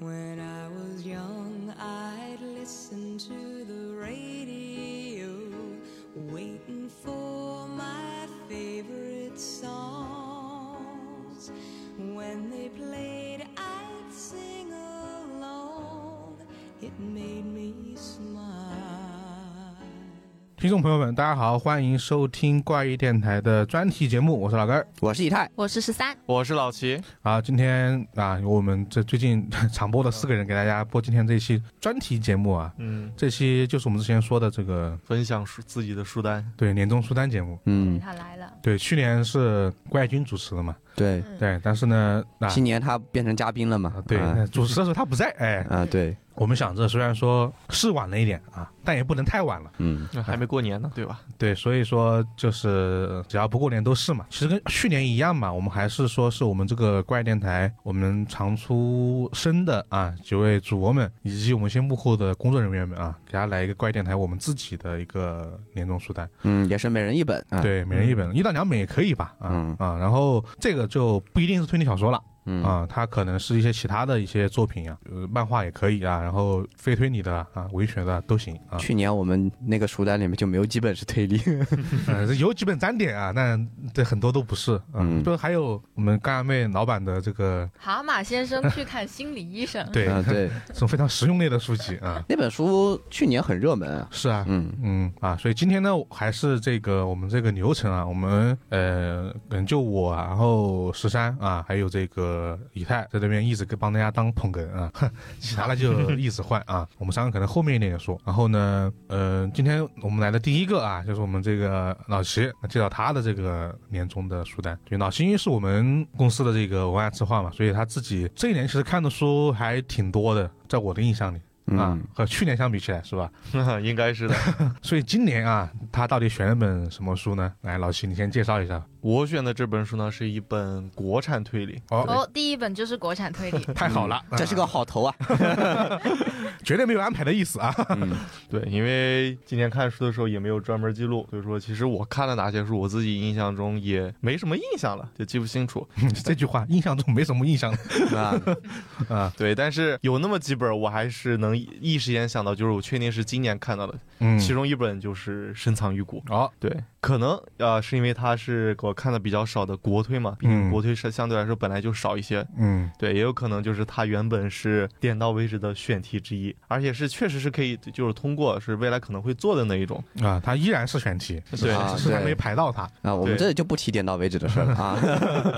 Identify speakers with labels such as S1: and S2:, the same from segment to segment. S1: When I was young, I'd listen to the radio, waiting for my favorite songs. When they played, I'd sing along. It made me smile.
S2: 听众朋友们，大家好，欢迎收听怪异电台的专题节目，我是老根儿
S3: 我是以太，
S4: 我是十三，
S5: 我是老齐，
S2: 啊。今天啊，我们这最近呃常播的四个人给大家播今天这一期专题节目啊，
S5: 嗯，
S2: 这期就是我们之前说的这个
S5: 分享书自己的书单，
S2: 对年终书单节目。
S3: 嗯，
S4: 他来了，
S2: 对，去年是怪君主持的嘛，
S3: 对，
S2: 对，但是呢，啊，
S3: 今年他变成嘉宾了嘛
S2: 啊，对，
S3: 啊
S2: 那主持的时候他不在，哎，
S3: 啊，对，
S2: 我们想着虽然说是晚了一点啊，但也不能太晚了，
S3: 嗯，
S5: 还没过年呢，对吧？
S2: 对，所以说就是只要不过年都是嘛，其实跟去年一样嘛，我们还是说是我们这个怪电台，我们常出生的啊几位主播们，以及我们一些幕后的工作人员们啊，给大家来一个怪电台我们自己的一个年终书单，
S3: 嗯，也是每人一本啊，，
S2: 对，每人一本，一到两本也可以吧，啊、
S3: 嗯
S2: 啊，然后这个就不一定是推理小说了。
S3: 嗯
S2: 啊，它可能是一些其他的一些作品啊，呃，漫画也可以啊，然后非推理的啊，文学的都行啊，
S3: 去年我们那个书单里面就没有几本是推理，
S2: 呃，这有几本沾点啊，但这很多都不是啊，
S3: 嗯
S2: 就还有我们干妹老板的这个，
S4: 蛤蟆先生去看心理医生
S2: 对，
S3: 啊， 对，
S2: 这种非常实用类的书籍啊，
S3: 那本书去年很热门啊，
S2: 是啊。
S3: 嗯
S2: 嗯啊，所以今天呢，还是这个我们这个流程啊，我们呃，可能就我啊，然后十三啊，还有这个以太在这边一直给帮大家当捧哏啊， 其他的就一直换啊。我们三个可能后面一点也说。然后呢，呃，今天我们来的第一个啊，就是我们这个老齐，那介绍他的这个年终的书单。对，老齐因为是我们公司的这个文案策划嘛，所以他自己这一年其实看的书还挺多的，在我的 印象里。啊
S3: 嗯，，
S2: 和去年相比起来，是吧？
S5: 应该是的。
S2: 所以今年啊，他到底选了本什么书呢？来，老齐，你先介绍一下。
S5: 我选的这本书呢，是一本国产推理，
S2: 哦，
S4: 哦，第一本就是国产推 理，
S2: 太好了，
S3: 这是个好头啊，
S2: 绝对没有安排的意思啊。
S3: 嗯
S5: 对，因为今年看书的时候也没有专门记录，所以说其实我看了哪些书，我自己印象中也没什么印象了，就记不清楚。
S2: 这句话印象中没什么印象
S3: 啊，
S2: 啊。
S5: 对，但是有那么几本我还是能一时间想到，就是我确定是今年看到的，
S2: 嗯
S5: 其中一本就是《深藏于谷》。
S2: 哦，
S5: 对，可能呃是因为它是我看的比较少的国推嘛，毕竟
S2: 嗯
S5: 国推是相对来说本来就少一些，
S2: 嗯
S5: 对，也有可能就是它原本是点到为止的选题之一，而且是确实是可以就是通过是未来可能会做的那一种。
S2: 啊，他依然是选题，
S5: 对
S3: 啊
S2: 只是还
S3: 对
S2: 没排到他。
S3: 啊，我们这就不提点到为止的事儿了啊，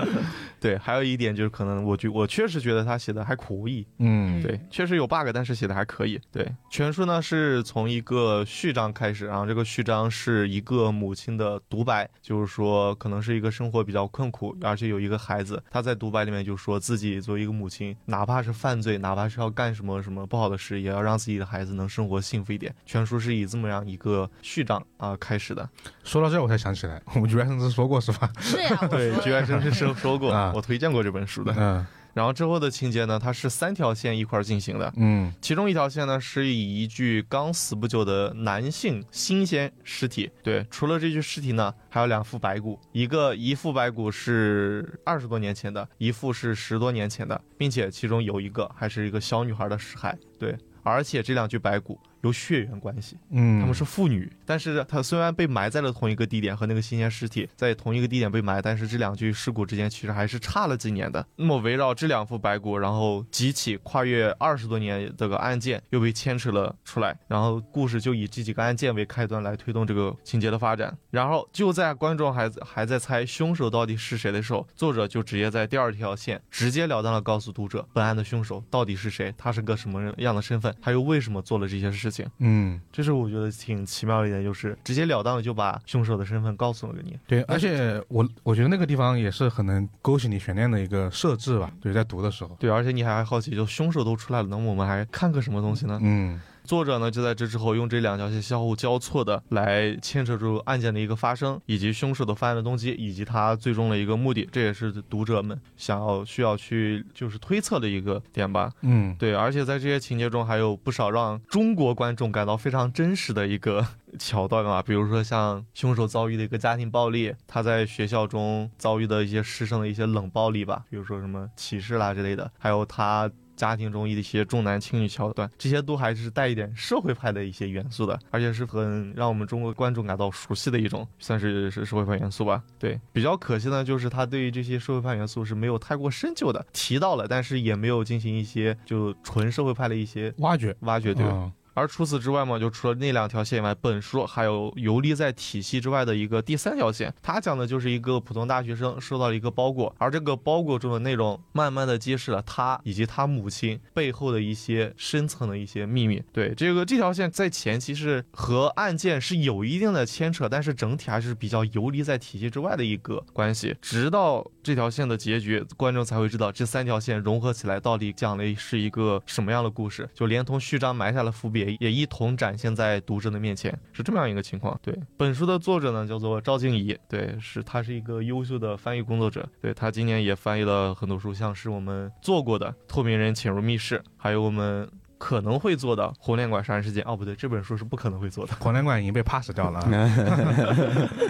S5: 对，还有一点就是可能我觉我确实觉得他写的还可以，
S2: 嗯
S5: 对，确实有 bug，但是写的还可以。对，全书呢是从一个序章开始，然后这个序章是一个母亲的独白，就是说可能是一个生活比较困苦，
S2: 嗯
S5: 而且有一个孩子，他在独白里面就说自己作为一个母亲，哪怕是犯罪，哪怕是要干什么什么不好的事，也要让自己的孩子能生活幸福一点。全书是以这么样一个序章啊、开始的。
S2: 说到这儿我才想起来，我们局外甚至说过是吧？
S4: 是呀，我
S5: 对，
S4: 说
S5: 局外生是说说 过
S2: 啊，
S5: 我推荐过这本书的。
S2: 嗯
S5: 然后之后的情节呢，它是三条线一块儿进行的。
S2: 嗯
S5: 其中一条线呢，是以一具刚死不久的男性新鲜尸体。对，除了这具尸体呢，还有两副白骨，一个一副白骨是二十多年前的，一副是十多年前的，并且其中有一个还是一个小女孩的尸骸。对，而且这两具白骨有血缘关系。
S2: 嗯，
S5: 他们是父女，但是她虽然被埋在了同一个地点，和那个新鲜尸体在同一个地点被埋，但是这两具尸骨之间其实还是差了几年的。那么围绕这两副白骨，然后几起跨越二十多年这个案件又被牵扯了出来，然后故事就以这几个案件为开端来推动这个情节的发展。然后就在观众还还在猜凶手到底是谁的时候，作者就直接在第二条线直截了当的告诉读者，本案的凶手到底是谁，他是个什么样的身份，他又为什么做了这些事情。
S2: 嗯
S5: 这是我觉得挺奇妙的一点，就是直截了当的就把凶手的身份告诉了给你。
S2: 对，而且我我觉得那个地方也是很能勾起你悬念的一个设置吧，对，在读的时候，
S5: 嗯对，而且你还好奇，就凶手都出来了，那么我们还看个什么东西呢？
S2: 嗯
S5: 作者呢就在这之后用这两条线相互交错的来牵扯出案件的一个发生，以及凶手的犯案的动机，以及他最终的一个目的。这也是读者们想要需要去就是推测的一个点吧。
S2: 嗯
S5: 对，而且在这些情节中还有不少让中国观众感到非常真实的一个 桥段啊，比如说像凶手遭遇的一个家庭暴力，他在学校中遭遇的一些师生的一些冷暴力吧，比如说什么歧视啦之类的，还有他。家庭中一些重男轻女桥段，这些都还是带一点社会派的一些元素的，而且是很让我们中国观众感到熟悉的一种，算是是社会派元素吧。对，比较可惜呢，就是他对于这些社会派元素是没有太过深究的，提到了，但是也没有进行一些就纯社会派的一些
S2: 挖掘，
S5: 挖掘，啊对吧？
S2: 嗯
S5: 而除此之外嘛，就除了那两条线以外，本书还有游离在体系之外的一个第三条线，它讲的就是一个普通大学生收到了一个包裹，而这个包裹中的内容，慢慢的揭示了他以及他母亲背后的一些深层的一些秘密。对，这个这条线在前期是和案件是有一定的牵扯，但是整体还是比较游离在体系之外的一个关系，直到这条线的结局，观众才会知道这三条线融合起来到底讲的是一个什么样的故事，就连同序章埋下了伏笔，也一同展现在读者的面前，是这么样一个情况。对，本书的作者呢叫做赵静怡，对，是他是一个优秀的翻译工作者，对他今年也翻译了很多书，像是我们做过的《透明人潜入密室》，还有我们。可能会做的《红脸馆杀人事件》哦，不对，这本书是不可能会做的。
S2: 黄连馆已经被 pass 掉了啊。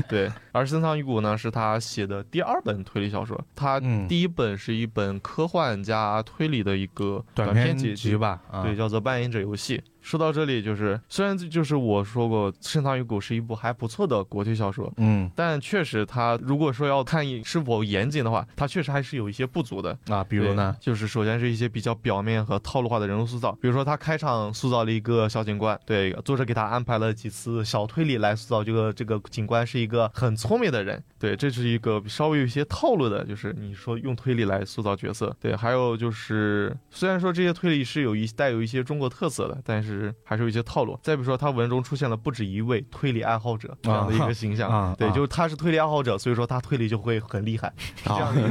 S5: 对，而《深藏于骨》呢，是他写的第二本推理小说。他
S2: 嗯
S5: 第一本是一本科幻加推理的一个
S2: 短
S5: 篇
S2: 篇
S5: 集
S2: 集吧，啊
S5: 对，，叫做《扮演者游戏》。说到这里，就是虽然就是我说过，《深藏于骨》是一部还不错的国推小说，
S2: 嗯
S5: 但确实它如果说要看是否严谨的话，它确实还是有一些不足的。
S2: 啊，比
S5: 比
S2: 如呢，，
S5: 就是首先是一些比较表面和套路化的人物塑造，比如说他开场塑造了一个小警官，对，作者给他安排了几次小推理来塑造这个这个警官是一个很聪明的人，对，这是一个稍微有一些套路的，就是你说用推理来塑造角色，对，还有就是虽然说这些推理是有一带有一些中国特色的，但是还是有一些套路。再比如说他文中出现了不止一位推理爱好者这样的一
S2: 啊
S5: 个形象，
S2: 啊
S5: 对，
S2: 啊
S5: 就是他是推理爱好者，所以说他推理就会很厉害。这样
S3: 啊，
S5: 的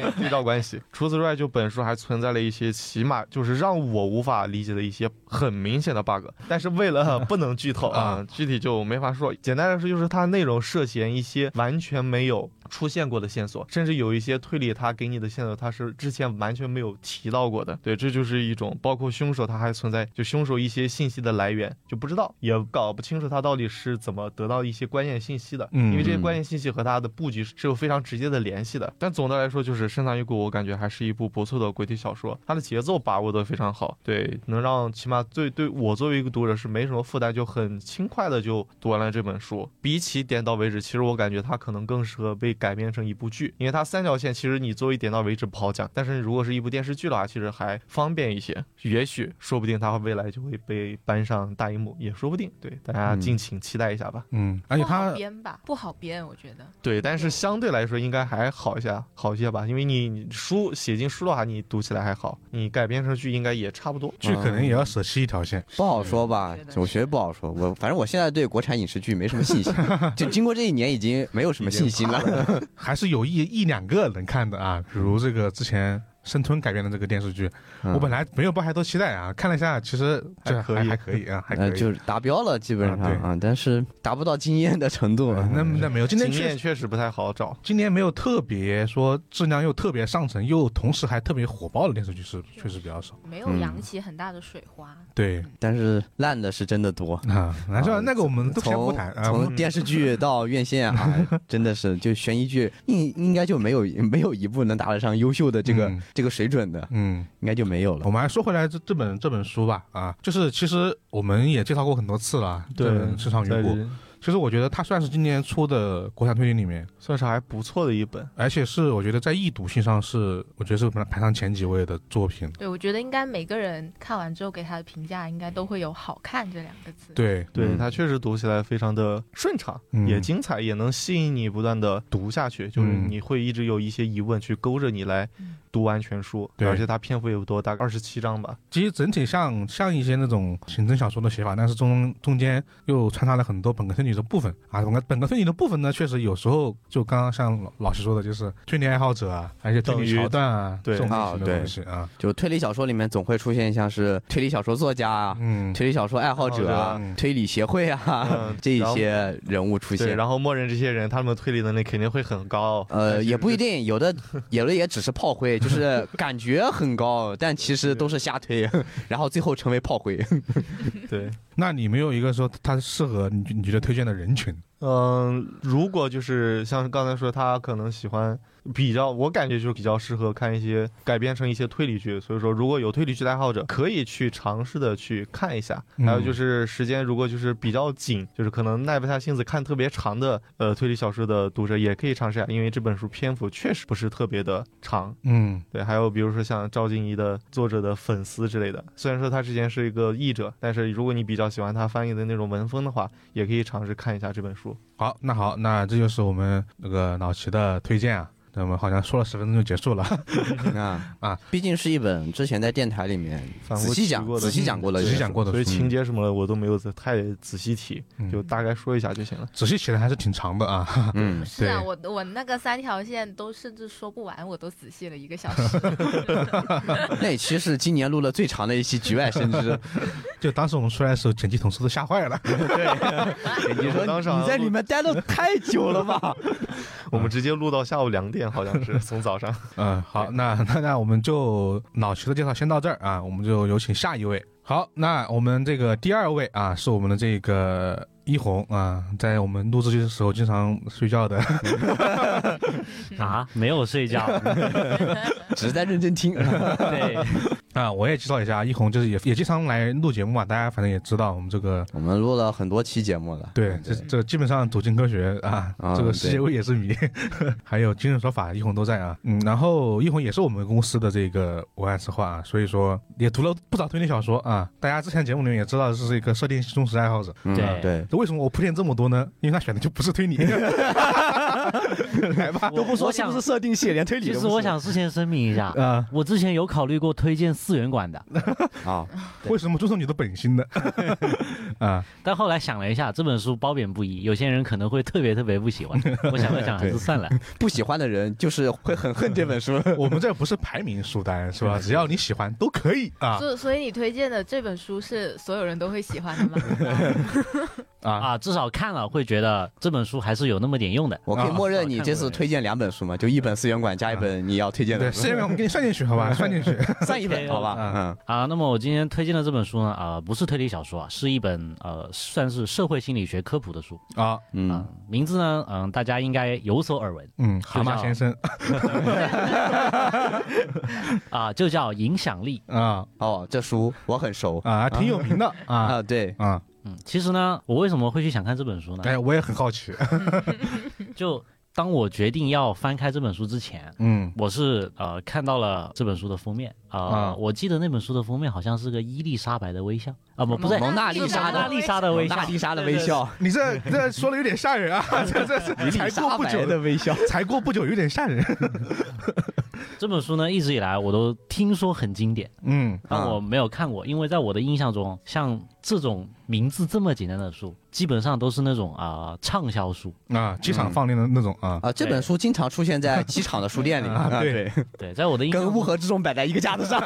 S5: 一个关系对照关系。除此之外，就本书还存在了一些起码就是让我无法理解的一些很明显的 bug，但是为了不能剧透啊
S2: 啊，
S5: 具体就没法说。简单来说，就是它内容涉嫌一些完全没有出现过的线索，甚至有一些推理它给你的线索，它是之前完全没有提到过的。对，这就是一种包括凶手，他还存在就凶手一些信息的来源就不知道，也搞不清楚他到底是怎么得到一些关键信息的，
S2: 嗯
S5: 因为这些
S3: 嗯
S5: 关键信息和它的布局是有非常直接的联系的。但总的来说，就是《深藏于骨》，我感觉还是一部不错的鬼体小说，它的节奏把握得非常好，对，能让起码对对我作为一个读者是没什么负担，就很轻快的就读完了这本书。比起点到为止，其实我感觉它可能更适合被改编成一部剧，因为它三条线其实你作为点到为止不好讲，但是如果是一部电视剧的话，其实还方便一些，也许说不定它未来就会被搬上大荧幕，也说不定。对，大家
S3: 嗯
S5: 敬请期待一下吧。
S2: 嗯，而且
S4: 不好
S2: 他
S4: 编吧，不好编，我觉
S3: 嗯
S4: 得。
S5: 对，但是相对来说应该还好一些，好一些吧，因为你你书写进书的话，你读起来还好，你改编成剧应该也差不多。
S2: 剧可
S3: 嗯
S2: 能也要舍弃一条线，
S3: 不好说吧
S4: 是的，
S3: 我觉得不好说。我反正我现在对国产影视剧没什么 信心，就经过这一年已经没有什么信心了。
S2: 还是有一一两个能看的啊，比如这个之前。申吞改编的这个电视剧，
S3: 嗯
S2: 我本来没有抱太多期待啊，看了一下，其实这
S5: 还可以
S2: 还可以啊，还可
S3: 呃，
S2: 以。
S3: 就是达标了，基本上
S2: 啊对
S3: 啊，但是达不到惊艳的程度。啊
S2: 那那没有，今
S5: 经
S2: 天确
S5: 验
S2: 实
S5: 确实不太好找，
S2: 今年没有特别说质量又特别上乘，又同时还特别火爆的电视剧是确实比较少。
S4: 没有
S3: 嗯
S4: 扬起很大的水花，
S2: 对
S3: 但是烂的是真的多。
S2: 啊，那就
S3: 啊
S2: 那个我们都先不
S3: 从
S2: 谈啊，我们
S3: 从电视剧到院线啊，真的是就悬疑剧，应应该就没有没有一部能达得上优秀的这个
S2: 嗯
S3: 这个水准的，
S2: 嗯，
S3: 应该就没有了
S2: 我。们还说回来这这本这本书吧，啊，就是其实我们也介绍过很多次了，这本《市场
S5: 在
S2: 云谷》。其实我觉得它算是今年出的国产推理里面，
S5: 算是还不错的一本。
S2: 而且是我觉得在易读性上是，我觉得是排上前几位的作品。
S4: 对我觉得应该每个人看完之后给他的评价应该都会有“好看”这两个字。，
S2: 对，
S5: 对，
S3: 嗯
S5: 它确实读起来非常的顺畅，
S2: 嗯
S5: 也精彩，也能吸引你不断的读下去。就是
S2: 嗯
S5: 你会一直有一些疑问去勾着你来
S4: 嗯
S5: 读完全书，
S2: 对
S5: 而且它篇幅也不多，大概二十七章吧。
S2: 其实整体像像一些那种刑侦小说的写法，但是中中间又穿插了很多本格推理的部分啊。本格本格推理的部分呢，确实有时候就刚刚像老老师说的，就是推理爱好者啊，而且推理
S5: 等于
S2: 桥段啊
S5: 对
S2: 这种类型
S3: 啊
S2: 的
S3: 对
S2: 东西啊，
S3: 就推理小说里面总会出现像是推理小说作家啊、
S2: 嗯，
S3: 推理小说爱好者啊
S2: 嗯、
S3: 推理协会啊
S5: 嗯
S3: 这一些人物出
S5: 对，
S3: 现。
S5: 然后默认这些人他们推理能力肯定会很高，
S3: 呃，
S5: 但是
S3: 也不一定，有 的有的也只是炮灰，就是感 觉很高，但其实都是瞎推，然后最后成为炮灰。
S5: 对，
S2: 那你没有一个说它适合你你觉得推荐的人群？
S5: 嗯，如果就是像刚才说，他可能喜欢比较，我感觉就比较适合看一些改编成一些推理剧。所以说，如果有推理剧的爱好者，可以去尝试的去看一下。还有就是时间，如果就是比较紧，就是可能耐不下性子看特别长的呃推理小说的读者，也可以尝试一下，啊因为这本书篇幅确实不是特别的长。
S2: 嗯
S5: 对，还有比如说像赵静怡的作者的粉丝之类的，虽然说他之前是一个译者，但是如果你比较喜欢他翻译的那种文风的话，也可以尝试看一下这本书。
S2: 好，那好，那这就是我们那个老齐的推荐啊。那我们好像说了十分钟就结束了，
S3: 啊
S2: 啊！
S3: 毕竟是一本之前在电台里面
S5: 反复
S3: 仔细讲
S5: 提、过的
S3: 仔细讲过的
S2: 嗯仔
S3: 书，
S2: 细讲过的
S5: 所以
S2: 书，
S5: 情节什么的我都没有仔太仔细提，
S2: 嗯
S5: 就大概说一下就行了。
S2: 仔细起来还是挺长的啊。
S3: 嗯，
S4: 是啊，
S2: 对
S4: 我我那个三条线都甚至说不完，我都仔细了一个小 时。
S3: 那期是今年录了最长的一期《局外生 枝》。
S2: 就当时我们出来的时候，剪辑同事都吓 坏了。
S3: 你说
S5: 当时好像
S3: 你在里面待了太久了吧？
S5: 我
S6: 嗯
S5: 们直接录到下午两点，好 像是从早上。
S2: 嗯， 好，那那那我们就老徐的介绍先到这儿啊，我们就有请下一位。好，那我们这个第二位啊，是我们的这个一红啊，在我们录制的时候经常睡 觉的，
S7: 啊，没有睡觉。
S3: 只是在认真听。
S7: 对，
S2: 啊，我也介绍一下，一红就是也也经常来录节目啊嘛，大家反正也知道我们这个
S3: 我们录了很多期节目了，
S2: 对，这这基本上走进科学啊，
S3: 啊
S2: 这个世界未解之谜， 还有精神说法，一红都在啊。嗯，然后一红也是我们公司的这个文案策划啊，所以说也读了不少推理小说啊。大家之前节目里面也知道，这是一个设定忠实爱好者。啊
S3: 嗯
S7: 对
S3: 对，
S2: 为什么我铺垫这么多呢？因为他选的就不是 推理。来吧，
S7: 都不说
S3: 我
S7: 是不是
S3: 设定系，连 推
S7: 其实我想事先声明一 下，
S2: 啊，
S7: 我之前有考虑过推荐四元馆的，
S3: 啊，
S2: 为什么注重你的本心呢？ 啊，
S7: 但后来想了一下，这本书褒贬不一，有些人可能会特别特别不喜 欢。我想了想，还是算了。
S3: 不喜欢的人就是会很恨这本书。
S2: 我们这不是排名书单是 吧？只要你喜欢都可以啊
S4: 所所以你推荐的这本书是所有人都会喜欢的吗？
S2: 啊！
S7: 啊，至少看了会觉得这本书还是有那么点用的。
S3: 我可以
S2: 啊
S3: 默认你这次推荐两本书嘛，就一本四元馆加一本你要推荐
S2: 对，
S3: 的
S2: 时
S3: 书，
S2: 间我们给你算进去好 吧？算进去。
S3: 算一本好吧？嗯
S7: 啊，那么我今天推荐的这本书呢，啊、不是推理小说啊，是一本呃，算是社会心理学科普的书
S2: 啊，
S7: 啊、
S3: 嗯，
S7: 名字呢，嗯、大家应该有所耳闻
S2: 嗯，蛤蟆先生
S7: 啊、就叫《影响力》。
S2: 啊
S3: 哦，这书我很熟
S2: 啊，还挺有名的啊
S3: 啊，对，
S2: 啊！
S7: 嗯，其实呢，我为什么会去想看这本书呢？
S2: 哎，我也很 好奇，
S7: 就当我决定要翻开这本书之前，
S2: 嗯
S7: 我是呃看到了这本书的封面啊、呃
S2: 啊
S7: 我记得那本书的封面好像是个伊丽莎白的微笑啊，不、不
S4: 对
S7: 对，
S3: 蒙娜丽莎
S7: 蒙娜
S3: 的
S7: 丽莎的微
S3: 蒙
S7: 笑，
S3: 娜丽莎的微笑，
S2: 嗯你这这说的有点吓人啊， 这这 这才过不久，
S3: 微笑，
S2: 才过不久有点 吓人，
S7: 这本书呢，一直以来我都听说很经典，
S2: 嗯
S7: 但
S3: 啊
S7: 我没有看过，因为在我的印象中，像这种名字这么简单的书，基本上都是那种啊、畅销书。嗯
S2: 啊，机场放电的那种啊
S3: 啊，这本书经常出现在机场的书店里，
S2: 啊，对，
S7: 对，在我的印象
S3: 跟乌
S7: 中，
S3: 合之众摆在一个架子 上。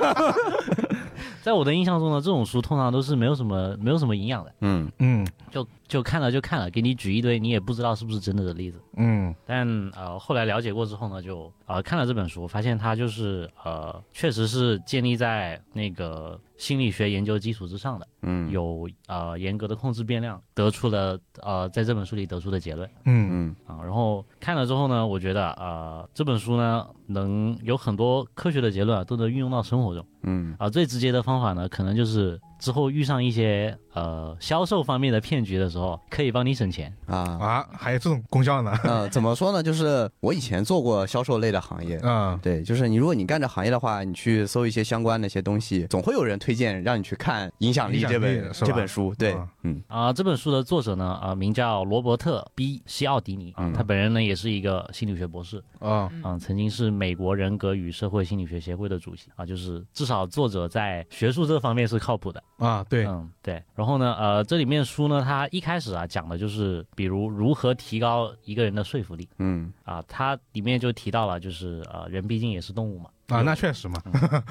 S7: 在我的印象中呢，这种书通常都是没有什么没有什么营养的，
S3: 嗯，
S2: 嗯
S7: 就就看了就看了，给你举一堆你也不知道是不是真的的例子。
S2: 嗯
S7: 但呃，后来了解过之后呢，就呃看了这本书，发现它就是呃，确实是建立在那个心理学研究基础之上的，
S3: 嗯
S7: 有呃严格的控制变量，得出了呃在这本书里得出的结论
S2: 嗯
S3: 嗯
S7: 啊、然后看了之后呢，我觉得呃这本书呢能有很多科学的结论啊，都能运用到生活中
S3: 嗯
S7: 啊、最直接的方法呢，可能就是之后遇上一些呃销售方面的骗局的时候，可以帮你省钱。
S3: 啊，
S2: 啊，还有这种功效呢，
S3: 呃，怎么说呢？就是我以前做过销售类的行业。
S2: 啊
S3: 对，就是你，如果你干这行业的话，你去搜一些相关的一些东西，总会有人推荐让你去看《影响力
S2: 影》响
S3: 这
S2: 力
S3: 本
S2: 是吧
S3: 这本书。对
S2: 啊，
S3: 嗯
S7: 啊、这本书的作者呢，啊、名叫罗伯特 ·B· 西奥迪尼，啊、
S3: 嗯
S7: 他本人呢也是一个心理学博士，
S2: 啊
S7: 啊、曾经是美国人格与社会心理学协会的主席，啊、就是至少作者在学术这方面是靠谱的，
S2: 啊，对，
S7: 嗯，对。然后呢，呃，这里面书呢，它一开始啊讲的就是，比如如何提高一个人的说服力，
S3: 嗯
S7: 啊、它里面就提到了，就是呃，人毕竟也是动物嘛，嗯
S2: 啊，那确实嘛，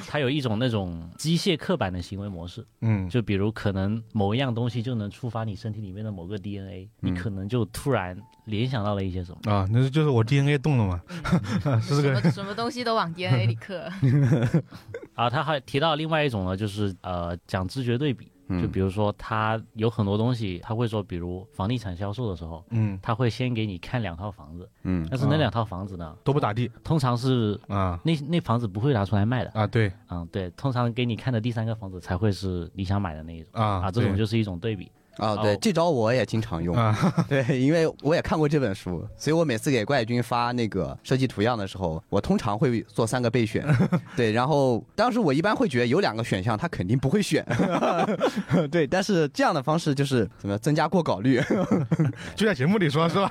S7: 它有一种那种机械刻板的行为模式，
S2: 嗯
S7: 就比如可能某一样东西就能触发你身体里面的某个 DNA，、你可能就突然联想到了一些什么。
S2: 嗯啊，那就是我 DNA 动了嘛，
S4: 什
S2: 是这个
S4: 么什么东西都 往 DNA 里刻。
S7: 啊，他还提到另外一种呢，就是呃讲知觉对比，
S3: 嗯
S7: 就比如说他有很多东西，他会说，比如房地产销售的时候，
S2: 嗯，
S7: 他会先给你看两套房子，
S3: 嗯
S7: 但是
S2: 啊
S7: 那两套房子呢，
S2: 都不咋地
S7: 通常是
S2: 啊
S7: 那那房子不会拿出来卖的，
S2: 啊，对
S7: 嗯，对，通常给你看的第三个房子才会是你想买的那一种
S2: 啊
S7: 啊，这种
S2: 对
S7: 就是一种对比。
S3: 啊，对
S7: 哦，
S3: 这招我也经常用。
S2: 啊，
S3: 对，因为我也看过这本书，所以我每次给怪君发那个设计图样的时候，我通常会做三个备 选。对，然后当时我一般会觉得有两个选项他肯定不会 选。对，但是这样的方式就是怎么增加过稿率？
S2: 就在节目里说是吧？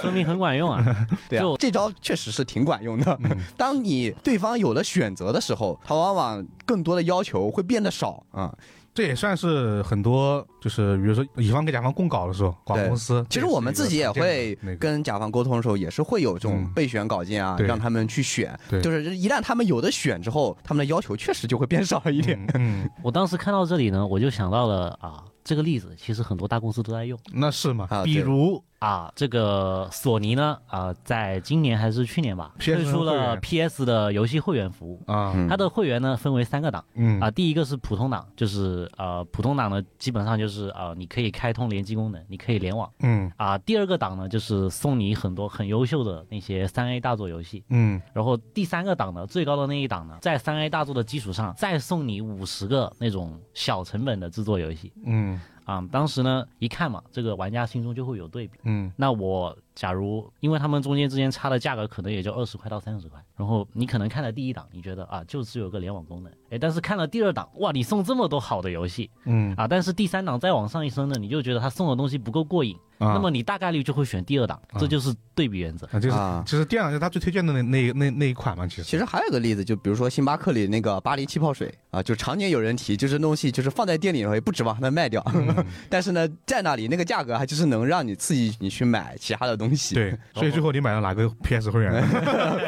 S7: 说明很管用啊。
S3: 对啊
S7: 就，
S3: 这招确实是挺管用的。
S2: 嗯
S3: 当你对方有了选择的时候，他往往更多的要求会变得少啊、
S2: 这也算是很多，就是比如说乙方跟甲方供稿的时候，广告公司
S3: 其实我们自己也会
S2: 那个
S3: 跟甲方沟通的时候，也是会有这种
S2: 嗯
S3: 备选稿件啊，
S2: 对
S3: 让他们去选。
S2: 对
S3: 就是一旦他们有的选之后，他们的要求确实就会变少一点。
S2: 嗯嗯，
S7: 我当时看到这里呢，我就想到了啊，这个例子其实很多大公司都在用，
S2: 那是嘛？
S3: 啊，
S7: 比
S3: 对
S7: 如啊，这个索尼呢啊，在今年还是去年吧，
S2: PS
S7: 推出
S2: 会
S7: 了
S2: 员
S7: PS 的游戏会员服务。
S2: 啊，
S3: 嗯
S7: 它的会员呢分为三个档
S2: 嗯
S7: 啊，第一个是普通档，就是呃普通档呢基本上就是啊、你可以开通联机功能，你可以联网
S2: 嗯
S7: 啊。第二个档呢就是送你很多很优秀的那些三 A 大作游戏，
S2: 嗯
S7: 然后第三个档呢，最高的那一档呢，在三 A 大作的基础上，再送你五十个那种小成本的制作游戏
S2: 嗯
S7: 啊、当时呢，一看嘛，这个玩家心中就会有对比。
S2: 嗯
S7: 那我假如，因为他们中间之间差的价格可能也就二十块到三十块，然后你可能看了第一档，你觉得啊，就只有个联网功能，哎，但是看了第二档，哇，你送这么多好的游戏
S2: 嗯
S7: 啊，但是第三档再往上一升呢，你就觉得他送的东西不够过瘾，
S2: 啊，
S7: 那么你大概率就会选第二档，这就是对比原则。
S2: 啊，就 是
S3: 啊
S2: 其实电脑就是他最推荐的那那那那一款嘛，其实
S3: 其实还有个例子，就比如说星巴克里那个巴黎气泡水啊，就常年有人提，就是那东西就是放在店里头也不指望它卖掉，
S2: 嗯
S3: 但是呢，在那里那个价格还就是能让你刺激你去买 其他的东西。，
S2: 对，所以最后你买了哪个 PS 会员？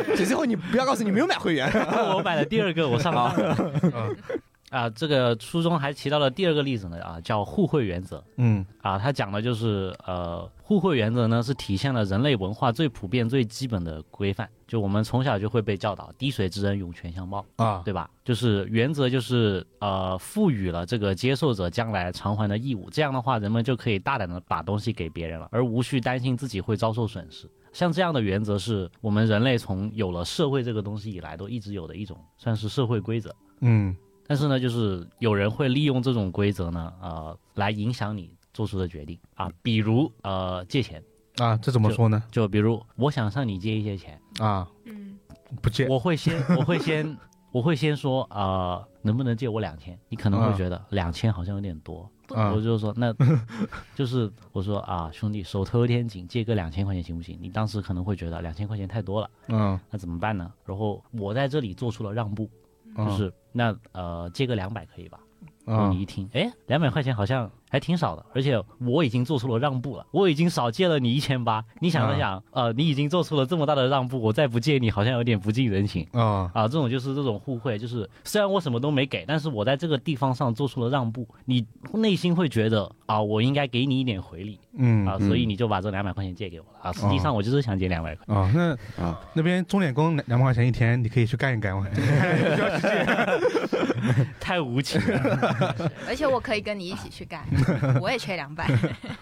S3: 所以最后你不要告诉你没有买会员
S7: 我买了第二个，我上
S3: 啊
S7: 当。啊，这个书中还提到了第二个例子呢，啊，叫互惠原则
S2: 嗯
S7: 啊，它讲的就是呃，互惠原则呢是体现了人类文化最普遍、最基本的规范，就我们从小就会被教导“滴水之恩，涌泉相报”，
S2: 啊，
S7: 对吧？就是原则就是呃，赋予了这个接受者将来偿还的义务，这样的话，人们就可以大胆的把东西给别人了，而无需担心自己会遭受损失。像这样的原则是我们人类从有了社会这个东西以来都一直有的一种，算是社会规则。
S2: 嗯
S7: 但是呢，就是有人会利用这种规则呢，呃，来影响你做出的决定啊。比如呃，借钱，
S2: 啊，这怎么说呢？
S7: 就比如我想向你借一些钱，
S2: 啊，
S4: 嗯，
S2: 不借
S7: 我会 先，我会先，我会先说呃，能不能借我两千？你可能会觉得两千好像有点多。
S2: 啊
S7: 我就说， 那就是我说啊，兄弟，手头有点紧，借个两千块钱行不行？你当时可能会觉得两千块钱太多了，
S2: 嗯
S7: 那怎么办呢？然后我在这里做出了让步，
S2: 嗯
S7: 就是那呃，借个两百可以吧？然
S2: 啊
S7: 后你一听，哎，两百块钱好像还挺少的，而且我已经做出了让步了，我已经少借了你一千八。你
S2: 嗯
S7: 想了想，呃，你已经做出了这么大的让步，我再不借你好像有点不近人情
S2: 啊
S7: 啊。这种就是这种互惠，就是虽然我什么都没给，但是我在这个地方上做出了让步，你内心会觉得啊，我应该给你一点回礼
S2: 嗯哦
S7: 啊，所以你就把这两百块钱借给我了啊。实际上我就是想借两百块。
S2: 啊，那
S3: 啊。
S2: 那边钟点工两两百块钱一天，你可以去干一干嘛？
S7: 太无情了。
S4: 而且我可以跟你一起去 干，我也缺两百。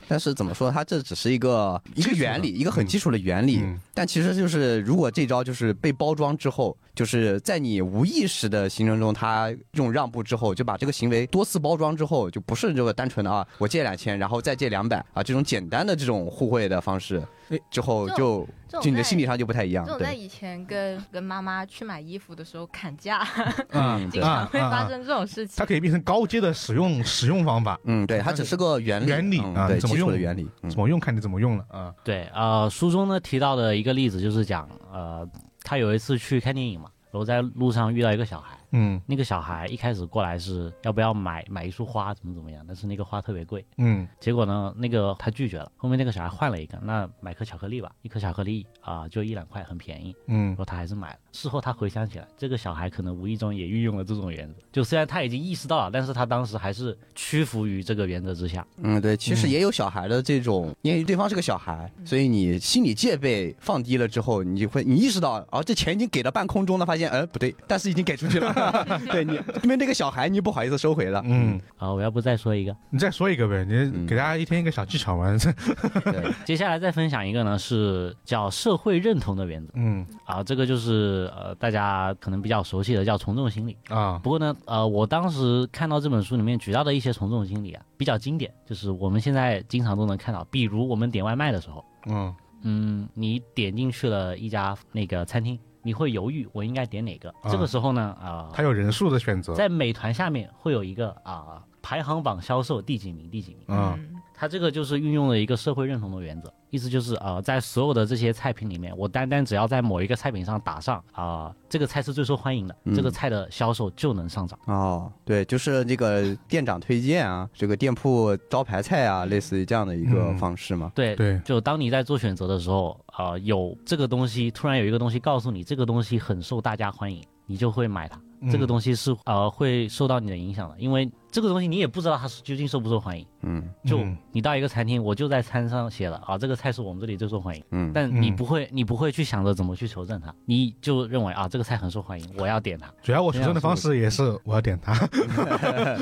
S3: 但是怎么说，它这只是一个一个原理，一个很基础的原理。
S2: 嗯
S3: 但其实就是，如果这招就是被包装之后，就是在你无意识的行程中，他用让步之后，就把这个行为多次包装之后，就不是这个单纯的啊，我借两千，然后再借两百啊，这种简单的这种互惠的方式
S2: 诶，
S3: 之后
S4: 这
S3: 就
S4: 这种
S3: 就你的
S4: 在
S3: 心理上就不太一样
S4: 这。种在
S3: 对，
S4: 以前跟跟妈妈去买衣服的时候砍价，
S2: 啊
S3: 嗯，
S4: 经
S3: 对，
S4: 常会
S2: 啊啊
S4: 发生这种事情
S2: 它。可以变成高阶的使用使用方法，
S3: 嗯，对，它只是个原理，
S2: 原理
S3: 嗯
S2: 啊
S3: 对，
S2: 怎么
S3: 基础的
S2: 用
S3: 原理。嗯
S2: 怎么用看你怎么用了啊。
S7: 对，呃，书中呢提到的一个例子就是讲，呃，他有一次去看电影嘛，然后在路上遇到一个小孩，
S2: 嗯
S7: 那个小孩一开始过来是要不要买买一束花，怎么怎么样，但是那个花特别贵，
S2: 嗯
S7: 结果呢，那个他拒绝了，后面那个小孩换了一个，那买颗巧克力吧，一颗巧克力啊、就一两块，很便宜，
S2: 嗯
S7: 然后他还是买了。事后他回想起来，这个小孩可能无意中也运用了这种原则，就虽然他已经意识到了，但是他当时还是屈服于这个原则之下。
S3: 嗯，对，其实
S2: 嗯
S3: 也有小孩的这种，因为对方是个小孩，所以你心理戒呃 备放低了之后，你就会你意识到，哦，这钱已经给到半空中了，发现，哎，不对，但是已经给出去了，对你，因为这个小孩你不好意思收回了。
S2: 嗯，
S7: 啊，我要不再说一个，
S2: 你再说一个呗，你给大家一天一个小技巧 嘛。
S3: 对，
S7: 接下来再分享一个呢，是叫社会认同的原则
S2: 嗯
S7: 啊，这个就是呃大家可能比较熟悉的叫从众心理。
S2: 啊，
S7: 不过呢，呃，我当时看到这本书里面举到的一些从众心理啊，比较经典，就是我们现在经常都能看到，比如我们点外卖的时候，
S2: 嗯
S7: 嗯，你点进去了一家那个餐厅，你会犹豫我应该点哪个。
S2: 啊
S7: 这个时候呢，啊、
S2: 它有人数的选择。
S7: 在美团下面会有一个啊、排行榜销售第几名第几名，
S2: 嗯
S7: 它这个就是运用了一个社会认同的原则，意思就是啊、在所有的这些菜品里面，我单单只要在某一个菜品上打上啊、这个菜是最受欢迎的，
S3: 嗯
S7: 这个菜的销售就能上涨。
S3: 哦，对，就是这个店长推荐啊，这个店铺招牌菜啊，类似于这样的一个
S2: 嗯
S3: 方式嘛。
S7: 对
S2: 对
S7: 就当你在做选择的时候，啊、有这个东西，突然有一个东西告诉你这个东西很受大家欢迎，你就会买它。
S2: 嗯
S7: 这个东西是呃会受到你的影响的，因为这个东西你也不知道它是究竟受不受欢迎。
S3: 嗯
S7: 就
S2: 嗯
S7: 你到一个餐厅，我就在餐上写了啊，这个菜是我们这里最受欢迎，
S3: 嗯，
S7: 但你
S2: 嗯
S7: 不会，你不会去想着怎么去求证它，你就认为啊这个菜很受欢迎，我要点它。
S2: 主要我学生的方式也是我要点它。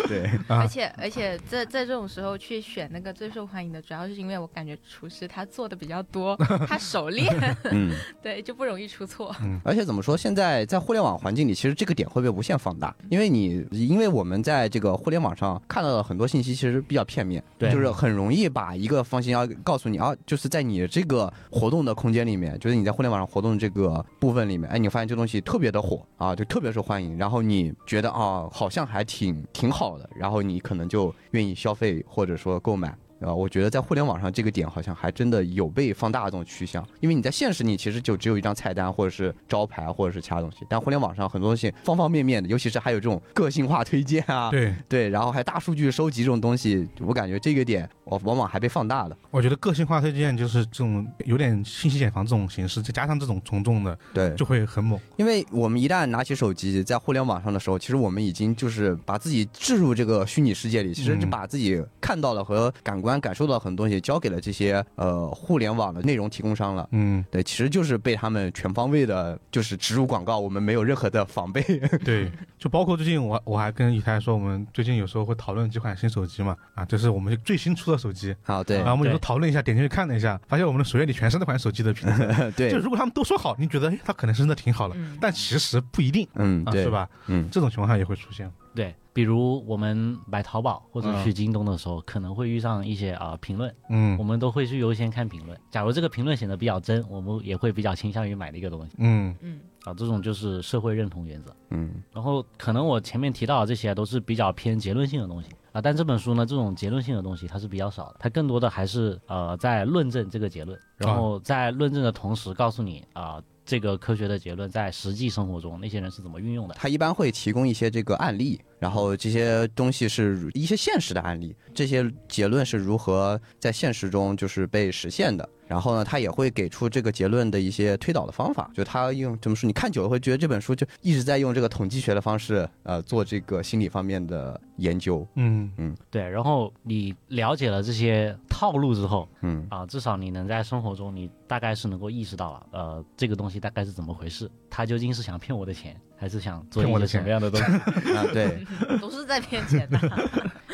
S3: 对，
S2: 啊
S4: 而且而且在在这种时候去选那个最受欢迎的，主要是因为我感觉厨师他做的比较多，他熟练，
S3: 嗯，
S4: 对，就不容易出错。
S3: 而且怎么说，现在在互联网环境里，其实这个点会被无限放大，因为你因为我们在这个互联网上看到的很多信息其实比较片面，
S7: 对
S3: 就是很容易把一个方向要告诉你啊，就是在你这个活动的空间里面，就是你在互联网上活动这个部分里面，哎，你发现这东西特别的火啊，就特别受欢迎，然后你觉得啊，好像还挺挺好的，然后你可能就愿意消费或者说购买。啊，我觉得在互联网上这个点好像还真的有被放大的这种趋向，因为你在现实里其实就只有一张菜单或者是招牌或者是其他东西，但互联网上很多东西方方面面的，尤其是还有这种个性化推荐啊，
S2: 对，
S3: 对然后还大数据收集这种东西，我感觉这个点往往往还被放大了。
S2: 我觉得个性化推荐就是这种有点信息茧房这种形式，再加上这种从众的，
S3: 对，
S2: 就会很猛。
S3: 因为我们一旦拿起手机在互联网上的时候，其实我们已经就是把自己置入这个虚拟世界里，其实就
S2: 嗯
S3: 把自己看到了和感官感受到的很多东西交给了这些呃互联网的内容提供商了。
S2: 嗯，
S3: 对，其实就是被他们全方位的，就是植入广告，我们没有任何的防备。
S2: 对，就包括最近我我还跟以太说，我们最近有时候会讨论几款新手机嘛，啊，就是我们最新出的手机，
S3: 啊，对
S2: 然后我们有时候
S7: 对
S2: 讨论一下，点进去看了一下，发现我们的首页里全是那款手机的评测。就
S3: 对，
S2: 如果他们都说好，你觉得哎它可能是真的挺好的，
S4: 嗯
S2: 但其实不一定，
S3: 嗯，
S2: 啊，
S3: 对，
S2: 是？吧？
S3: 嗯，
S2: 这种情况下也会出现。
S7: 对，比如我们买淘宝或者去京东的时候，可能会遇上一些啊、评论，
S2: 嗯
S7: 我们都会去优先看评论。假如这个评论显得比较真，我们也会比较倾向于买的一个东西
S2: 嗯
S4: 嗯，
S7: 啊。这种就是社会认同原则。
S3: 嗯，
S7: 然后可能我前面提到的这些都是比较偏结论性的东西啊，但这本书呢，这种结论性的东西它是比较少的，它更多的还是呃在论证这个结论，然后在论证的同时告诉你啊、这个科学的结论在实际生活中那些人是怎么运用的。
S3: 他一般会提供一些这个案例，然后这些东西是一些现实的案例，这些结论是如何在现实中就是被实现的。然后呢，他也会给出这个结论的一些推导的方法，就他用怎么说？你看久了会觉得这本书就一直在用这个统计学的方式，呃，做这个心理方面的研究。
S2: 嗯
S7: 对，然后你了解了这些套路之后
S3: 嗯
S7: 啊、至少你能在生活中你大概是能够意识到了，呃，这个东西大概是怎么回事，他究竟是想骗我的钱，还是想做
S2: 骗我
S7: 一
S2: 的
S7: 些什
S2: 钱
S7: 么样的东西？
S3: 啊， 对，
S4: 都是在骗钱的。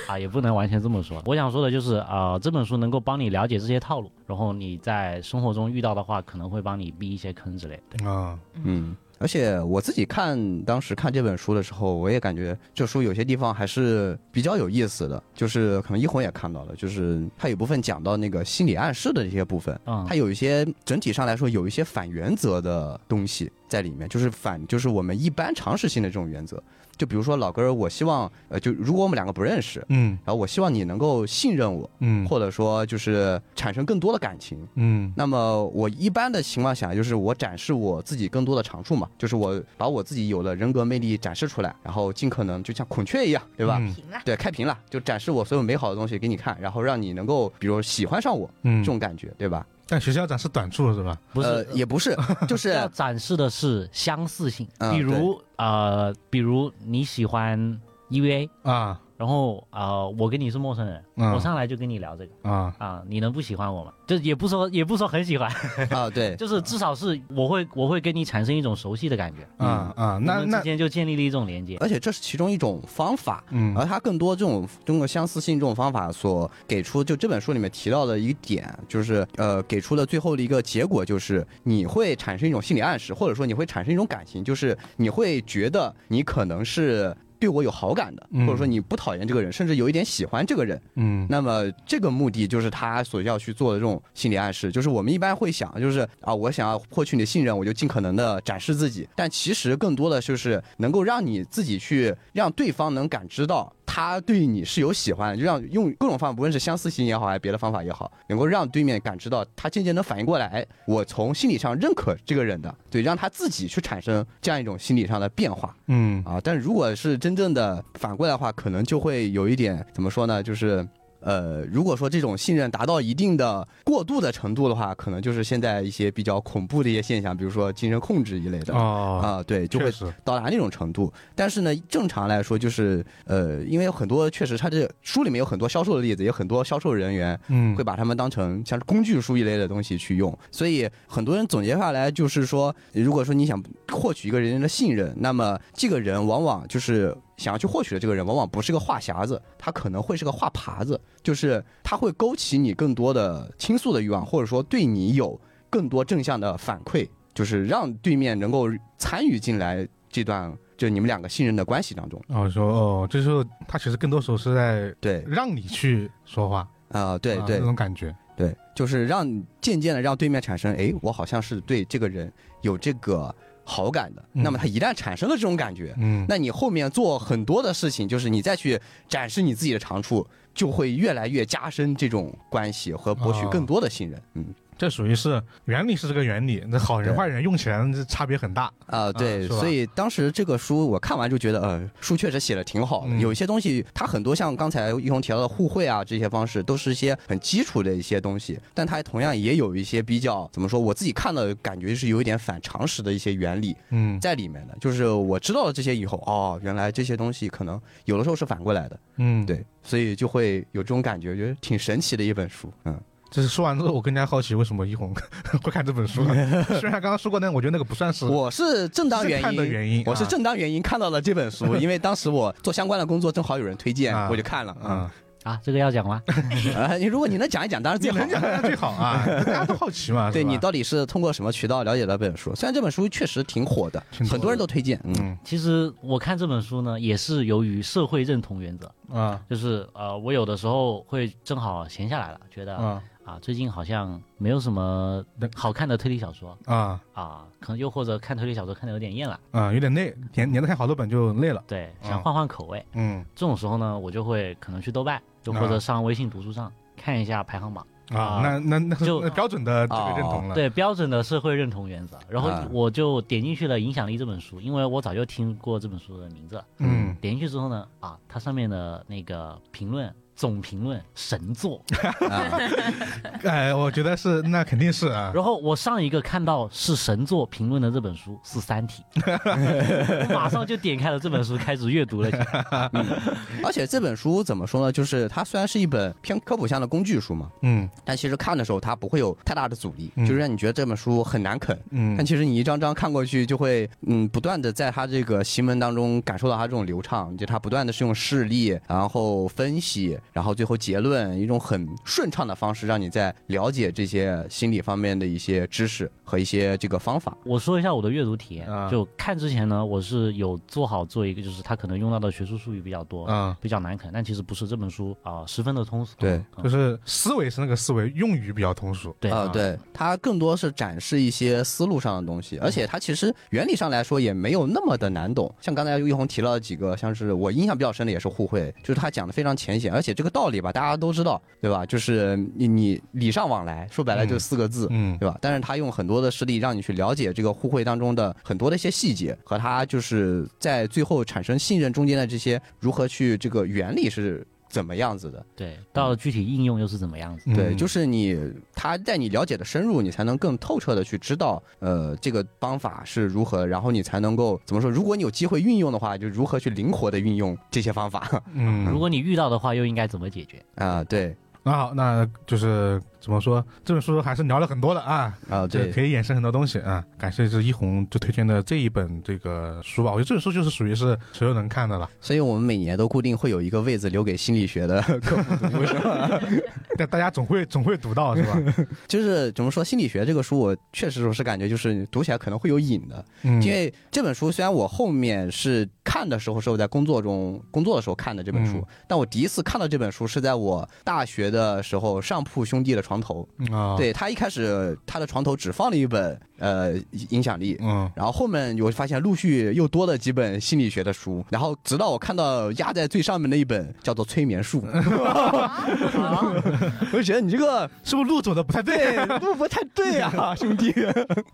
S7: 啊，也不能完全这么说。我想说的就是，啊，这本书能够帮你了解这些套路，然后你在生活中遇到的话，可能会帮你避一些坑之类的。
S2: 啊，
S3: 嗯，而且我自己看当时看这本书的时候，我也感觉这书有些地方还是比较有意思的，就是可能一红也看到了，就是它有部分讲到那个心理暗示的这些部分，
S7: 嗯
S3: 它，有一些整体上来说有一些反原则的东西在里面，就是反就是我们一般常识性的这种原则，就比如说老哥儿，我希望呃，就如果我们两个不认识，
S2: 嗯
S3: 然后我希望你能够信任我，
S2: 嗯
S3: 或者说就是产生更多的感情，
S2: 嗯
S3: 那么我一般的情况下，就是我展示我自己更多的长处嘛，就是我把我自己有的人格魅力展示出来，然后尽可能就像孔雀一样，对吧？
S2: 嗯
S4: 行了，
S3: 对，开屏了，就展示我所有美好的东西给你看，然后让你能够，比如喜欢上我
S2: 嗯
S3: 这，种感觉，对吧？
S2: 但学校展示短处是吧？
S7: 不是，
S3: 呃、也不 是，就是
S7: 要展示的是相似性，
S3: 嗯
S7: 比如、呃，比如你喜欢 EVA，
S2: 啊，
S7: 然后啊，我跟你是陌生人，
S2: 嗯
S7: 我上来就跟你聊这个
S2: 啊
S7: 啊，你能不喜欢我吗？就也不说也不说很 喜欢，
S3: 啊，对，
S7: 就是至少是我会我会跟你产生一种熟悉的感觉，嗯
S2: 啊啊，
S7: 我
S2: 那
S7: 们之
S2: 那
S7: 间就建立了一种连接。
S3: 而且这是其中一种方法，
S2: 嗯
S3: 而它更多这种通过相似性这种方法所给出，就这本书里面提到的一点，就是呃给出的最后的一个结果就是你会产生一种心理暗示，或者说你会产生一种感情，就是你会觉得你可能是。对我有好感的，
S2: 嗯
S3: 或者说你不讨厌这个人，甚至有一点喜欢这个人，
S2: 嗯
S3: 那么这个目的就是他所要去做的这种心理暗示，就是我们一般会想，就是啊，我想要获取你的信任，我就尽可能的展示自己。但其实更多的就是能够让你自己去让对方能感知到他对你是有喜欢的，就让用各种方法，不论是相似性也好，还是别的方法也好，能够让对面感知到他渐渐能反应过来，哎我从心理上认可这个人的，对，让他自己去产生这样一种心理上的变化。
S2: 嗯
S3: 啊，但如果是真正的反过来的话，可能就会有一点怎么说呢？就是呃，如果说这种信任达到一定的过度的程度的话，可能就是现在一些比较恐怖的一些现象，比如说精神控制一类的。
S2: 哦，
S3: 啊，对，就
S2: 确
S3: 会
S2: 实，
S3: 到达那种程度。但是呢，正常来说，就是呃，因为有很多确实，它这书里面有很多销售的例子，有很多销售人员
S2: 嗯
S3: 会把它们当成像是工具书一类的东西去用。所以很多人总结下来就是说，如果说你想获取一个人的信任，那么这个人往往就是。想要去获取的这个人，往往不是个话匣子，他可能会是个话耙子，就是他会勾起你更多的倾诉的欲望，或者说对你有更多正向的反馈，就是让对面能够参与进来这段就你们两个信任的关系当中。
S2: 哦说哦，就是他其实更多时候是在
S3: 对，
S2: 让你去说话，
S3: 啊、对
S2: 啊
S3: 对
S2: 那种感觉，
S3: 对，就是让渐渐的让对面产生，哎，我好像是对这个人有这个好感的。
S2: 嗯
S3: 那么他一旦产生了这种感觉，
S2: 嗯
S3: 那你后面做很多的事情，就是你再去展示你自己的长处，就会越来越加深这种关系和博取
S2: 哦
S3: 更多的信任。嗯
S2: 这属于是原理是这个原理，那好人
S3: 对
S2: 坏人用起来这差别很大。
S3: 啊、对，
S2: 是吧
S3: 所以当时这个书我看完就觉得，呃，书确实写的挺好的。
S2: 嗯
S3: 有一些东西，它很多像刚才一红提到的互惠啊，这些方式都是一些很基础的一些东西，但它同样也有一些比较怎么说，我自己看的感觉是有一点反常识的一些原理
S2: 嗯
S3: 在里面的。就是我知道了这些以后，哦，原来这些东西可能有的时候是反过来的，
S2: 嗯，，
S3: 对，所以就会有这种感觉，觉得挺神奇的一本书。嗯，
S2: 就是说完之后，我更加好奇为什么一红 会看这本书 了。虽然刚刚说过，但我觉得那个不算是
S3: 我是正当原
S2: 嗯是看
S3: 因，
S2: 的原因
S3: 我是
S2: 啊
S3: 正当原因看到了这本 书，因为当时我做相关的工作，正好有人推荐，
S2: 啊
S3: 我就看了。啊、
S2: 啊，
S7: 啊，这个要讲吗？
S3: 啊，你如果你能讲一讲，当然
S2: 你
S3: 最好
S2: 能。讲那最好 啊，大家都好奇嘛。
S3: 对
S2: 是吧
S3: 你到底是通过什么渠道了解到这本书？虽然这本书确实挺火的，
S2: 挺火的
S3: 很多人都推荐。嗯，
S2: 嗯
S7: 其实我看这本书呢，也是由于社会认同原则，
S2: 啊
S7: 就是呃，我有的时候会正好闲下来了，觉得、
S2: 啊
S7: 啊，最近好像没有什么好看的推理小说
S2: 啊
S7: 啊，可能又或者看推理小说看的有点厌了，
S2: 啊，有点累，连连着看好多本就累了。
S7: 对，
S2: 嗯
S7: 想换换口味。
S2: 嗯
S7: 这种时候呢，我就会可能去豆瓣，又或者上微信读书上看一下排行榜。
S2: 啊
S7: 啊，
S2: 那那那
S7: 就哦
S2: 那标准的这个认同了。
S7: 对，标准的社会认同原则。然后
S3: 啊
S7: 我就点进去了《影响力》这本书，因为我早就听过这本书的名字。
S2: 嗯
S7: 点进去之后呢，啊，它上面的那个评论。总评论神作，
S3: 啊，
S2: 哎，我觉得是，那肯定是啊。
S7: 然后我上一个看到是神作评论的这本 书是《三体》，我马上就点开了这本书，开始阅 读了起嗯来。
S3: 而且这本书怎么说呢？就是它虽然是一本偏科普向的工具书嘛，
S2: 嗯
S3: 但其实看的时候它不会有太大的阻力，
S2: 嗯
S3: 就是让你觉得这本书很难啃。
S2: 嗯
S3: 但其实你一张张看过去，就会嗯不断的在它这个行文当中感受到它这种流畅，就它不断的是用事例，然后分析，然后最后结论，一种很顺畅的方式，让你在了解这些心理方面的一些知识和一些这个方法。
S7: 我说一下我的阅读体验，
S2: 啊
S7: 就看之前呢，我是有做好做一个，就是它可能用到的学术术语比较多，
S2: 啊，
S7: 比较难啃，但其实不是这本书啊、十分的通俗。
S3: 对
S7: 嗯
S2: 就是思维是那个思维，用语比较通俗。
S7: 对
S3: 啊、
S2: 嗯
S3: 对，它更多是展示一些思路上的东西，而
S2: 嗯
S3: 且它其实原理上来说也没有那么的难懂。像刚才玉红提了几个，像是我印象比较深的也是互惠，就是他讲的非常浅显，而且这个道理吧，大家都知道，对吧？就是你你礼尚往来，说白了就四个字。
S2: 嗯
S3: 对吧？但是他用很多的事例让你去了解这个互惠当中的很多的一些细节，和他就是在最后产生信任中间的这些如何去这个原理是怎么样子的。
S7: 对，到了具体应用又是怎么样子？
S3: 对，
S2: 嗯
S3: 就是你他带你了解的深入，你才能更透彻的去知道，呃，这个方法是如何，然后你才能够怎么说？如果你有机会运用的话，就如何去灵活的运用这些方法
S2: 嗯，
S7: 如果你遇到的话，又应该怎么解决？
S3: 啊，对
S2: 那好，那就是怎么说，这本书还是聊了很多的啊，
S3: 啊，
S2: 这
S3: 对
S2: 可以衍生很多东西啊。感谢这一红就推荐的这一本这个书吧，我觉得这本书就是属于是所有能看的了，
S3: 所以我们每年都固定会有一个位子留给心理学的科普读物，是吧？
S2: 但 大家总会总会读到是吧？
S3: 就是怎么说，心理学这个书，我确实是感觉就是读起来可能会有瘾的，
S2: 嗯，
S3: 因为这本书虽然我后面是看的时候是我在工作中工作的时候看的这本书，
S2: 嗯
S3: 但我第一次看到这本书是在我大学的时候上铺兄弟的床头。
S2: 嗯啊，，
S3: 对他一开始他的床头只放了一本呃影响力。
S2: 嗯
S3: 然后后面我发现陆续又多了几本心理学的书，然后直到我看到压在最上面的一本叫做《催眠术》， 我
S2: 嗯
S3: 就觉得你这个
S2: 是不是路走的不太对？
S3: 对路不太对啊，兄弟。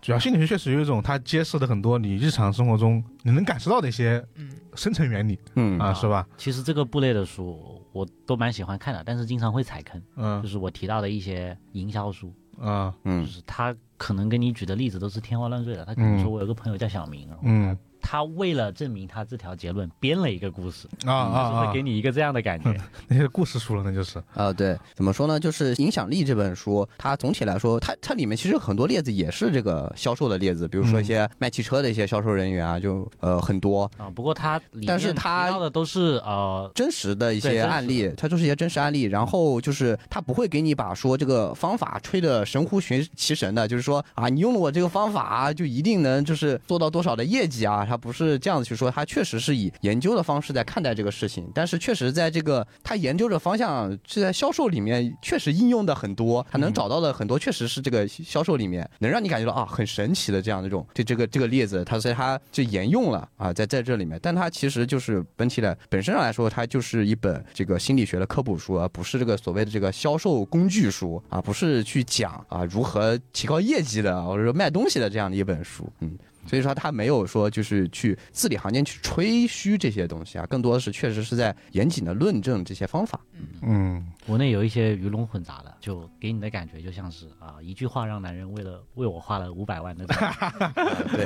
S2: 主要心理学确实有一种它揭示的很多你日常生活中你能感受到的一些
S4: 嗯
S2: 深层原理
S3: 嗯
S2: 啊，是吧？
S7: 其实这个部类的书我都蛮喜欢看的，但是经常会踩坑，就
S2: 嗯
S7: 是我提到的一些营销书，
S2: 啊
S7: 就
S3: 嗯
S7: 是他可能跟你举的例子都是天花乱坠的。他可能
S2: 嗯
S7: 说我有个朋友叫小明，然后
S2: 嗯
S7: 他为了证明他这条结论，编了一个故事，嗯
S2: 啊啊
S7: 就是
S2: 啊
S7: 会！给你一个这样的感觉。
S2: 那些故事书了，那就是
S3: 啊，对，怎么说呢？就是《影响力》这本书，它总体来说，它它里面其实很多例子也是这个销售的例子，比如说一些卖汽车的一些销售人员啊，就呃很多
S7: 啊，不过他里面
S3: 但是他
S7: 提到的都是呃，
S3: 真实的一
S7: 对
S3: 些
S7: 真实
S3: 案例，它就是一些真实案例。然后就是它不会给你把说这个方法吹得神乎玄其神的，就是说啊，你用了我这个方法啊就一定能就是做到多少的业绩啊，它不是这样子去说，它确实是以研究的方式在看待这个事情，但是确实在这个它研究的方向是在销售里面确实应用的很多，它
S7: 嗯
S3: 能找到的很多确实是这个销售里面能让你感觉到啊很神奇的这样的一种这这个这个例子，它所以它就沿用了啊在在这里面，但它其实就是本体的本身上来说，它就是一本这个心理学的科普书，而不是这个所谓的这个销售工具书啊，不是去讲啊如何提高业绩的啊或者说卖东西的这样的一本书，嗯。所以说他没有说就是去字里行间去吹嘘这些东西啊，更多的是确实是在严谨的论证这些方法。
S2: 嗯
S7: 国内有一些鱼龙混杂的，就给你的感觉就像是啊、一句话让男人为了为我花了五百万的。
S3: 对，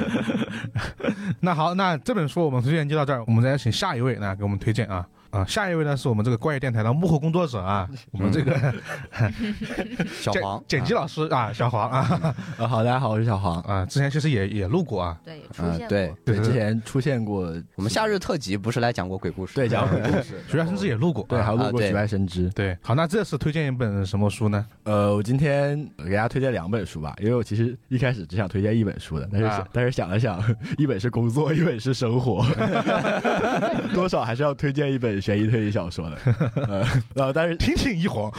S2: 那好，那这本书我们推荐就到这儿，我们再请下一位来给我们推荐啊。啊，下一位呢是我们这个怪异电台的幕后工作者 啊，我们这个
S3: 小
S2: 剪
S3: 黄
S2: 剪辑老师啊，小黄啊
S6: 呃，好，大家好，我是小黄。
S2: 啊，之前其实也也录过啊，
S4: 对，出
S3: 啊
S4: 现、过。
S3: 对，
S6: 对，
S2: 对
S6: 之前出现过，
S3: 我们夏日特辑不是来讲过鬼故事？
S6: 对讲过故 事，
S2: 许愿甚至也录过，
S6: 对，还有
S3: 啊
S6: 路过
S3: 对
S6: 局外生枝。
S2: 对。好，那这次推荐一本什么书呢？
S6: 呃，我今天给大家推荐两本书吧，因为我其实一开始只想推荐一本书的，但是、
S2: 啊
S6: 但是想了想，一本是工作，一本是生 活，多少还是要推荐一本悬疑推理小说的。呃，然后但是
S2: 听听 一红，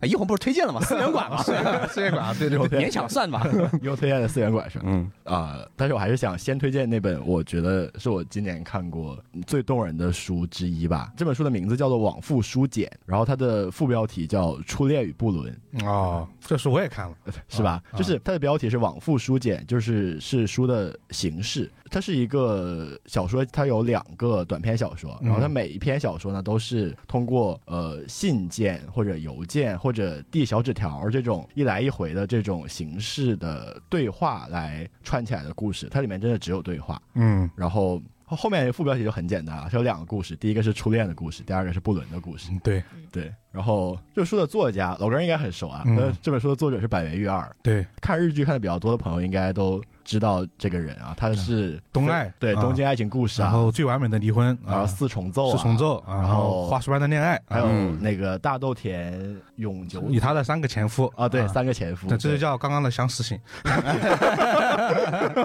S3: 哎，一红不是推荐了吗？四元 馆嘛，
S2: 这个啊，对对
S6: 我
S3: 勉强算吧。
S6: 又推荐了四元馆是吧？
S3: 嗯
S6: 啊、但是我还是想先推荐那本我觉得是我今年看过最动人的书之一吧。这本书的名字叫做《往复书简》，然后它的副标题叫《初恋与布伦》，呃
S2: 哦，这书我也看了，
S6: 是吧？
S2: 啊
S6: 就是它的标题是《往复书简》，就是是书的形式。它是一个小说，它有两个短篇小说，
S2: 嗯
S6: 然后它每一篇小说呢都是通过呃信件或者邮件或者递小纸条这种一来一回的这种形式的对话来串起来的故事。它里面真的只有对话，
S2: 嗯
S6: 然后。后后面副标题就很简单啊，它有两个故事，第一个是初恋的故事，第二个是布伦的故事。
S2: 嗯对
S6: 对，然后这本书的作家老哥应该很熟啊，
S2: 嗯
S6: 呃这本书的作者是板垣裕二，
S2: 对，
S6: 看日剧看的比较多的朋友应该都知道这个人啊，他是
S2: 东爱
S6: 对
S2: 啊
S6: 《东京爱情故事》啊，
S2: 然后最完美的离婚
S6: 然后
S2: 啊，
S6: 四重奏啊，
S2: 四重，奏，啊然
S6: 然
S2: 后
S6: 后
S2: 花束般的恋爱，
S6: 还有
S3: 嗯
S6: 那个大豆田永久
S2: 以他的三个前夫
S6: 啊，对，三个前夫，
S2: 那这就
S6: 对
S2: 叫刚刚的相似性，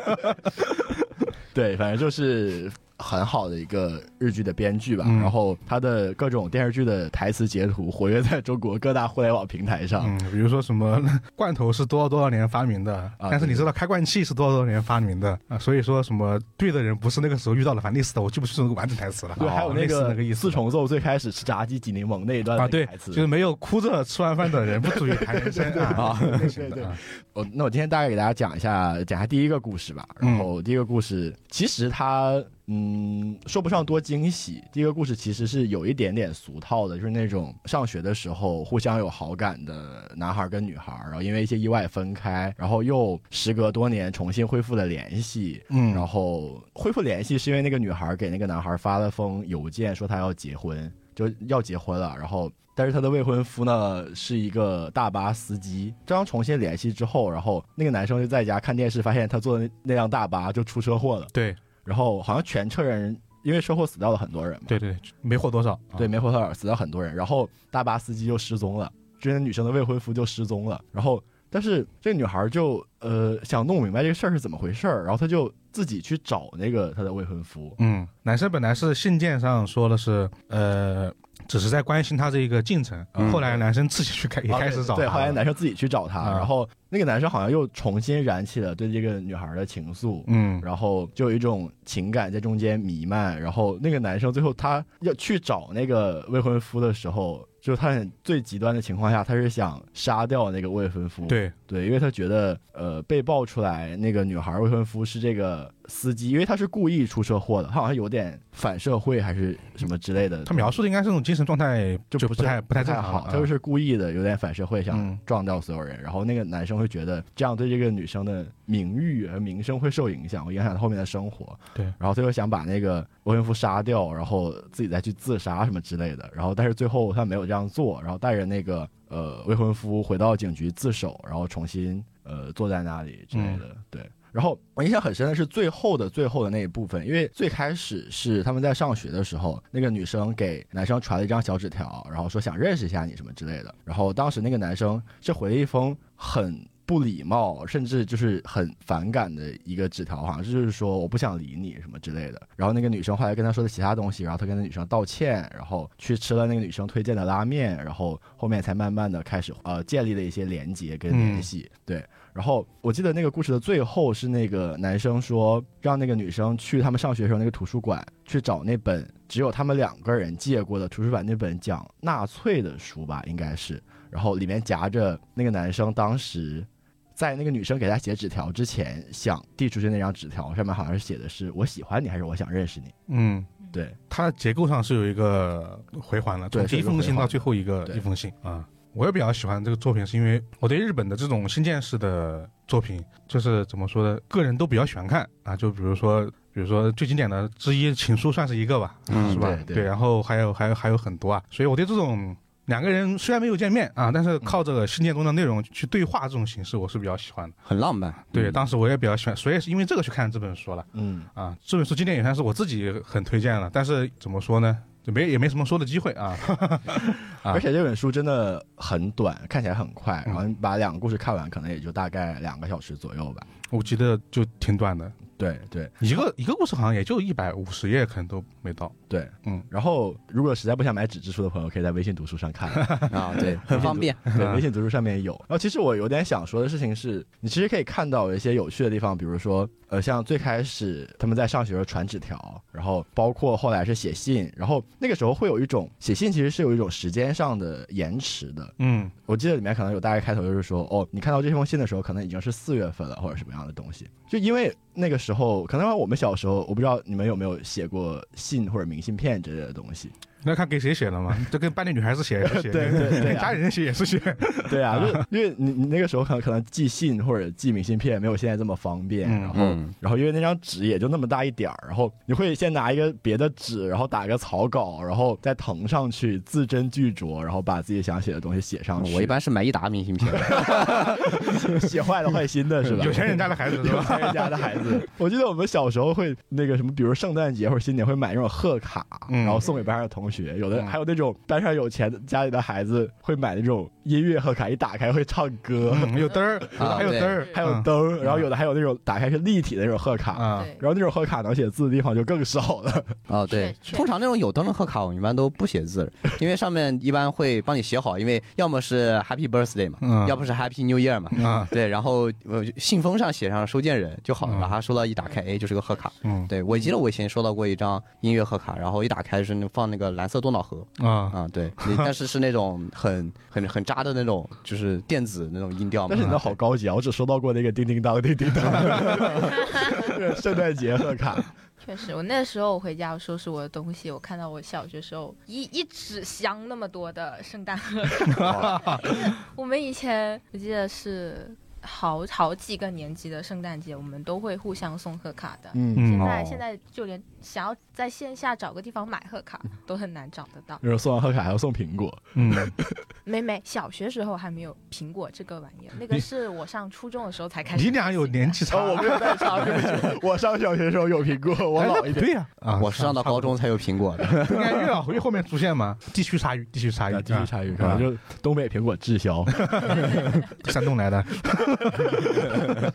S6: 对，反正就是。很好的一个日剧的编剧吧，
S2: 嗯
S6: 然后他的各种电视剧的台词截图活跃在中国各大互联网平台上，
S2: 嗯，比如说什么 罐头是多少多少年发明的，
S6: 啊
S2: 但是你知道开罐器是多少多少年发明的啊，所以说什么对的人不是那个时候遇到的，反正类似的，我记不清楚那个完整台词了。
S6: 对，
S2: 哦
S6: 还有
S2: 类
S6: 那
S2: 似
S6: 个
S2: 那个意思
S6: 四重奏最开始吃炸鸡挤柠檬那一段
S2: 啊，
S6: 那个
S2: 对
S6: 台，词，
S2: 就是没有哭着吃完饭的人不属于谈人生 啊，类型
S6: 对
S2: 的啊
S6: 我那我今天大概给大家讲一下，讲一下第一个故事吧。然后第一个故事，其实它嗯，说不上多惊喜。第一个故事其实是有一点点俗套的，就是那种上学的时候互相有好感的男孩跟女孩，然后因为一些意外分开，然后又时隔多年重新恢复了联系。
S3: 嗯
S6: 然后恢复联系是因为那个女孩给那个男孩发了封邮件，说她要结婚，就要结婚了。然后，但是她的未婚夫呢是一个大巴司机。这样重新联系之后，然后那个男生就在家看电视，发现他坐的那那辆大巴就出车祸了。
S2: 对
S6: 然后好像全车人因为车祸死掉了很多人嘛，
S2: 对对，对没火多少，啊
S6: 对，没活多少，死掉很多人。然后大巴司机就失踪了，这个女生的未婚夫就失踪了。然后，但是这个女孩就呃想弄明白这个事儿是怎么回事儿，然后她就自己去找那个她的未婚夫。
S2: 嗯，男生本来是信件上说的是，呃，只是在关心他这个进程，
S3: 嗯
S2: 后来男生自己去开也
S6: 啊
S2: 开始找他
S6: 对，
S2: 了、
S6: 对后来男生自己去找她，
S2: 嗯
S6: 然后那个男生好像又重新燃起了对这个女孩的情愫，
S2: 嗯，
S6: 然后就有一种情感在中间弥漫。然后那个男生最后他要去找那个未婚夫的时候，就是他很最极端的情况下，他是想杀掉那个未婚夫。
S2: 对
S6: 对，因为他觉得呃被爆出来那个女孩未婚夫是这个司机，因为他是故意出车祸的，他好像有点反社会还是什么之类的。
S2: 他描述的应该是那种精神状态
S6: 就
S2: 就
S6: 不
S2: 不
S6: 是
S2: 太不太正
S6: 太
S2: 常了
S6: 好
S2: 啊，，
S6: 他就是故意的，有点反社会，
S2: 嗯
S6: 想撞掉所有人。然后那个男生会觉得这样对这个女生的名誉和名声会受影响，会影响她后面的生活。
S2: 对
S6: 然后他又想把那个未婚夫杀掉，然后自己再去自杀什么之类的。然后但是最后他没有这样做，然后带着那个呃未婚夫回到警局自首，然后重新呃坐在那里之类的。对。然后我印象很深的是最后的最后的那一部分，因为最开始是他们在上学的时候，那个女生给男生传了一张小纸条，然后说想认识一下你什么之类的。然后当时那个男生是回了一封很不礼貌，甚至就是很反感的一个纸条，好像就是说我不想理你什么之类的。然后那个女生后来跟他说的其他东西，然后他跟那女生道歉，然后去吃了那个女生推荐的拉面，然后后面才慢慢的开始呃建立了一些连接跟联系。对，然后我记得那个故事的最后是那个男生说让那个女生去他们上学的时候那个图书馆去找那本只有他们两个人借过的图书馆那本讲纳粹的书吧，应该是。然后里面夹着那个男生当时在那个女生给他写纸条之前想递出去那张纸条，上面好像是写的是我喜欢你还是我想认识你。
S2: 嗯，
S6: 对，
S2: 它的结构上是有一个回环的，从
S6: 对
S2: 第一
S6: 是有
S2: 封
S6: 个
S2: 信
S6: 回环
S2: 到
S6: 的
S2: 最后一个
S6: 对
S2: 一封信啊。我也比较喜欢这个作品，是因为我对日本的这种新建式的作品，就是怎么说呢，个人都比较喜欢看啊。就比如说，比如说最经典的之一《情书》算是一个吧，啊
S3: 嗯
S2: 是吧？
S6: 对对
S2: 然后还有还有还有很多啊，所以我对这种两个人虽然没有见面啊，但
S6: 嗯
S2: 是靠着信件中的内容去对话这种形式，我是比较喜欢的。
S3: 很浪漫。
S2: 对，当时我也比较喜欢，所以是因为这个去看这本书了。
S6: 嗯，
S2: 啊，这本书今天也算是我自己很推荐了，但是怎么说呢，就没也没什么说的机会啊。 啊
S6: 而且这本书真的很短，看起来很快，
S2: 嗯
S6: 然后你把两个故事看完，可能也就大概两个小时左右吧。
S2: 我觉得就挺短的，
S6: 对对
S2: 一个一个故事好像也就一百五十页，可能都没到。
S6: 对，
S2: 嗯。
S6: 然后，如果实在不想买纸质书的朋友，可以在微信读书上看。
S3: 啊， 对，很方便。
S6: 对，微信读书上面有。然后其实我有点想说的事情是，你其实可以看到一些有趣的地方，比如说，呃，像最开始他们在上学的时候传纸条，然后包括后来是写信，然后那个时候会有一种写信其实是有一种时间上的延迟的。
S2: 嗯，
S6: 我记得里面可能有大概开头就是说，哦，你看到这封信的时候，可能已经是四月份了，或者什么样的东西。就因为那个时候，可能我们小时候，我不知道你们有没有写过信或者明信片之类的东西。
S2: 那看给谁写了嘛，这跟班里女孩子写 也是写，
S6: 对对对
S2: 跟
S6: 啊
S2: 家里人写也是写。
S6: 对啊， 就因为你你那个时候可能可能寄信或者寄明信片没有现在这么方便，
S2: 嗯
S6: 然后、
S3: 嗯
S6: 然后因为那张纸也就那么大一点儿，然后你会先拿一个别的纸，然后打个草稿，然后再腾上去，字斟句酌，然后把自己想写的东西写上去。
S3: 我一般是买一沓明信片，
S6: 写坏了换新的是吧？
S2: 有钱人家的孩子是
S6: 有
S2: 吧？
S6: 钱人家的孩子， 我记得我们小时候会那个什么，比如圣诞节或者新年会买那种贺卡，
S2: 嗯
S6: 然后送给班上的同学。有的
S2: 嗯
S6: 还有那种班上有钱的家里的孩子会买那种音乐贺卡，一打开会唱歌。
S2: 嗯，有嘚儿，
S3: 啊
S2: 还有
S3: 对
S2: 嘚儿，嗯
S6: 还有灯儿，然后有的还有那种打开是立体的那种贺卡，
S2: 啊，
S4: 对，
S6: 然后那种贺卡能写字的地方就更少 了。
S3: 哦，对，
S4: 是
S3: 通常那种有灯的贺卡，我们一般都不写字，因为上面一般会帮你写好，因为要么是 Happy Birthday 嘛，
S2: 嗯
S3: 要不是 Happy New Year 嘛，
S6: 嗯
S2: 啊，
S3: 对，然后呃信封上写上收件人就好了，
S2: 嗯
S3: 然后他收到一打开，哎，就是个贺卡。
S2: 嗯
S3: 对，我记得我以前收到过一张音乐贺卡，然后一打开是那放那个蓝色多瑙河
S2: 啊，
S6: 嗯
S3: 啊、对，但是是那种很很很渣的那种，就是电子那种音调嘛。
S6: 但是你的好高 级啊，我只收到过那个叮叮当、叮叮当，圣诞节贺卡。
S4: 确实，我那时候我回家我收拾我的东西，我看到我小学时候一一纸箱那么多的圣诞贺卡。 我们以前我记得是好好几个年级的圣诞节，我们都会互相送贺卡的。
S6: 嗯，
S4: 现
S2: 嗯，
S4: 在
S3: 哦
S4: 现在就连想要在线下找个地方买贺卡都很难找得到。
S6: 那时候送完贺卡还要送苹果，
S2: 嗯，
S4: 每每小学时候还没有苹果这个玩意儿，那个是我上初中的时候才开始。
S2: 你俩有年纪差，
S6: 没有带差，对不 起，我上小学的时候有苹果，我
S2: 哎
S6: 老一
S2: 不
S6: 点。
S2: 对呀，啊，
S3: 我是上到高
S6: 嗯
S3: 中才有苹果的，
S2: 不应该越往越后面出现吗？地区差异，地区差异，
S6: 地区差异，
S2: 啊
S6: 可能 就东北苹果滞销。
S2: 山东来的，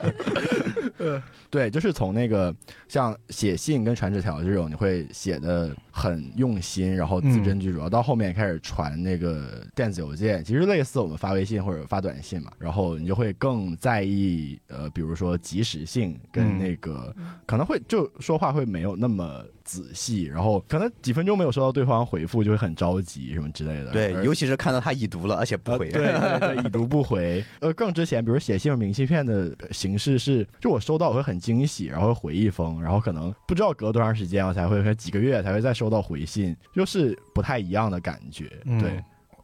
S6: 对，就是从那个像写信跟传纸条这种，你会写的很用心，然后字
S2: 嗯
S6: 斟句酌，到后面开始传那个电子邮件，其实类似我们发微信或者发短信嘛，然后你就会更在意呃，比如说及时性跟
S2: 嗯
S6: 那个、可能会就说话会没有那么仔细，然后可能几分钟没有收到对方回复就会很着急什么之类的。
S3: 对，
S6: 而
S3: 尤其是看到他已读了，而且不
S6: 呃
S3: 回，
S6: 嗯对 对对，已读不回。呃，更之前，比如写信或明信片的形式是，就我收到我会很惊喜，然后会回一封，然后可能不知道隔多长时间我才会，可能几个月才会再收到回信，就是不太一样的感觉。
S2: 嗯
S6: 对，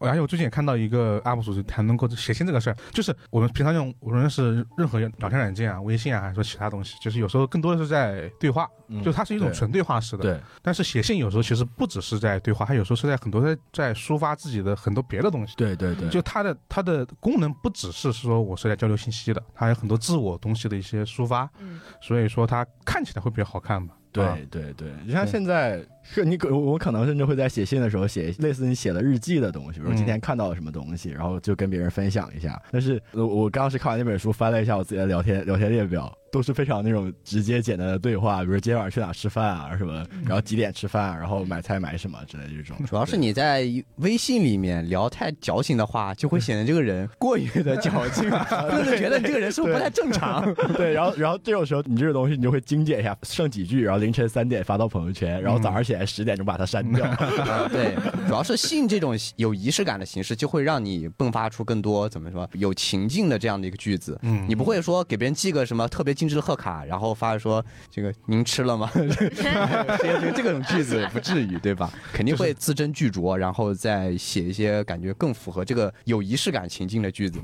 S2: 而且我最近也看到一个 UP 主谈论过写信这个事儿，就是我们平常用无论是任何聊天软件啊、微信啊，还是说其他东西，就是有时候更多的是在对话，
S6: 嗯
S2: 就它是一种
S6: 对
S2: 纯对话式的。
S6: 对，
S2: 但是写信有时候其实不只是在对话，它有时候是在很多在在抒发自己的很多别的东西。
S6: 对对对，
S2: 就它的它的功能不只是说我是来交流信息的，它还有很多自我东西的一些抒发，
S4: 嗯，
S2: 所以说它看起来会比较好看吧。啊
S6: 对对对，你像现在是你可我可能甚至会在写信的时候写类似你写的日记的东西，比如
S2: 嗯
S6: 今天看到了什么东西，然后就跟别人分享一下。但是呃我刚刚是看完那本书，翻了一下我自己的聊天聊天列表，都是非常那种直接简单的对话，比如今天晚上去哪吃饭啊什么，
S4: 嗯
S6: 然后几点吃饭啊、然后买菜买什么之类的这种。
S3: 主要是你在微信里面聊太矫情的话，就会显得这个人过于的矫情， 就会觉得你这个人是不是不太正常？
S6: 啊对，然后然后这种时候你这个东西你就会精简一下，剩几句，然后凌晨三点发到朋友圈，然后早上起来十点钟把它删掉。
S4: 嗯
S3: 啊对，主要是信这种有仪式感的形式，就会让你迸发出更多怎么说有情境的这样的一个句子。
S2: 嗯
S3: 你不会说给别人寄个什么特别精致的贺卡，然后发 说这个您吃了吗？ 这这这种句子不至于对 吧？肯定会字斟句酌，然后再写一些感觉更符合这个有仪式感情境的句子。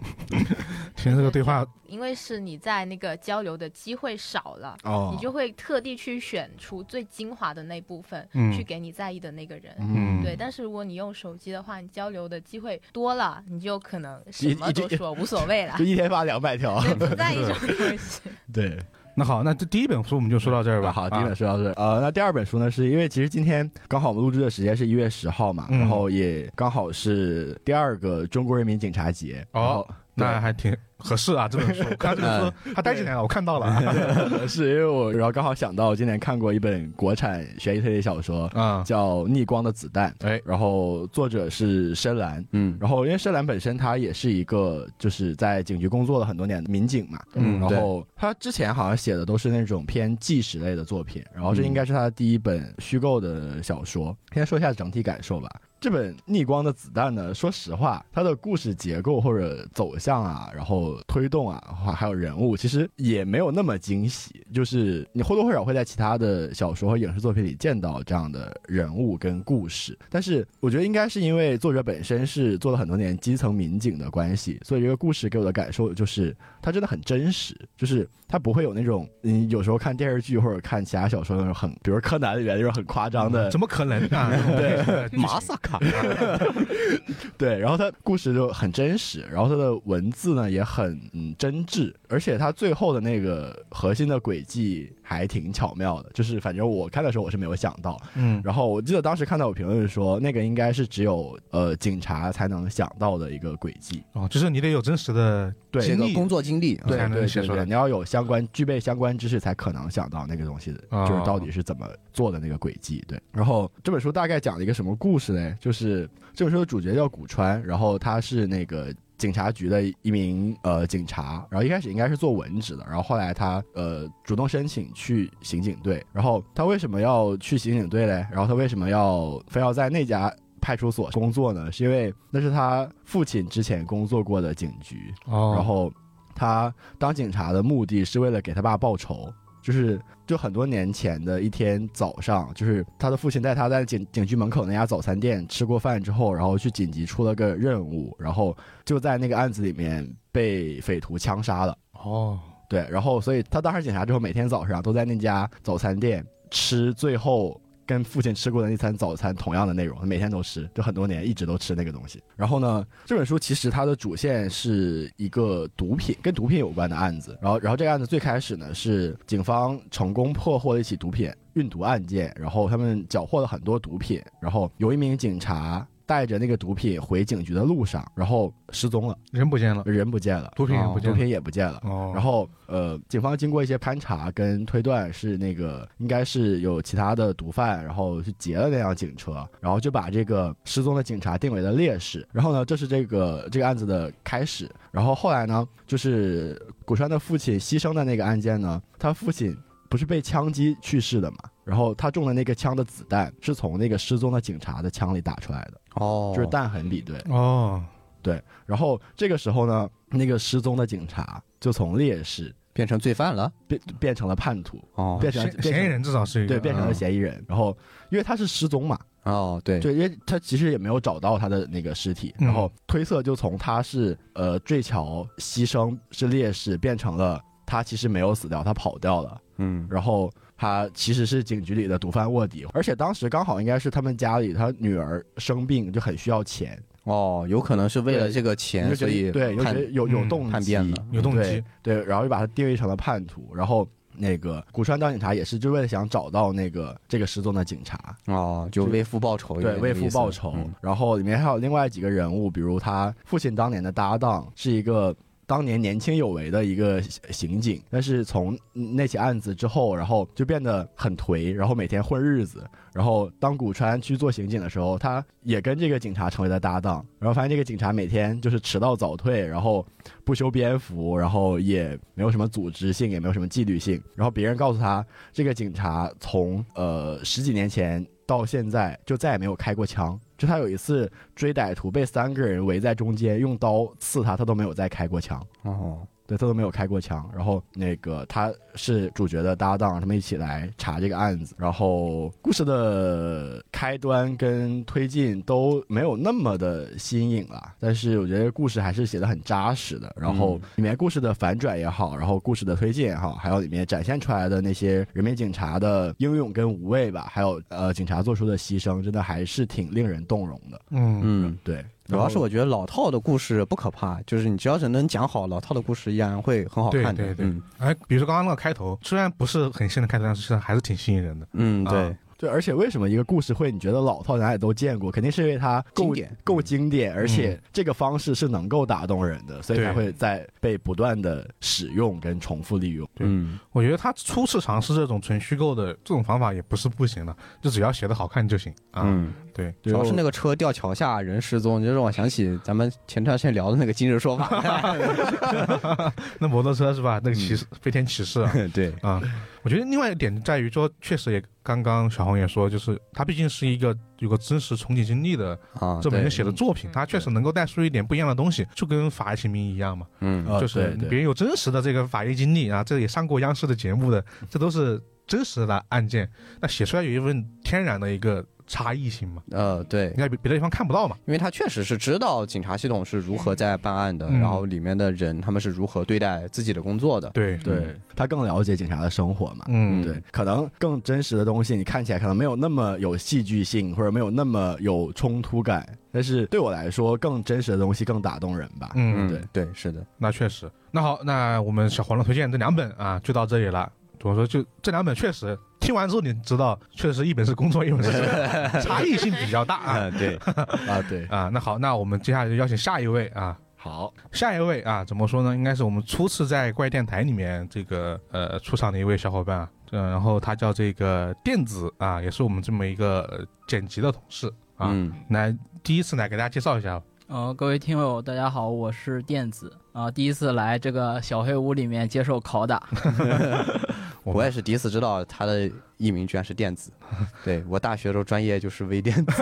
S2: 听这个对话，
S4: 因为是你在那个交流的机会少了，
S6: 哦
S4: 你就会特地去选出最精华的那部分，
S2: 嗯
S4: 去给你在意的那个人。
S2: 嗯，
S4: 对，，但是如果你用手机的话，你交流的机会多了，你就可能什么
S6: 一
S4: 都
S6: 一
S4: 说无所谓了
S6: 就，一天 发两百条。
S4: 对，不在意这种东 西。
S6: 对。
S2: 那好，那这第一本书我们就说到这儿吧。
S6: 好，
S2: 啊
S6: 第一本书到这儿。呃，那第二本书呢，是因为其实今天刚好我们录制的时间是一月十号嘛，
S2: 嗯
S6: 然后也刚好是第二个中国人民警察节。
S2: 哦
S6: 然后
S2: 那还挺合适啊，这本书。 我看到这本书，
S3: 嗯
S2: 它带进来了，我看到了 啊。
S6: 是因为我，然后刚好想到我今年看过一本国产悬疑推理小说，
S2: 啊，
S6: 叫《逆光的子弹》，
S2: 哎，
S6: 然后作者是深蓝。
S3: 嗯，
S6: 然后，因为深蓝本身他也是一个就是在警局工作了很多年的民警嘛，
S3: 嗯
S6: 然
S3: 对
S6: 后他之前好像写的都是那种偏纪实类的作品，然后这应该是他的第一本虚构的小说。先说一下整体感受吧。这本《逆光的子弹》呢，说实话，它的故事结构或者走向啊，然后推动啊，还还有人物，其实也没有那么惊喜。就是你或多或少会在其他的小说和影视作品里见到这样的人物跟故事，但是我觉得应该是因为作者本身是做了很多年基层民警的关系，所以这个故事给我的感受就是它真的很真实，就是它不会有那种你有时候看电视剧或者看其他小说那种很，比如柯南里面那种很夸张的
S2: 怎么可能啊？
S6: 对
S3: 马萨卡，
S6: 对，然后它故事就很真实，然后它的文字呢也很嗯真挚，而且它最后的那个核心的轨迹还挺巧妙的，就是反正我看的时候我是没有想到，
S2: 嗯，
S6: 然后我记得当时看到有评论说那个应该是只有呃警察才能想到的一个轨迹，
S2: 哦，就是你得有真实的
S6: 对
S3: 这
S2: 经
S3: 个
S2: 历
S3: 工作经历，
S6: 对
S2: 才能
S6: 对
S2: 写
S6: 对
S2: 出
S6: 对，
S2: 来
S6: 你要有相关具备相关知识，才可能想到那个东西的，
S2: 啊
S6: 就是到底是怎么做的那个轨迹。对，然后这本书大概讲了一个什么故事呢？就是这本书的主角叫古川，然后他是那个。警察局的一名呃警察，然后一开始应该是做文职的，然后后来他呃主动申请去刑警队，然后他为什么要去刑警队嘞？然后他为什么要非要在那家派出所工作呢？是因为那是他父亲之前工作过的警局，
S2: 哦，
S6: 然后他当警察的目的是为了给他爸报仇。就是就很多年前的一天早上，就是他的父亲带他在警警局门口那家早餐店吃过饭之后，然后去紧急出了个任务，然后就在那个案子里面被匪徒枪杀了。
S2: 哦，
S6: 对，然后所以他当上警察之后，每天早上都在那家早餐店吃最后跟父亲吃过的那餐早餐同样的内容，他每天都吃，就很多年一直都吃那个东西。然后呢，这本书其实它的主线是一个毒品跟毒品有关的案子，然后然后这个案子最开始呢是警方成功破获了一起毒品运毒案件，然后他们缴获了很多毒品，然后有一名警察。带着那个毒品回警局的路上，然后失踪了，
S2: 人不见了，
S6: 人不见了，哦
S2: 毒品也不见
S6: 毒
S2: 了。
S6: 品也不见了。
S2: 哦，
S6: 然后呃，警方经过一些盘查跟推断，是那个应该是有其他的毒贩，然后去劫了那辆警车，然后就把这个失踪的警察定为了烈士。然后呢，这是这个这个案子的开始。然后后来呢，就是古川的父亲牺牲的那个案件呢，他父亲不是被枪击去世的嘛？然后他中的那个枪的子弹是从那个失踪的警察的枪里打出来的，
S3: 哦
S6: 就是弹痕比对。
S2: 哦，
S6: 然后这个时候呢，那个失踪的警察就从烈士
S3: 变成罪犯了
S6: 变变成了叛徒，
S3: 哦
S6: 变成
S2: 嫌
S6: 变成
S2: 嫌疑人至少是一个
S6: 对，变成了
S2: 嗯
S6: 嫌疑人。然后，因为他是失踪嘛，
S3: 哦对
S6: 对，因为他其实也没有找到他的那个尸体，
S2: 嗯
S6: 然后推测就从他是呃坠桥牺牲是烈士，变成了他其实没有死掉，他跑掉了，
S3: 嗯
S6: 然后他其实是警局里的毒贩卧底，而且当时刚好应该是他们家里他女儿生病就很需要钱，
S3: 哦有可能是为了
S6: 对
S3: 这个
S6: 你
S3: 钱
S6: 就觉
S3: 所
S6: 得
S3: 以
S6: 对，又觉
S3: 判
S6: 得有有
S2: 嗯
S6: 动
S3: 叛
S6: 机，
S3: 变了
S2: 有动
S6: 对
S2: 机，
S6: 对，然后就把他定义成了叛徒，然后。那个古川当警察也是，就为了想找到那个这个失踪的警察，
S3: 哦就
S6: 就
S3: 为父报仇有
S6: 对，
S3: 点
S6: 为
S3: 这个
S6: 父
S3: 意思
S6: 报仇。
S3: 嗯
S6: 然后里面还有另外几个人物，比如他父亲当年的搭档是一个。当年年轻有为的一个刑警，但是从那起案子之后，然后就变得很颓，然后每天混日子。然后当古川去做刑警的时候，他也跟这个警察成为了搭档。然后发现这个警察每天就是迟到早退，然后不修边幅，然后也没有什么组织性，也没有什么纪律性。然后别人告诉他，这个警察从呃十几年前到现在就再也没有开过枪。就他有一次追歹徒，被三个人围在中间，用刀刺他，他都没有再开过枪。
S3: 哦
S6: 对他都没有开过枪。然后那个他是主角的搭档，他们一起来查这个案子。然后故事的开端跟推进都没有那么的新颖了，但是我觉得故事还是写的很扎实的。然后里面故事的反转也好，然后故事的推进也好，还有里面展现出来的那些人民警察的英勇跟无畏吧，还有呃警察做出的牺牲，真的还是挺令人动容的。
S2: 嗯，
S3: 嗯。
S6: 对，
S3: 主要是我觉得老套的故事不可怕，就是你只要是能讲好老套的故事，依然会很好
S2: 对
S3: 看的。
S2: 对对
S3: 嗯
S2: 哎，比如说刚刚那个开头，虽然不是很新的开头，但是实际上还是挺吸引人的。
S3: 嗯，对
S2: 啊，
S6: 对，而且为什么一个故事会你觉得老套，咱也都见过，肯定是因为它
S3: 经
S6: 够
S3: 典嗯
S6: 够经典，而且这个方式是能够打动人的，所以
S2: 对
S6: 才会在被不断的使用跟重复利用。
S2: 对
S3: 嗯
S2: 我觉得他初次尝试这种纯虚构的这种方法也不是不行的，就只要写的好看就行啊。
S3: 嗯，
S2: 对，
S6: 主
S3: 主要是那个车掉桥下人失踪，你就让我想起咱们前段时间聊的那个今日说 法。
S2: 那摩托车是吧？那个骑士、飞天骑士啊，
S3: 嗯对，
S2: 啊、我觉得另外一个点在于说，确实也刚刚小红也说，就是它毕竟是一个有个真实从警经历的
S3: 啊，
S2: 这么一
S3: 对
S2: 个写的作品，它确实能够带出一点不一样的东西，就跟《法医秦明》一样嘛，
S3: 嗯
S6: 呃
S2: 就是
S6: 对对
S2: 别人有真实的这个法医经历啊，这也上过央视的节目的，这都是真实的案件，那写出来有一份天然的一个差异性嘛，
S3: 呃，对
S2: 你，在别别的地方看不到嘛，
S3: 因为他确实是知道警察系统是如何在办案的，
S2: 嗯
S3: 然后里面的人他们是如何对待自己的工作的。
S2: 对，
S6: 对他更了解警察的生活嘛。
S2: 嗯，
S6: 对，可能更真实的东西，你看起来可能没有那么有戏剧性，或者没有那么有冲突感，但是对我来说，更真实的东西更打动人吧。
S2: 嗯，
S6: 对
S3: 对，是的，
S2: 那确实。那好，那我们小黄的推荐这两本啊，就到这里了。怎么说？就这两本确实听完之后，你知道，确实一本是工作，一本是生 活差异性比较大啊。
S3: 对，
S6: 啊，对，
S2: 啊，那好，那我们接下来就邀请下一位啊，
S6: 好，
S2: 下一位啊，怎么说呢？应该是我们初次在怪电台里面这个呃出场的一位小伙伴啊，嗯，然后他叫这个电子啊，也是我们这么一个呃剪辑的同事啊。
S3: 嗯，
S2: 来，第一次来给大家介绍一下吧，
S8: 呃，各位听友，大家好，我是电子啊、第一次来这个小黑屋里面接受拷打，
S2: 我
S3: 我也
S2: 们
S3: 是第一次知道他的艺名居然是 电子。对我大学的时候专业就是微电子。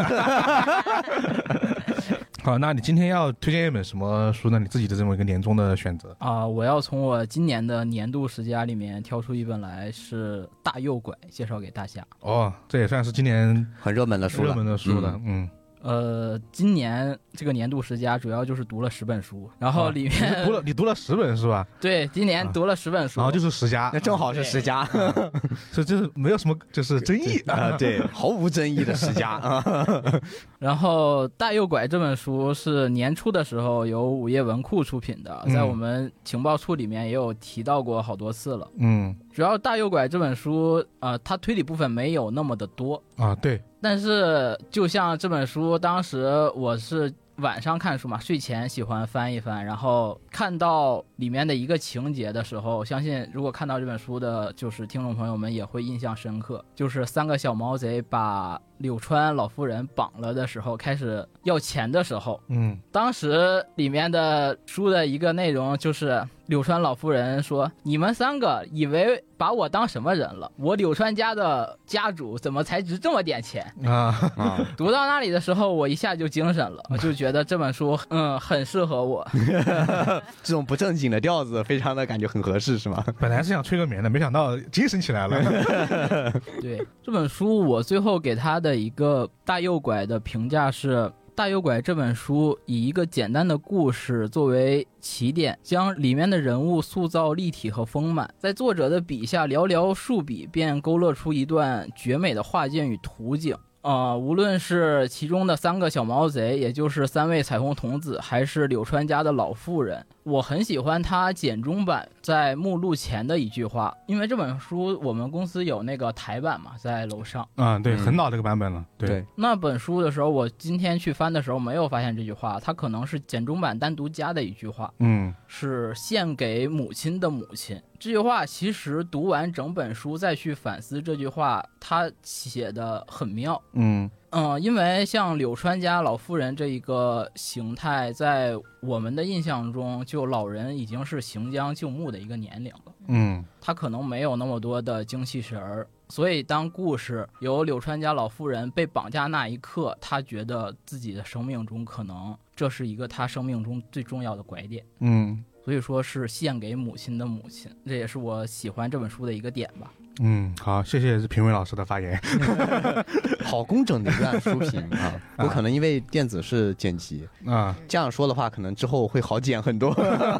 S2: 好，那你今天要推荐一本什么书呢？你自己的这么一个年终的选择
S8: 啊、我要从我今年的年度十佳里面挑出一本来，是《大右拐》，介绍给大家。
S2: 哦，这也算是今年
S3: 很热门的书
S2: 热门
S3: 了。
S2: 的书了。嗯，
S8: 呃，今年这个年度十佳主要就是读了十本书，然后里
S2: 啊你
S8: 面、
S2: 是读了你读了十本是吧？
S8: 对今年读了十本书，
S2: 然后就是十家
S3: 那，正好是十佳
S2: 所以就是没有什么就是争议
S3: 啊，对，毫无争议的十佳啊。
S8: 然后《大右拐》这本书是年初的时候由午夜文库出品的，
S2: 嗯
S8: 在我们情报处里面也有提到过好多次了。
S2: 嗯
S8: 主要《大右拐》这本书，呃，它推理部分没有那么的多，
S2: 啊，对，
S8: 但是就像这本书，当时我是晚上看书嘛，睡前喜欢翻一翻，然后看到里面的一个情节的时候，相信如果看到这本书的，就是听众朋友们也会印象深刻，就是三个小毛贼把柳川老夫人绑了的时候，开始要钱的时候，
S2: 嗯
S8: 当时里面的书的一个内容就是柳川老夫人说：“你们三个以为把我当什么人了？我柳川家的家主怎么才值这么点钱
S2: 啊，
S3: 啊？”
S8: 读到那里的时候，我一下就精神了，我就觉得这本书嗯很适合我。
S3: 这种不正经的调子，非常的感觉很合适，是吗？
S2: 本来是想催个眠的，没想到精神起来了。
S8: 对这本书，我最后给他的一个大右拐的评价是：《大右拐》这本书以一个简单的故事作为起点，将里面的人物塑造立体和丰满，在作者的笔下寥寥数笔便勾勒出一段绝美的画卷与图景。呃，无论是其中的三个小毛贼，也就是三位彩虹童子，还是柳川家的老妇人，我很喜欢他简中版在目录前的一句话，因为这本书我们公司有那个台版嘛，在楼上。
S2: 啊，对，
S3: 嗯
S2: 很老这个版本了。对，
S3: 对
S8: 那本书的时候，我今天去翻的时候没有发现这句话，它可能是简中版单独加的一句话，
S2: 嗯
S8: 是献给母亲的母亲。这句话其实读完整本书再去反思这句话，它写的很妙。
S2: 嗯
S8: 嗯，因为像柳川家老妇人这一个形态，在我们的印象中，就老人已经是行将就木的一个年龄了，
S2: 嗯
S8: 他可能没有那么多的精气神儿。所以，当故事由柳川家老妇人被绑架那一刻，他觉得自己的生命中可能这是一个他生命中最重要的拐点，
S2: 嗯
S8: 所以说是献给母亲的母亲，这也是我喜欢这本书的一个点吧。
S2: 嗯，好，谢谢评委老师的发言。
S3: 嗯好工整的一段书评啊！我可能因为电子是剪辑，
S2: 啊，
S3: 这样说的话，可能之后会好剪很多。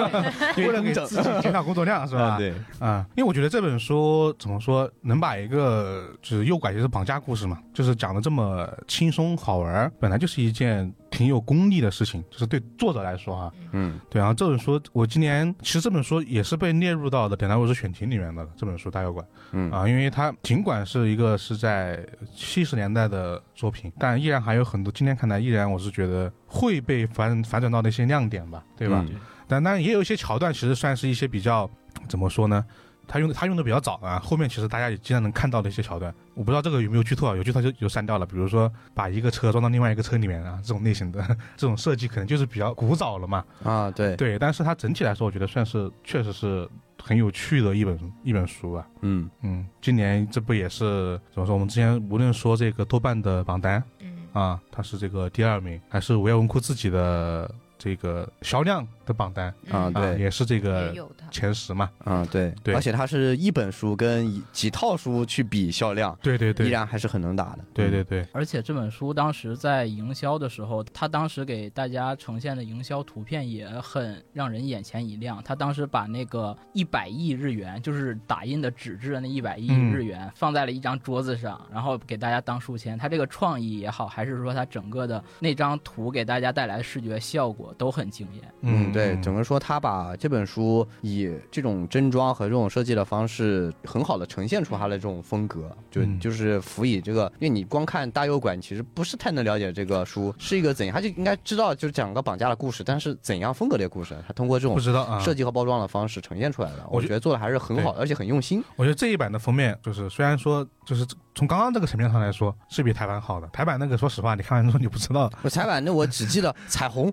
S2: 为了给自己减少工作 量是吧？
S5: 对，
S2: 啊、因为我觉得这本书怎么说，能把一个就是诱拐就是绑架故事嘛，就是讲的这么轻松好玩儿，本来就是一件挺有功力的事情，就是对作者来说啊，
S3: 嗯，
S2: 对。然后这本书，我今年其实这本书也是被列入到的典当入是选题里面的这本书《大妖怪》
S3: 嗯
S2: 啊，因为它尽管是一个是在七十年代的作品，但依然还有很多今天看来依然我是觉得会被反反转到的一些亮点吧，对吧？
S3: 嗯
S2: 但当然也有一些桥段，其实算是一些比较怎么说呢？他用他用的比较早啊，后面其实大家也经常能看到的一些桥段，我不知道这个有没有剧透啊，有剧透就就删掉了。比如说把一个车装到另外一个车里面啊，这种类型的 这种设计可能就是比较古早了嘛。
S3: 啊，对，
S2: 对，但是它整体来说，我觉得算是确实是很有趣的一本一本书啊。
S3: 嗯，
S2: 嗯，今年这不也是怎么说？我们之前无论说这个豆瓣的榜单，
S4: 嗯，
S2: 啊，它是这个第二名，还是五月文库自己的这个销量的榜单
S3: 啊
S4: 嗯
S2: 啊，
S3: 对
S2: 也是这个
S4: 也有的，
S2: 前十嘛。
S3: 啊，对，
S2: 对
S3: 而且它是一本书跟一几套书去比销量，
S2: 对对
S3: 依
S2: 对，
S3: 然还是很能打的。嗯
S2: 对对对，
S8: 而且这本书当时在营销的时候，他当时给大家呈现的营销图片也很让人眼前一亮。他当时把那个一百亿日元，就是打印的纸质的那一百亿
S2: 嗯
S8: 日元，放在了一张桌子上，然后给大家当书签。他这个创意也好，还是说他整个的那张图给大家带来的视觉效果都很惊艳。
S3: 嗯，对，整个说他把这本书以这种真装和这种设计的方式，很好的呈现出他的这种风格，就、
S2: 嗯
S3: 就是辅以这个，因为你光看大右馆，其实不是太能了解这个书是一个怎样，他就应该知道就是讲个绑架的故事，但是怎样风格的故事，他通过这
S2: 不
S3: 种
S2: 知道啊。
S3: 设计和包装的方式呈现出来的，
S2: 我
S3: 我
S2: 觉
S3: 觉得做的还是很好的，而且很用心。
S2: 我觉得这一版的封面就是虽然说就是从刚刚这个层面上来说，是比台版好的。台版那个，说实话，你看完之后你不知道，
S3: 我彩版那我只记得彩 虹，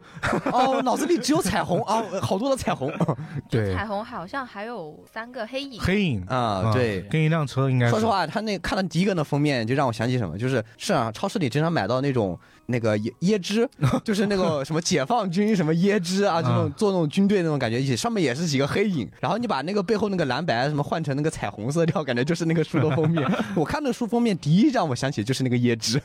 S3: 哦，我脑子里只有彩虹啊，好多的彩虹
S2: 对，
S4: 彩虹好像还有三个黑影，
S2: 黑影
S3: 啊，对。
S2: 跟一辆车应该是
S3: 说实，话，他那看到第一个那封面，就让我想起什么，就是市场超市里经常买到那种 那个椰椰汁， 就是那个什么解放军什么椰汁啊，这种
S2: 嗯
S3: 做那种军队那种感觉，一起上面也是几个黑影， 然后你把那个背后那个蓝白什么换成那个彩虹色调，感觉就是那个书的封面。 我看那书封面，第一让我想起就是那个椰汁。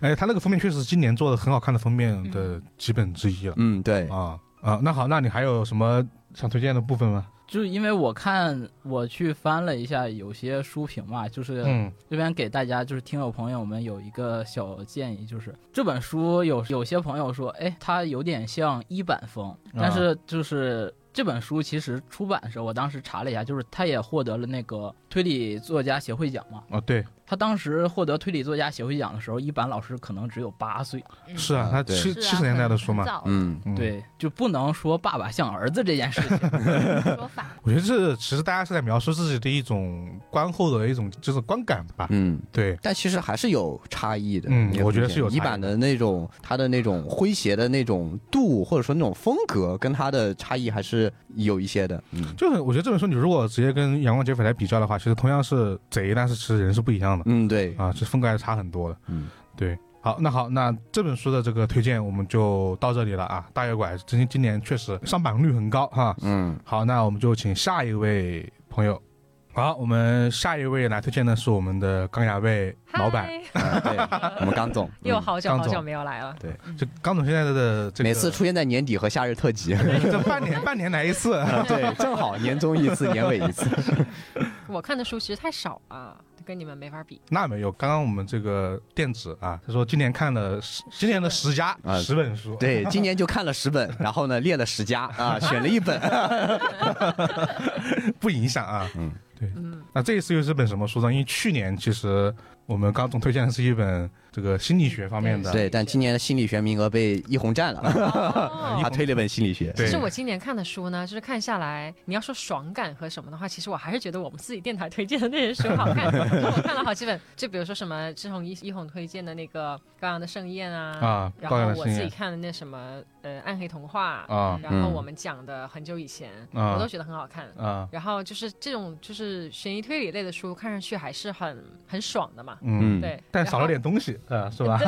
S2: 哎，他那个封面确实是今年做的很好看的封
S4: 嗯
S2: 面的几本之一了
S3: 嗯，对，
S2: 啊啊。那好，那你还有什么想推荐的部分吗？
S8: 就是因为我看我去翻了一下有些书评嘛，就是
S2: 嗯
S8: 这边给大家就是听友朋友们有一个小建议，就是这本书有有些朋友说，哎，它有点像一版风，
S2: 啊
S8: 但是就是。这本书其实出版的时候，我当时查了一下，就是它也获得了那个推理作家协会奖嘛。
S2: 啊，对，
S8: 他当时获得推理作家协会奖的时候，一版老师可能只有八岁，
S4: 嗯
S2: 是啊，
S3: 啊
S2: 他
S3: 对
S2: 七
S4: 是啊
S2: 七十年代的书，嘛
S4: 很，早
S3: 嗯，
S2: 嗯，
S8: 对，就不能说爸爸像儿子这件事情。
S4: 的说法，
S2: 我觉得这其实大家是在描述自己的一种观后的一种就是观感吧。
S3: 嗯。
S2: 啊对，
S3: 但其实还是有差异的，
S2: 嗯
S3: 也
S2: 我
S3: 不
S2: 觉得
S3: 见
S2: 是有差异
S3: 一版的那种，它的那种诙谐的那种度，或者说那种风格，跟它的差异还是有一些的。嗯
S2: 就是我觉得这本书你如果直接跟《阳光劫匪》来比较的话，其实同样是贼，但是其实人是不一样的
S3: 嗯，对，
S2: 啊，这风格还是差很多的。
S3: 嗯，
S2: 对。好，那好，那这本书的这个推荐我们就到这里了啊。大摇拐今今年确实上榜率很高哈、
S3: 嗯，
S2: 好，那我们就请下一位朋友。好，我们下一位来推荐的是我们的钢牙味老板。
S4: 嗨
S3: 啊对，我们刚总，
S4: 又
S3: 嗯
S4: 好久
S2: 张
S4: 好久
S2: 总
S4: 没有来了，
S2: 就嗯刚总现在的这个，
S3: 每次出现在年底和夏日特辑，
S2: 这半年半年来一次，
S3: 对，正好年终一次，年尾一次。
S9: 我看的书其实太少了，跟你们没法比。
S2: 那没有。刚刚我们这个电子啊，他说今年看了十，今年的十家
S3: 啊
S2: 十本书，
S3: 对，今年就看了十本，然后呢列了十家 啊，选了一本。
S2: 不影响啊。
S3: 嗯，
S2: 对。
S9: 嗯，
S2: 那这一次又是本什么书呢？因为去年其实我们刚总推荐的是一本这个心理学方面的，
S3: 对，但今年的心理学名额被一红占了，
S9: 哦
S3: 他推了一本心理学。
S9: 其
S2: 对
S9: 实我今年看的书呢，就是看下来，你要说爽感和什么的话，其实我还是觉得我们自己电台推荐的那些书好 看。因为我看了好几本，就比如说什么志宏一一红推荐的那个《高阳的盛宴》啊，
S2: 啊，
S9: 然后
S2: 高阳的
S9: 我
S2: 信
S9: 自己
S2: 念
S9: 看的那什么呃《暗黑童话》
S2: 啊
S9: 然后
S3: 嗯
S9: 我们讲的很久以前，
S2: 啊
S9: 我都觉得很好看。
S2: 啊，
S9: 然后就是这种就是悬疑推理类的书，看上去还是很很爽的嘛。
S2: 嗯，
S3: 嗯，
S9: 对，
S2: 但少了
S9: 然后
S2: 点东西，呃，是吧？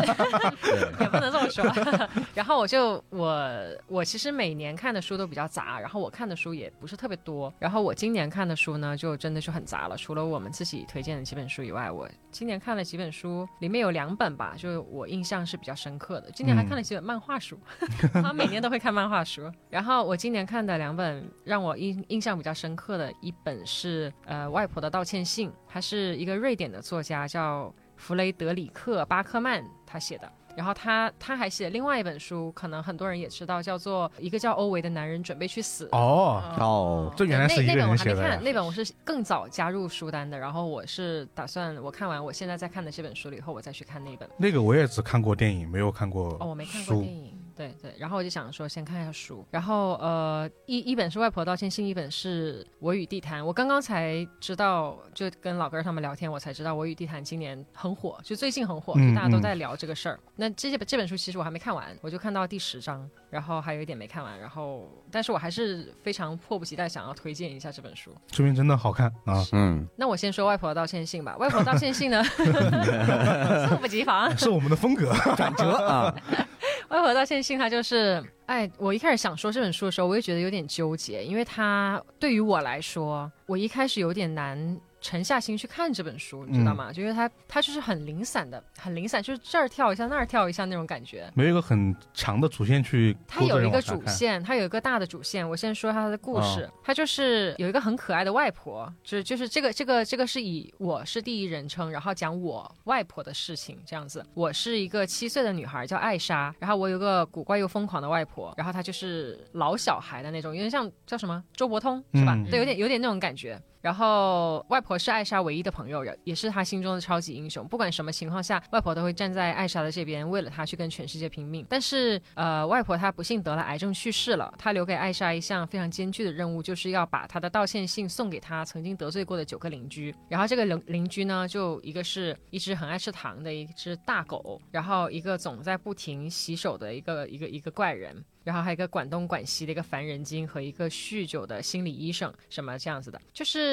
S9: 也不能这么说。 然后我就我我其实每年看的书都比较杂，然后我看的书也不是特别多。然后我今年看的书呢，就真的是很杂了。除了我们自己推荐的几本书以外，我今年看了几本书，里面有两本吧，就我印象是比较深刻的。今年还看了几本漫画书， 他每年都会看漫画书。然后我今年看的两本让我印印象比较深刻的一本是呃《外婆的道歉信》，它是一个瑞典的作家叫弗雷德里克·巴克曼他写的。然后他他还写另外一本书，可能很多人也知道，叫做《一个叫欧维的男人准备去死》。
S2: 哦，
S3: 哦，
S2: 这原来是一
S9: 那
S2: 个
S9: 那本我
S2: 人
S9: 还
S2: 写
S9: 没
S2: 的呀
S9: 看，，那本我是更早加入书单的。然后我是打算我看完我现在在看的这本书了以后，我再去看那本。
S2: 那个我也只看过电影，没有看过
S9: 哦，我没看过
S2: 书
S9: 电影。对对，然后我就想说，先看一下书，然后呃，一一本是《外婆道歉信》，一本是《我与地坛》。我刚刚才知道，就跟老哥他们聊天，我才知道《我与地坛》今年很火，就最近很火，
S2: 嗯
S9: 就大家都
S2: 嗯
S9: 在聊这个事儿。那这些这本书其实我还没看完，我就看到第十章，然后还有一点没看完，然后但是我还是非常迫不及待想要推荐一下这本书。
S2: 这边真的好看啊！
S3: 嗯，
S9: 那我先说《外婆道歉信》吧，《外婆道歉信》呢， 猝不及防。
S2: 是我们的风 格，
S3: 转折啊，
S9: 外婆道歉信，它就是，哎，我一开始想说这本书的时候，我也觉得有点纠结，因为它对于我来说，我一开始有点难沉下心去看这本书，你知道吗？就因为它，它就是很零散的，很零散，就是这儿跳一下，那儿跳一下那种感觉。
S2: 没有一个很强的主线去
S9: 它
S2: 勾着
S9: 有
S2: 人
S9: 一个
S2: 往下
S9: 主
S2: 看
S9: 线，它有一个大的主线。我先说它的故事，
S2: 哦
S9: 它就是有一个很可爱的外婆，就是就是这个这个这个是以我是第一人称，然后讲我外婆的事情这样子。我是一个七岁的女孩叫艾莎，然后我有个古怪又疯狂的外婆，然后她就是老小孩的那种，有点像叫什么周伯通是吧？
S2: 嗯
S9: 对，有点有点那种感觉。然后外婆是艾莎唯一的朋友，也是她心中的超级英雄。不管什么情况下，外婆都会站在艾莎的这边，为了她去跟全世界拼命。但是呃，外婆她不幸得了癌症去世了，她留给艾莎一项非常艰巨的任务，就是要把她的道歉信送给她曾经得罪过的九个邻居。然后这个邻邻居呢，就一个是一只很爱吃糖的一只大狗，然后一个总在不停洗手的一个一个一个怪人，然后还有一个管东管西的一个烦人精和一个酗酒的心理医生，什么这样子的，就是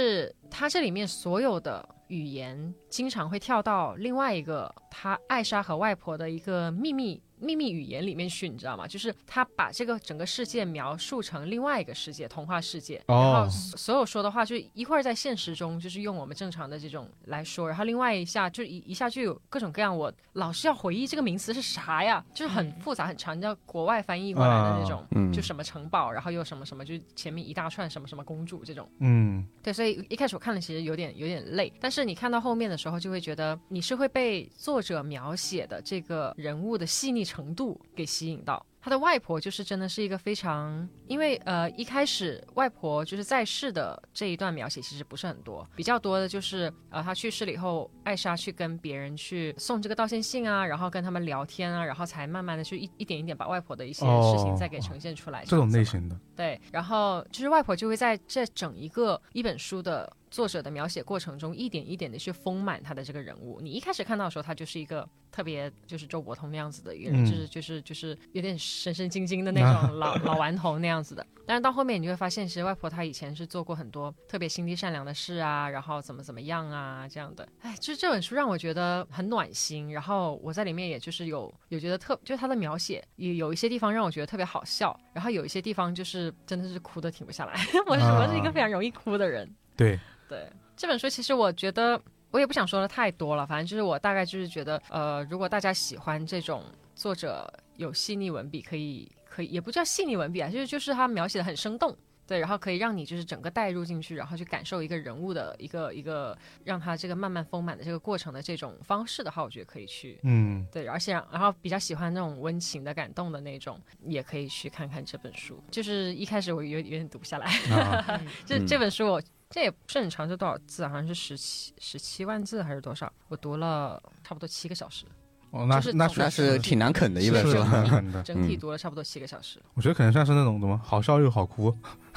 S9: 他这里面所有的语言经常会跳到另外一个他艾莎和外婆的一个秘密。秘密语言里面去，你知道吗？就是他把这个整个世界描述成另外一个世界，童话世界。然
S2: 哦
S9: 后所所有说的话，就一会儿在现实中，就是用我们正常的这种来说，然后另外一下就一一下就有各种各样，我老是要回忆这个名词是啥呀，就是很复杂很长，叫国外翻译过来的那种，
S3: 嗯
S9: 就什么城堡，然后又什么什么，就前面一大串什么什么公主这种。
S2: 嗯
S9: 对，所以一开始我看了其实有点有点累，但是你看到后面的时候，就会觉得你是会被作者描写的这个人物的细腻程度给吸引到。他的外婆就是真的是一个非常，因为呃一开始外婆就是在世的这一段描写其实不是很多，比较多的就是呃她去世了以后，艾莎去跟别人去送这个道歉信啊，然后跟他们聊天啊，然后才慢慢的去一一点一点把外婆的一些事情
S2: 哦
S9: 再给呈现出来。
S2: 这种
S9: 样子
S2: 类
S9: 嘛
S2: 型的，
S9: 对，然后就是外婆就会在这整一个一本书的作者的描写过程中，一点一点的去丰满他的这个人物。你一开始看到的时候，他就是一个特别就是周伯通那样子的一个人，
S2: 嗯
S9: 就是就是就是有点神神经经的那种老 老顽童那样子的。但是到后面你就会发现，其实外婆她以前是做过很多特别心地善良的事啊，然后怎么怎么样啊这样的。哎，就是这本书让我觉得很暖心，然后我在里面也就是有有觉得特，就是它的描写也有一些地方让我觉得特别好笑，然后有一些地方就是真的是哭的停不下来。 我是我是一个非常容易哭的人，
S2: 对，
S9: 对这本书，其实我觉得我也不想说的太多了，反正就是我大概就是觉得，呃，如果大家喜欢这种作者有细腻文笔，可以可以也不叫细腻文笔啊，就是就是他描写的很生动。对，然后可以让你就是整个带入进去，然后去感受一个人物的一个一个让他这个慢慢丰满的这个过程的这种方式的话，我觉得可以去
S2: 嗯，
S9: 对，而且然后比较喜欢那种温情的感动的那种，也可以去看看这本书。就是一开始我有有点读不下来，
S2: 啊
S9: 这这本书我这也不是很长，就多少字啊，好像是十七十七万字还是多少？我读了差不多七个小时，
S2: 哦，那
S9: 就是
S2: 那
S9: 总
S3: 那是挺难啃的一本
S2: 是
S3: 书。
S2: 很狠 的，
S9: 整体
S3: 嗯
S9: 读了差不多七个小时。
S2: 我觉得可能算是那种什么好笑又好哭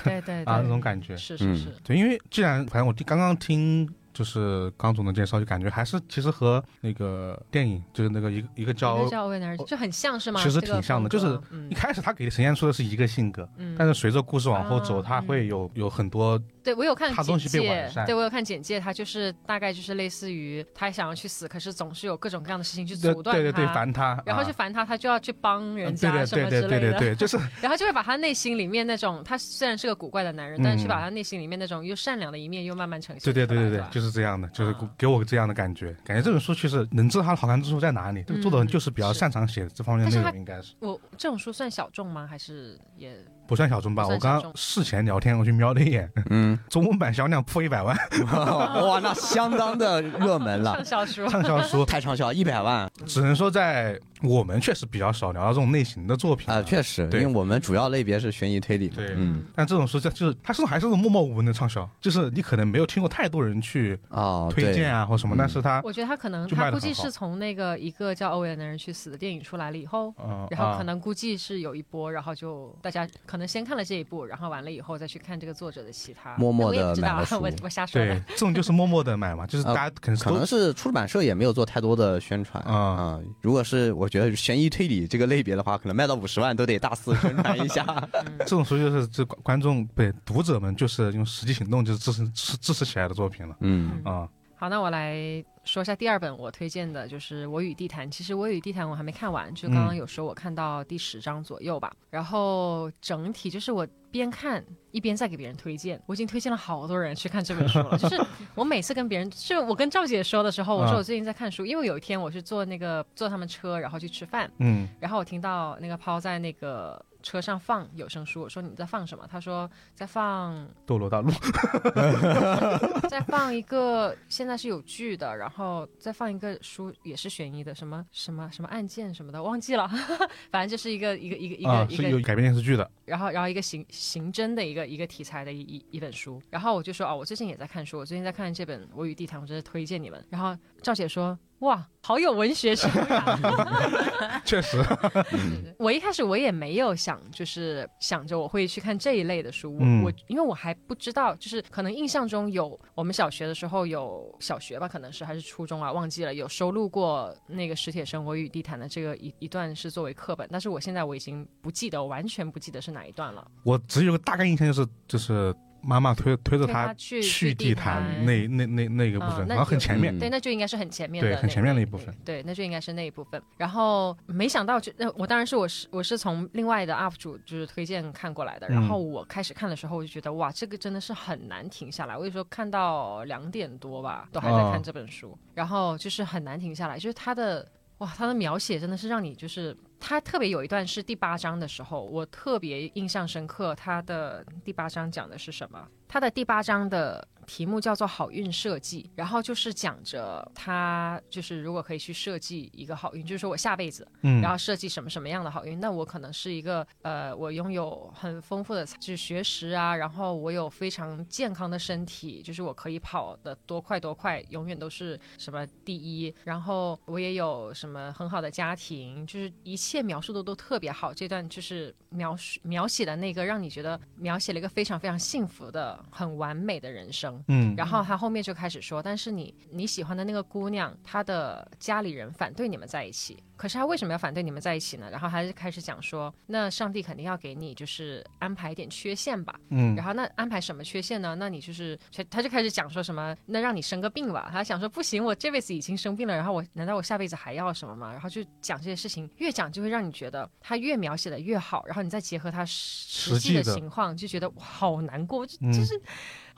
S9: 对对对，
S2: 啊那种感觉。嗯
S9: 是是是，
S2: 对，因为既然反正我刚刚听就是刚总的介绍，就感觉还是其实和那个电影就是那个一个一个
S9: 应
S2: 叫
S9: 该叫欧文尔就很像是吗？
S2: 哦其实
S9: 这个
S2: 挺像
S9: 风
S2: 的
S9: 格
S2: 就是
S9: 嗯
S2: 一开始他给呈现出的是一个性格，
S9: 嗯，
S2: 但是随着故事往后走，
S9: 啊
S2: 他会有有很多
S9: 对我有看
S2: 怕
S9: 简
S2: 东西被
S9: 介
S2: 完，善
S9: 对我有看简介，他就是大概就是类似于他想要去死，可是总是有各种各样的事情去
S2: 对
S9: 阻断
S2: 对对对
S9: 他
S2: 烦他，
S9: 然后
S2: 啊
S9: 去烦他，他就要去帮人
S2: 嗯
S9: 家
S2: 对
S9: 什么
S2: 对
S9: 之
S2: 对
S9: 类的，
S2: 对对对对，就是
S9: 然后就会把他内心里面那种，他虽然是个古怪的男人，
S2: 嗯
S9: 但是去把他内心里面那种又善良的一面又慢慢呈现出
S2: 对
S9: 来。
S2: 对对对
S9: 是
S2: 对
S9: 吧，
S2: 就是这样的，就是
S9: 啊
S2: 给我这样的感觉，感觉这本书其实能知道它的好看之处在哪里，这个作者
S9: 嗯
S2: 就是比较
S9: 是
S2: 擅长写这方面
S9: 但是
S2: 的内
S9: 它
S2: 容，应该是
S9: 我这种书算小众吗？还是 也
S2: 不算小众吧？
S9: 不
S2: 我
S9: 算
S2: 刚
S9: 小众
S2: 事前聊天，我去瞄了一眼，
S3: 嗯，
S2: 中文版销量破一百 万
S3: 哇，那相当的热门了
S9: 畅，销书？
S2: 畅销书，
S3: 太畅销，一百万啊、
S2: 只能说在我们确实比较少聊到这种类型的作品啊
S3: 啊确实，因
S2: 对
S3: 为我们主要类别是悬疑推理嘛。
S2: 对
S3: 嗯，
S2: 但这种书在就是它是还是那种默默无闻的畅销，就是你可能没有听过太多人去
S3: 哦，
S2: 推荐
S3: 对，
S2: 啊或什么，
S3: 嗯
S2: 但是它
S9: 我觉得他可能
S2: 就卖
S9: 他
S2: 得
S9: 估
S2: 很
S9: 计
S2: 好
S9: 是从那个一个叫欧文的人去死的电影出来了以后。
S2: 嗯，
S9: 然后
S2: 啊
S9: 可能估计是有一波，然后就大家可能先看了这一部，然后完了以后再去看这个作者的其他。
S3: 默默地
S9: 我也不知道
S3: 买了
S9: 啊，
S3: 书
S9: 我我瞎说
S2: 对
S9: 的。
S2: 这种就是默默的买嘛，就是
S3: 呃
S2: 大家可能是
S3: 可
S2: 都
S3: 能是出版社也没有做太多的宣传
S2: 啊
S3: 啊、如果是我觉得悬疑推理这个类别的话，可能卖到五十万都得大肆宣传一下。
S9: 嗯
S2: 这种书就是这观观众对读者们就是用实际行动就是支持支支持起来的作品了
S3: 嗯，
S2: 啊、
S9: 好，那我来说一下第二本我推荐的，就是《我与地坛》。其实《我与地坛》我还没看完，就刚刚
S2: 嗯
S9: 有说我看到第十章左右吧。然后整体就是我边看一边在给别人推荐，我已经推荐了好多人去看这本书 了。就是我每次跟别人，就是我跟赵姐说的时候，我说
S2: 啊
S9: 我最近在看书，因为有一天我是坐那个坐他们车，然后去吃饭，
S2: 嗯，
S9: 然后我听到那个抛在那个。车上放有声书，我说你在放什么？他说在放
S2: 《斗罗大陆》
S9: 再放一个现在是有剧的，然后再放一个书也是悬疑的，什么什么什么案件什么的， 忘记了，反正就是一个一个一个一个、
S2: 啊
S9: 一
S2: 是有
S9: 个，
S2: 改编电视剧的，
S9: 然后然后一个刑刑侦的一个一个题材的一一一本书，然后我就说哦，我最近也在看书，我最近在看这本《我与地坛》，我真的推荐你们。然后赵姐说。哇，好有文学啊修养！
S2: 确实，
S9: 我一开始我也没有想，就是想着我会去看这一类的书。我、
S2: 嗯
S9: 我因为我还不知道，就是可能印象中有我们小学的时候有小学吧，可能是还是初中啊，忘记了有收录过那个《史铁生我与地坛》的这个一一段是作为课本，但是我现在我已经不记得，我完全不记得是哪一段了。
S2: 我只有个大概印象就是就是妈妈推推着
S9: 推
S2: 他
S9: 去
S2: 去
S9: 地
S2: 地
S9: 坛
S2: 坛那那那那个部
S9: 啊
S2: 分，
S9: 那
S2: 然后很
S9: 就
S2: 前面，
S9: 对，那就应该是很前面的
S2: 对
S9: 那，
S2: 很前面的一部分
S9: 对，那就应该是那一部分。然后没想到就，那我当然是我是我是从另外的 UP 主就是推荐看过来的。然
S2: 嗯
S9: 后我开始看的时候，我就觉得哇，这个真的是很难停下来。我有时候看到两点多吧，都还在
S2: 啊
S9: 看这本书，然后就是很难停下来，就是它的。哇，它的描写真的是让你就是，它特别有一段是第八章的时候，我特别印象深刻。它的第八章讲的是什么？它的第八章的题目叫做“好运设计”，然后就是讲着他就是如果可以去设计一个好运，就是说我下辈子
S2: 嗯
S9: 然后设计什么什么样的好运。那我可能是一个呃，我拥有很丰富的就是学识啊，然后我有非常健康的身体，就是我可以跑得多快多快，永远都是什么第一。然后我也有什么很好的家庭，就是一切描述的都特别好。这段就是描述描写的那个让你觉得描写了一个非常非常幸福的、很完美的人生。
S2: 嗯
S9: 然后他后面就开始说，但是你你喜欢的那个姑娘，她的家里人反对你们在一起，可是她为什么要反对你们在一起呢？然后还是开始讲说，那上帝肯定要给你就是安排一点缺陷吧。
S2: 嗯
S9: 然后那安排什么缺陷呢？那你就是他他就开始讲说什么，那让你生个病吧。他想说不行，我这辈子已经生病了，然后我难道我下辈子还要什么吗？然后就讲这些事情，越讲就会让你觉得他越描写的越好，然后你再结合他实
S2: 实
S9: 实
S2: 际
S9: 际的
S2: 的
S9: 情况，就觉得哇好难过，就
S2: 嗯
S9: 就是。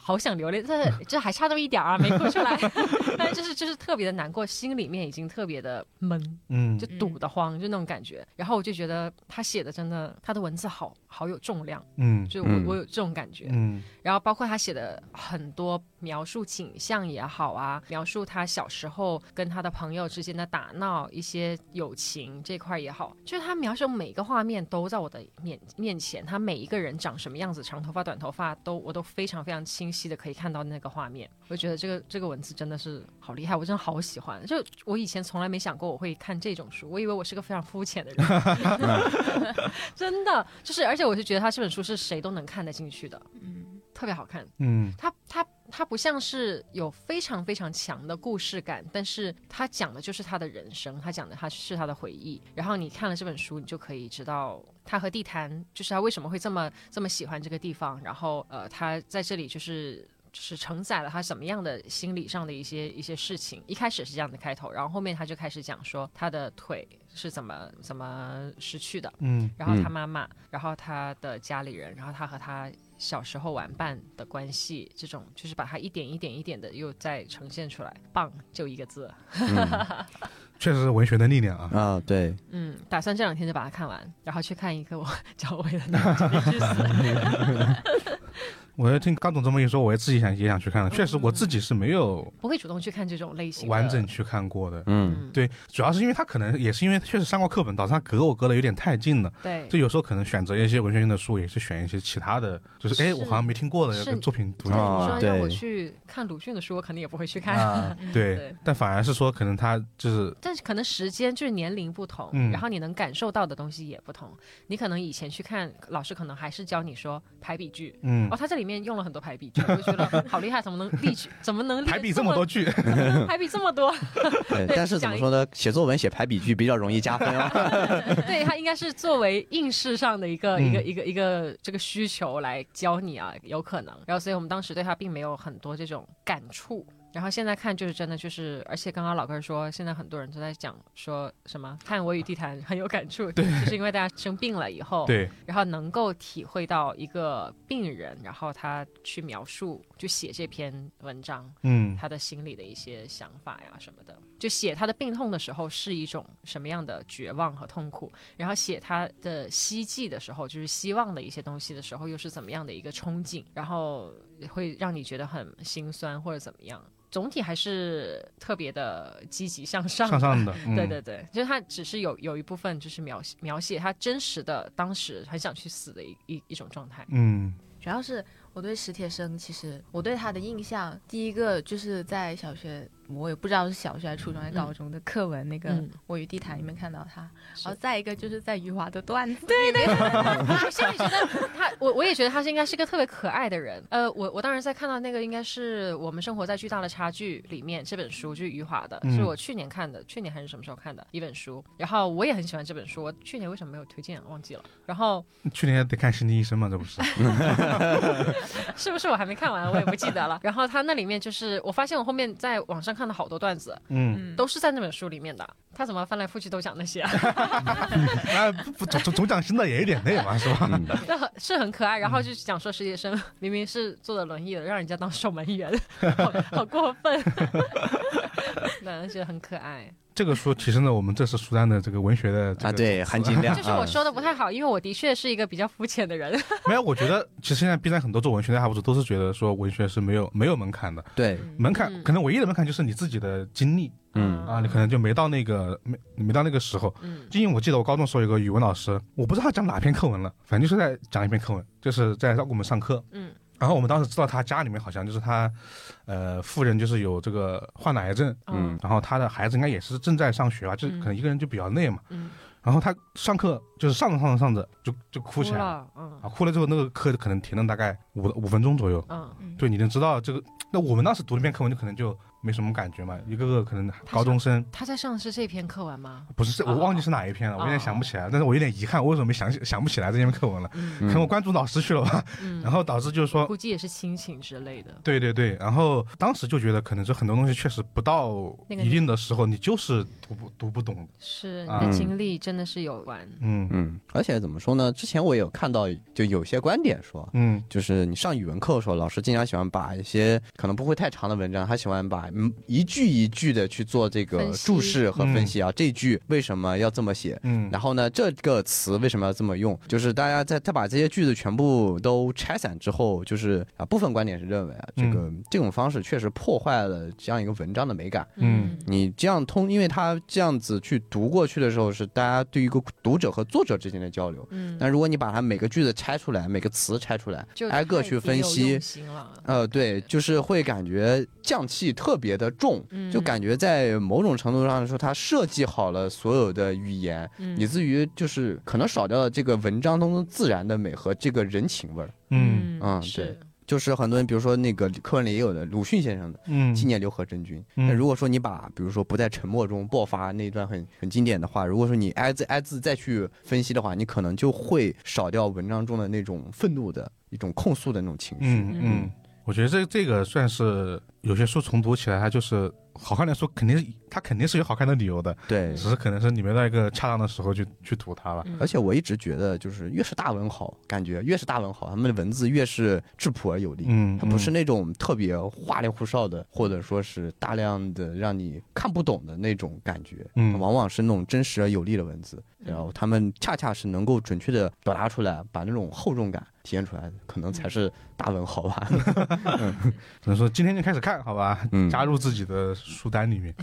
S9: 好想流泪，这这还差那么一点儿啊，没哭出来。 但是就是就是特别的难过，心里面已经特别的闷，
S2: 嗯
S9: 就堵得慌，就那种感觉。然后我就觉得他写的真的，他的文字好好有重量，
S2: 嗯
S9: 就我
S3: 嗯
S9: 我有这种感觉。
S2: 嗯
S9: 然后包括他写的很多描述景象也好啊，描述他小时候跟他的朋友之间的打闹，一些友情这块也好，就是他描述每个画面都在我的面面前，他每一个人长什么样子，长头发、短头发都我都非常非常清晰的可以看到那个画面。我觉得这个这个文字真的是好厉害，我真的好喜欢。就我以前从来没想过我会看这种书，我以为我是个非常肤浅的人， 真的就是，而且我是觉得他这本书是谁都能看得进去的，
S4: 嗯
S9: 特别好看。
S2: 嗯
S9: 它它它不像是有非常非常强的故事感，但是它讲的就是他的人生，他讲的他是他的回忆。然后你看了这本书，你就可以知道他和地坛，就是他为什么会这么这么喜欢这个地方，然后呃，他在这里就是。就是承载了他什么样的心理上的一些一些事情。一开始是这样的开头，然后后面他就开始讲说他的腿是怎么怎么失去的，
S2: 嗯
S9: 然后他
S3: 嗯
S9: 妈妈，然后他的家里人，然后他和他小时候玩伴的关系，这种就是把它一点一点一点的又再呈现出来。棒，就一个字。
S2: 确实是文学的力量啊。
S3: 啊，对，
S9: 嗯，打算这两天就把它看完，然后去看一个我 教会的 那个《绝地之死》。
S2: 我听刚总这么一说，我也自己想也想去看了。确实，
S9: 嗯
S2: 我自己是没有
S9: 不会主动去看这种类型的
S2: 完整。去看过的。
S3: 嗯，
S9: 嗯，
S2: 对，主要是因为他可能也是因为确实上过课本，导致他隔我隔得有点太近了。
S9: 对
S2: 就有时候可能选择一些文学性的书，也是选一些其他的，就是哎，我好像没听过的
S9: 是
S2: 作品读
S9: 你
S2: 一下。
S3: 啊
S9: 说让我
S3: 对
S9: 去看鲁迅的书，我肯定也不会去看。
S2: 啊，对
S9: 对，
S2: 但反而是说，可能他就是
S9: 但是可能时间就是年龄不同，
S2: 嗯
S9: 然后你能感受到的东西也不同。你可能以前去看老师，可能还是教你说排比句，
S2: 嗯
S9: 哦，，他这里面用了很多排比句，我就觉得好厉害，怎么能例句，怎么能
S2: 排比这么多，句，
S9: 排比这么多？
S3: 对。
S9: 对
S3: 但是怎
S9: 讲
S3: 么
S9: 一
S3: 说呢？写作文写排比句比较容易加分哦。
S9: 对他应该是作为应试上的一个、一个
S2: 嗯
S9: 一个一个这个需求来教你啊，有可能。然后，所以我们当时对他并没有很多这种感触。然后现在看就是真的就是，而且刚刚老哥说，现在很多人都在讲说什么看《我与地坛》很有感触，对，就是因为大家生病了以后，
S2: 对，
S9: 然后能够体会到一个病人，然后他去描述、去写这篇文章，
S2: 嗯
S9: 他的心里的一些想法呀什么的。就写他的病痛的时候是一种什么样的绝望和痛苦，然后写他的希冀的时候，就是希望的一些东西的时候，又是怎么样的一个憧憬，然后会让你觉得很心酸或者怎么样。总体还是特别的积极向上的，
S2: 上上 的，嗯
S9: 对对对，就是他只是有有一部分就是描写描写他真实的当时很想去死的一一一种状态。
S2: 嗯，
S4: 主要是我对史铁生，其实我对他的印象，第一个就是在小学，我也不知道是小学还是初中还是高中的课文那个《
S9: 嗯
S4: 我与地坛》里面看到他，
S9: 是
S4: 然后再一个就是在余华的段子，
S9: 对对对对对， 我心里觉得他，我我也觉得他是应该是个特别可爱的人。呃，我我当时在看到那个应该是我们生活在巨大的差距里面这本书，就是余华的，
S2: 嗯
S9: 是我去年看的，去年还是什么时候看的一本书。然后我也很喜欢这本书，我去年为什么没有推荐忘记了。然后
S2: 去年得看心理医生嘛，这 不是？
S9: 是不是我还没看完，我也不记 得了。然后他那里面就是，我发现我后面在网上看了好多段子，
S2: 嗯，
S9: 都是在那本书里面的。他怎么翻来覆去都讲那 些、啊？
S2: 那不不总总总讲新的也有点累嘛，是吧？
S3: 嗯
S9: 那很是很可爱，然后就讲说实习生 明明是坐的轮椅的，让人家当守门员， 好好过分。 那觉得很可爱，
S2: 这个书其实呢，我们这是苏丹的这个文学的这个
S3: 啊，对，含金量
S9: 就是我说的不太好，因为我的确是一个比较肤浅的人。
S2: 没有，我觉得其实现在 B 站很多做文学的 UP 主都是觉得说文学是没有没有门槛的，
S3: 对，
S2: 门槛、
S9: 嗯
S2: 可能唯一的门槛就是你自己的经历
S3: 嗯
S2: 啊，你可能就没到那个没没到那个时候。
S9: 嗯
S2: 因为我记得我高中时候有个语文老师，我不知道他讲哪篇课文了，反正就是在讲一篇课文，就是在让我们上课。
S9: 嗯
S2: 然后我们当时知道他家里面好像就是他，呃，夫人就是有这个患了癌症，
S9: 嗯
S2: 然后他的孩子应该也是正在上学吧，啊就是
S9: 嗯
S2: 可能一个人就比较累嘛。
S9: 嗯，
S2: 然后他上课就是上着上着上着就就哭
S9: 哭
S2: 起来了
S9: 了，嗯
S2: 啊，哭了之后那个课可能停了大概五五分钟左右。
S9: 嗯，
S2: 对，你能知道这个？那我们当时读那篇课文就可能就没什么感觉嘛，一个个可能高中生，
S9: 他在上的是这篇课文吗？
S2: 不是这我忘记是哪一篇了，我有点想不起来，但是我有点遗憾，我为什么没想起想不起来这篇课文了？
S9: 嗯
S2: 可能我关注老师去了吧，
S9: 嗯，
S2: 然后导致就是说
S9: 估计也是亲情之类的。
S2: 对对对，然后当时就觉得可能是很多东西确实不到
S9: 那个
S2: 一定的时候，你就是读不读不懂。
S9: 是你
S2: 啊
S9: 的经历真的是有 关，
S2: 嗯
S3: 嗯，而且怎么说呢？之前我也有看到，就有些观点说，
S2: 嗯
S3: 就是你上语文课的时候，老师经常喜欢把一些可能不会太长的文章，他喜欢把嗯一句一句的去做这个
S9: 分析
S3: 注释和分析啊，这句为什么要这么写？
S2: 嗯，
S3: 然后呢，这个词为什么要这么用？就是大家在他把这些句子全部都拆散之后，就是啊，部分观点是认为啊，这
S2: 嗯
S3: 个、这种方式确实破坏了这样一个文章的美感。
S2: 嗯
S3: 你这样通，因为他这样子去读过去的时候，是大家对于一个读者和作者之间的交流。
S9: 嗯，
S3: 但如果你把它每个句子拆出来，每个词拆出来
S9: 就，
S3: 挨个
S9: 太
S3: 去
S9: 别
S3: 分
S9: 有
S3: 析
S9: 用，心了，
S3: 呃，对，就是会感觉匠气特别的重，
S9: 嗯
S3: 就感觉在某种程度上来说，它设计好了所有的语言，
S9: 嗯
S3: 以至于就是可能少掉了这个文章当中自然的美和这个人情味儿。
S2: 嗯
S3: 嗯
S9: 是，
S3: 就是很多人，比如说那个课文里也有的鲁迅先生的
S2: 嗯，
S3: 纪念刘和珍君。
S2: 嗯
S3: 那、如果说你把，比如说不在沉默中爆发那一段很很经典的话，如果说你挨字挨字再去分析的话，你可能就会少掉文章中的那种愤怒的一种控诉的那种情绪。
S2: 嗯嗯，我觉得这这个算是有些书重读起来，它就是好看来说，肯定是它肯定是有好看的理由的，
S3: 对，
S2: 只是可能是你没到一个恰当的时候去去读它
S9: 嗯
S2: 了。
S3: 而且我一直觉得，就是 越是大文豪，感觉越是大文豪，他们的文字越是质朴而有力。
S2: 嗯
S3: 它不是那种特别花里胡哨的，或者说是大量的让你看不懂的那种感觉。
S2: 嗯
S3: 它往往是那种真实而有力的文字，然后他们恰恰是能够准确的表达出来，把那种厚重感体现出来，可能才是大文豪吧。
S2: 嗯只能说今天就开始看好吧，
S3: 嗯
S2: 加入自己的书单里面。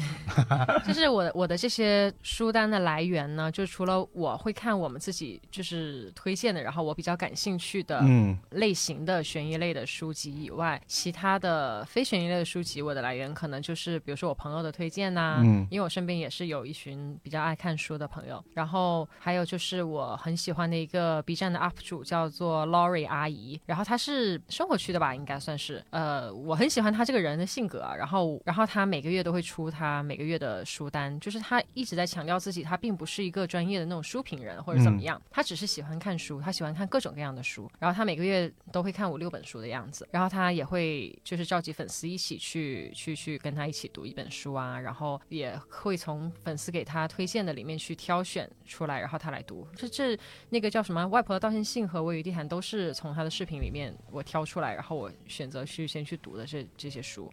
S9: 就是我的我的这些书单的来源呢，就除了我会看我们自己就是推荐的，然后我比较感兴趣的
S2: 嗯
S9: 类型的悬疑类的书籍以外，其他的非悬疑类的书籍，我的来源可能就是比如说我朋友的推荐呐、
S2: 嗯
S9: 因为我身边也是有一群比较爱看书的朋友，然后还有就是我很喜欢的一个 B 站的 UP 主叫做 Lori 阿姨，然后她是生活区的吧，应该算是，呃，我很喜欢她这个人的性格啊，然后然后她每个月都会出她每个月的书单，就是她一直在强调自己，她并不是一个专业的那种书评人或者怎么
S2: 嗯
S9: 样。样，他只是喜欢看书，他喜欢看各种各样的书，然后他每个月都会看五六本书的样子，然后他也会就是召集粉丝一起去去去跟他一起读一本书啊，然后也会从粉丝给他推荐的里面去挑选出来，然后他来读。这这那个叫什么《外婆的道歉信》和《我与地坛》都是从他的视频里面我挑出来，然后我选择去先去读的这这些书。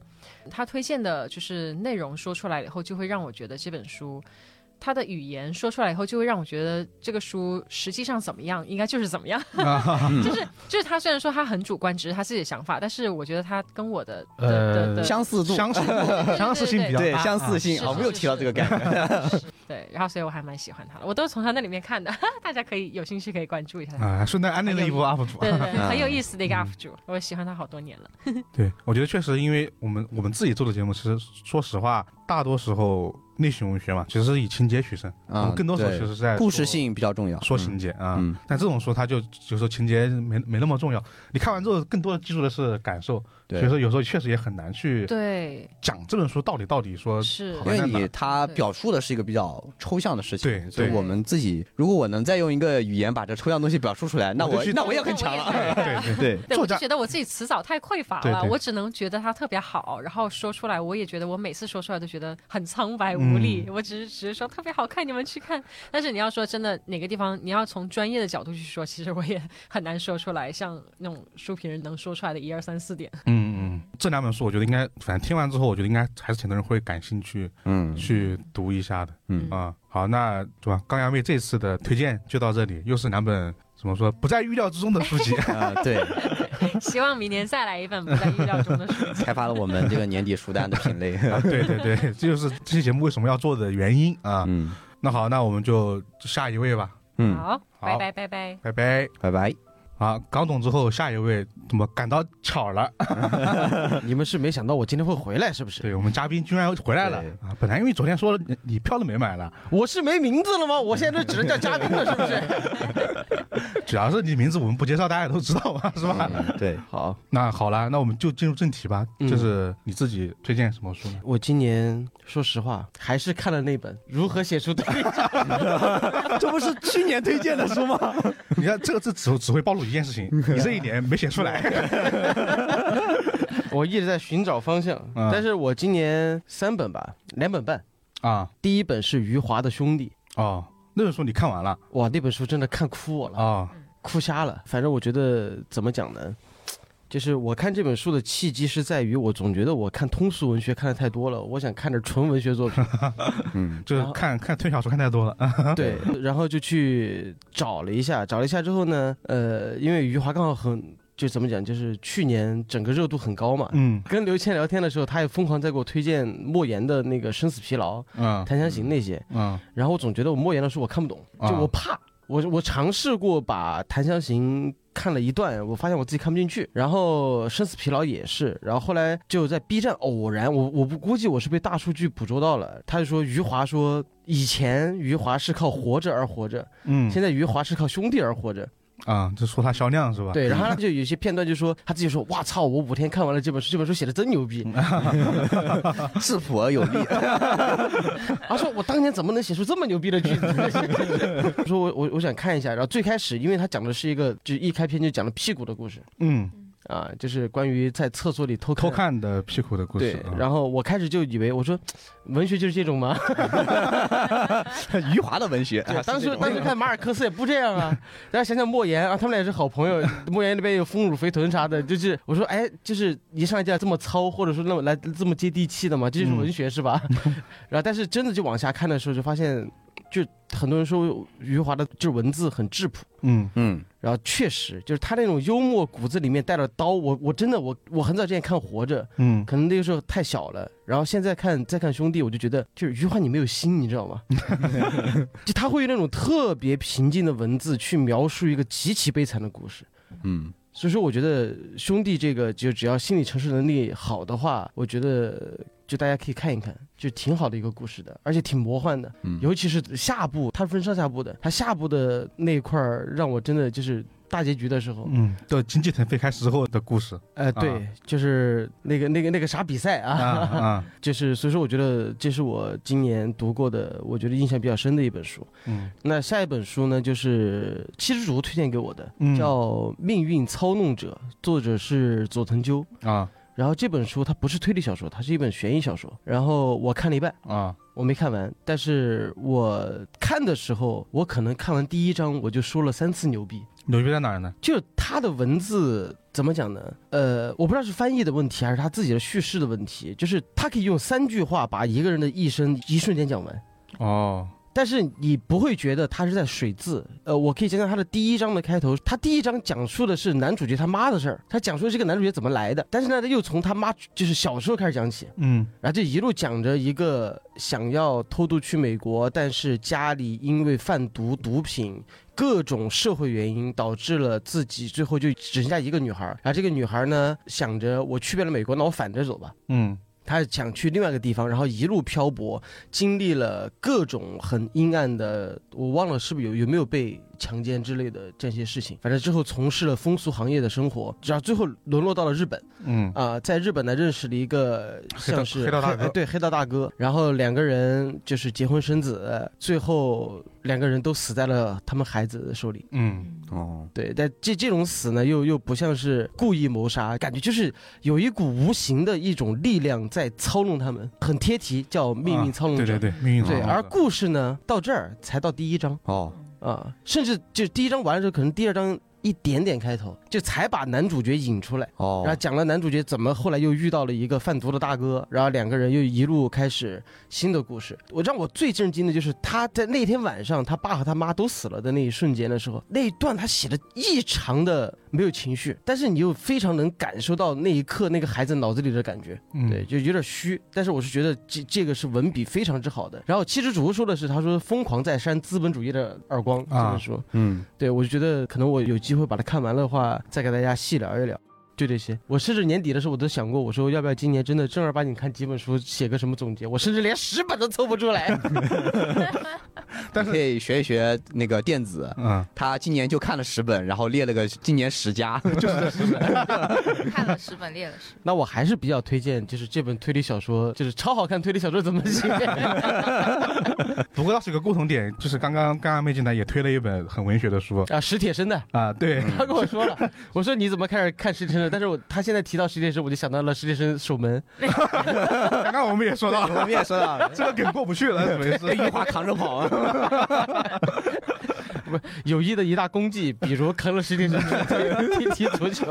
S9: 他推荐的就是内容说出来以后，就会让我觉得这本书他的语言说出来以后，就会让我觉得这个书实际上怎么样，应该就是怎么样。
S2: 啊
S9: 就是就是他虽然说他很主观，只是他自己的想法，但是我觉得他跟我的的的的
S2: 呃
S3: 相似度，
S2: 相似相似性比较
S3: 对
S2: 大
S3: 相似性
S9: 是
S3: 啊，
S9: 是
S3: 没有
S9: 是
S3: 提到这个概念。
S9: 对，然后所以我还蛮喜欢他的，我都是从他那里面看的， 大家可以有兴趣可以关注一下他。
S2: 啊，顺带安利了一波 UP 主。
S9: 嗯对对对，很有
S3: 啊
S9: 意思的一个
S2: 嗯
S9: UP 主，我喜欢他好多年了。
S2: 对，我觉得确实，因为我们我们自己做的节目，其实说实话，大多时候类型文学嘛，其实是以情节取胜，我
S3: 啊
S2: 们，更多时候其实
S3: 对
S2: 是在
S3: 故事
S2: 说
S3: 性比较重要。
S2: 说情节啊。
S3: 嗯，
S2: 但这种书它就有时候情节没没那么重要，你看完之后更多的记住的是感受，所
S3: 对
S2: 以，说有时候确实也很难去
S9: 对，
S2: 讲这本书到底到底说
S9: 是
S2: 好
S3: 因
S2: 在
S3: 为
S2: 哪
S3: 你
S2: 儿。
S3: 它表述的是一个比较抽象的事情，
S2: 对
S3: 所以
S2: 对
S3: 我们自己如果我能再用一个语言把这抽象东西表述出来，那
S2: 我就
S3: 我
S2: 去
S3: 那我也很强了。
S2: 对对
S6: 对，
S9: 对，
S2: 作
S9: 我就
S2: 家
S9: 觉得我自己词藻太匮乏了，
S2: 对对
S9: 我只能觉得他特别好，然后说出来，我也觉得我每次说出来都觉得很苍白无力。
S3: 嗯
S9: 我只是只是说特别好看，你们去看。但是你要说真的，哪个地方你要从专业的角度去说，其实我也 很难说出来，像那种书评人能说出来的一二三四点。
S2: 嗯嗯，这两本书我觉得应该，反正听完之后，我觉得应该还是挺多人会感兴趣
S3: 嗯
S2: 去读一下的。
S3: 嗯
S2: 啊、好，那对吧？刚阳妹这次的推荐就到这里，又是两本怎么说不在预料之中的书籍。
S3: 啊，对，
S9: 希望明年再来一本不在预料中的书。
S3: 开发了我们这个年底书单的品 类。
S2: 啊对对对，这就是这期节目为什么要做的原因啊。
S3: 嗯
S2: 那好，那我们就下一位吧，
S3: 嗯，
S9: 好，拜
S2: 好
S9: 拜拜拜。
S2: 拜拜。
S3: 拜拜。
S2: 好，搞懂之后，下一位怎么感到巧了？
S10: 你们是没想到我今天会回来是不是？
S2: 对我们嘉宾居然回来了
S3: 对
S2: 啊！本来因为昨天说了你你票都没买了，
S10: 我是没名字了 吗？我现在就只能叫嘉宾了是不 是？
S2: 只要是你名字我们不介绍，大家都知道嘛， 是吧？
S3: 嗯对，
S5: 好，
S2: 那好了，那我们就进入正题吧，
S10: 哎嗯
S2: 就是你自己推荐什么书呢？
S10: 我今年说实话还是看了那本《如何写出对立战
S3: 这不是去年推荐的 书吗？
S2: 你看这个字只只会暴露一件 事情，你这一年没写出来。》，
S10: 我一直在寻找方向，
S2: 嗯
S10: 但是我今年三本吧，两本半。
S2: 啊
S10: 第一本是余华的《兄弟》，
S2: 哦，那本书你看完了
S10: 哇，那本书真的看哭我了。
S2: 啊？
S10: 哭瞎了。反正我觉得怎么讲呢，就是我看这本书的契机是在于，我总觉得我看通俗文学看的太多了，我想看点纯文学作品。
S3: 嗯
S2: 就是看看推理小说看太多了啊
S10: 对，然后就去找了一下，找了一下之后呢，呃，因为余华刚好很就怎么讲，就是去年整个热度很高嘛。
S2: 嗯
S10: 跟刘谦聊天的时候，他也疯狂在给我推荐莫言的那个《生死疲劳》《
S2: 嗯
S10: 檀香刑》那些，
S2: 嗯
S10: 然后我总觉得我莫言的书我看不懂，就
S2: 啊
S10: 我怕，我我尝试过把《檀香刑》看了一段，我发现我自己看不进去，然后《生死疲劳》也是，然后后来就在 B 站偶然，我我不估计我是被大数据捕捉到了，他就说余华说以前余华是靠《活着》而活着，
S2: 嗯
S10: 现在余华是靠《兄弟》而活着，
S2: 啊，就说它销量是吧？
S10: 对，然后他就有一些片段就说他自己说，哇操，我五天看完了这本书，这本书写的真牛 逼，
S3: 质朴而有力。
S10: 他说我当年怎么能写出这么牛逼的句子？我 说我我我想看一下。然后最开始，因为他讲的是一个，就一开篇就讲了屁股的故事
S2: 嗯，
S10: 啊，就是关于在厕所里偷
S2: 偷。看的屁股的故事
S10: 对，，然后我开始就以为我说，文学就是这种吗？
S3: 余华的文学，啊
S10: 对，啊当时当时看马尔克斯也不这样啊。然后想想莫言啊，他们俩也是好朋友，莫言那边有丰乳肥臀啥的，就是我说哎，就是一上来就要这么糙，或者说那么来这么接地气的嘛，这就是文学、是吧？ 然后但是真的就往下看的时候，就发现，就很多人说余华的就是文字很质朴。
S2: 嗯
S3: 嗯
S10: 然后确实就是他那种幽默骨子里面带着刀，我我真的我我很早之前看《活着》，
S2: 嗯
S10: 可能那个时候太小了，然后现在看再看《兄弟》，我就觉得就是余华你没有心，你知道吗？ 就他会用那种特别平静的文字去描述一个极其悲惨的故事。
S3: 嗯，
S10: 所以说，我觉得《兄弟》这个就只要心理承受能力好的话，我觉得就大家可以看一看，就挺好的一个故事的，而且挺魔幻的。
S3: 嗯
S10: 尤其是下部，它分上下部的，它下部的那一块儿让我真的就是大结局的时候，
S2: 嗯，的经济腾飞开之后的故事
S10: 呃，对，
S2: 啊
S10: 就是那个那个那个啥比赛
S2: 啊
S10: 啊，
S2: 啊
S10: 就是所以说我觉得这是我今年读过的，我觉得印象比较深的一本书。
S2: 嗯
S10: 那下一本书呢，就是七之竹推荐给我的，
S2: 嗯
S10: 叫《命运操弄者》，作者是佐藤鸠。
S2: 啊
S10: 然后这本书它不是推理小说，它是一本悬疑小说。然后我看了一半，
S2: 啊
S10: 我没看完，但是我看的时候，我可能看完第一章我就说了三次牛逼，
S2: 牛逼在哪儿呢？
S10: 就是他的文字怎么讲呢？呃，我不知道是翻译的问题还是他自己的叙事的问题，就是他可以用三句话把一个人的一生一瞬间讲完。
S2: 哦，
S10: 但是你不会觉得他是在水字。呃，我可以讲讲他的第一章的开头，他第一章讲述的是男主角他妈的事儿，他讲述这个男主角怎么来的，但是呢，他又从他妈就是小时候开始讲起，
S2: 嗯
S10: 然后就一路讲着一个想要偷渡去美国，但是家里因为贩毒、毒品。各种社会原因导致了自己最后就只剩下一个女孩儿，然后这个女孩儿呢想着我去遍了美国，那我反着走吧，
S2: 嗯
S10: 他想去另外一个地方，然后一路漂泊，经历了各种很阴暗的，我忘了是不是有有没有被强奸之类的这些事情。反正之后从事了风俗行业的生活，然后最后沦落到了日本
S2: 嗯
S10: 啊、在日本呢认识了一个
S2: 道
S10: 像是
S2: 黑道大哥
S10: 呃对黑道大哥，然后两个人就是结婚生子，最后两个人都死在了他们孩子的手里。
S2: 嗯
S3: 哦，
S10: 对，但这这种死呢，又又不像是故意谋杀，感觉就是有一股无形的一种力量在操弄他们，很贴题，叫命运操弄者。
S2: 啊对对对，命运操
S10: 对
S2: 弄者
S10: 而故事呢，到这儿才到第一章
S3: 哦，
S10: 啊，甚至就第一章完了之后，可能第二章一点点开头，就才把男主角引出来。
S3: 哦，
S10: 然后讲了男主角怎么后来又遇到了一个贩毒的大哥，然后两个人又一路开始新的故事。我让我最震惊的就是他在那天晚上，他爸和他妈都死了的那一瞬间的时候，那一段他写的异常的没有情绪，但是你又非常能感受到那一刻那个孩子脑子里的感觉。
S2: 嗯
S10: 对，就有点虚。但是我是觉得这这个是文笔非常之好的。然后七之主说的是，他说疯狂在扇资本主义的耳光这
S2: 啊
S10: 本书。
S3: 嗯，
S10: 对我就觉得可能我有机会把它看完了的话，再给大家细聊一聊。就这些，我甚至年底的时候我都想过，我说要不要今年真的正儿八经看几本书，写个什么总结？我 甚至连十本都凑不出来。
S2: 但
S3: 可
S2: 是
S3: 以学一学那个电子，
S2: 嗯
S3: 他今年就看了十本，然后列了个今年十佳，就是
S4: 看了十本，列了十本。
S10: 那我还是比较推荐，就是这本推理小说，就是超好看推理小说怎么写。
S2: 不过倒是有个共同点，就是刚刚刚刚妹进来也推了一本很文学的书
S10: 啊，史铁生的，
S2: 啊，对，
S10: 他跟我说了，我说你怎么开始看史铁生的？但是我他现在提到史铁生，我就想到了史铁生守门。
S2: 刚刚我们也说到了，
S3: 们也说 到
S2: 这个梗过不去了，怎 么回
S3: 被
S2: 事？
S3: 玉华扛着跑，啊
S10: 友谊的一大功绩，比如坑了世界上踢踢足 球。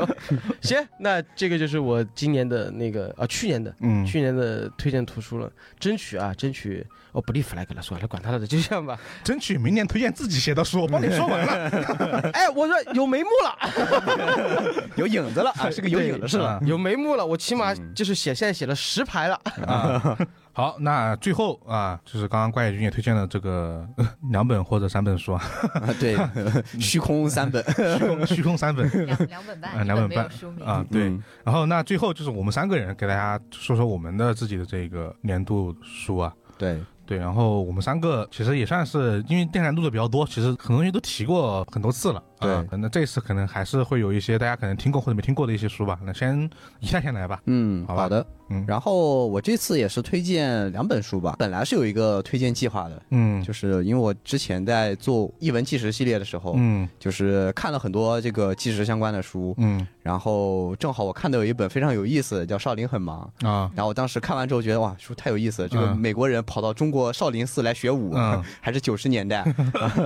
S10: 行，那这个就是我今年的那个啊，去年的。
S2: 嗯，
S10: 去年的推荐图书了，争取啊，争取哦，不立 flag 了，算了，管他了，就这样吧。
S2: 争取明年推荐自己写的书，我帮你说完了，
S10: 哎，我说有眉目了，
S3: 有影子了 啊，是个有影子是吧？
S2: 吧？
S10: 有眉目了，我起码
S3: 嗯
S10: 就是写，现在写了十排了。
S2: 啊， 好，那最后啊，就是刚刚怪君也推荐了这个呃两本或者三本书啊，
S3: 啊 对， 虚空三本
S2: 虚空虚空三本
S4: 两两本半，
S2: 嗯
S4: 这
S2: 两本
S4: 没有
S2: 半
S4: 书名
S2: 啊，对。
S3: 嗯
S2: 然后那最后就是我们三个人给大家说说我们的自己的这个年度书啊。
S3: 对，
S2: 对，然后我们三个其实也算是，因为电台录的比较多，其实很多东西都提过很多次了。啊那这次可能还是会有一些大家可能听过或者没听过的一些书吧。那先一下先来吧。
S3: 嗯，
S2: 好吧
S3: 好的，
S2: 嗯
S3: 然后我这次也是推荐两本书吧，本来是有一个推荐计划的，
S2: 嗯，
S3: 就是因为我之前在做译文纪实系列的时候，
S2: 嗯
S3: 就是看了很多这个纪实相关的书，
S2: 嗯
S3: 然后正好我看到有一本非常有意思的，叫《少林很忙》。
S2: 啊
S3: 然后我当时看完之后觉得哇，书太有意思了！这个
S2: 嗯
S3: 美国人跑到中国少林寺来学武，
S2: 嗯
S3: 还是九十年 代，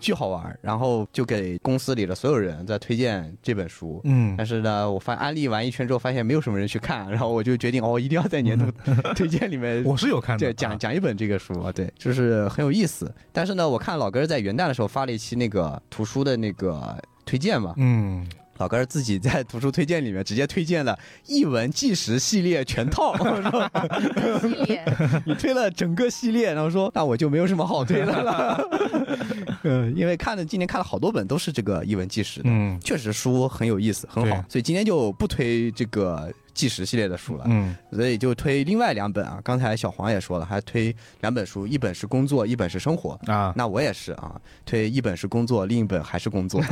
S3: 巨好玩儿。然后就给公司里的所有人在推荐这本书。
S2: 嗯
S3: 但是呢，我发安利完一圈之后，发现没有什么人去看，然后我就决定哦，一定要在年度 推荐里面
S2: 嗯我是有看的。啊
S3: 对，讲讲一本这个书啊，对，就是很有意思。但是呢，我看老根儿在元旦的时候发了一期那个图书的那个推荐嘛，
S2: 嗯，
S3: 老根儿自己在图书推荐里面直接推荐了译文纪实系列全 套，我说
S4: 系列，
S3: 你推了整个系列，然后说那我就没有什么好推的 了。 嗯，因为看了今年看了好多本都是这个译文纪实的，
S2: 嗯
S3: 确实书很有意思，很好
S2: 对，
S3: 所以今天就不推这个纪实系列的书了。
S2: 嗯
S3: 所以就推另外两本啊。刚才小黄也说了，还推两本书，一本是工作，一本是生活。
S2: 啊，
S3: 那我也是啊，推一本是工作，另一本还是工 作。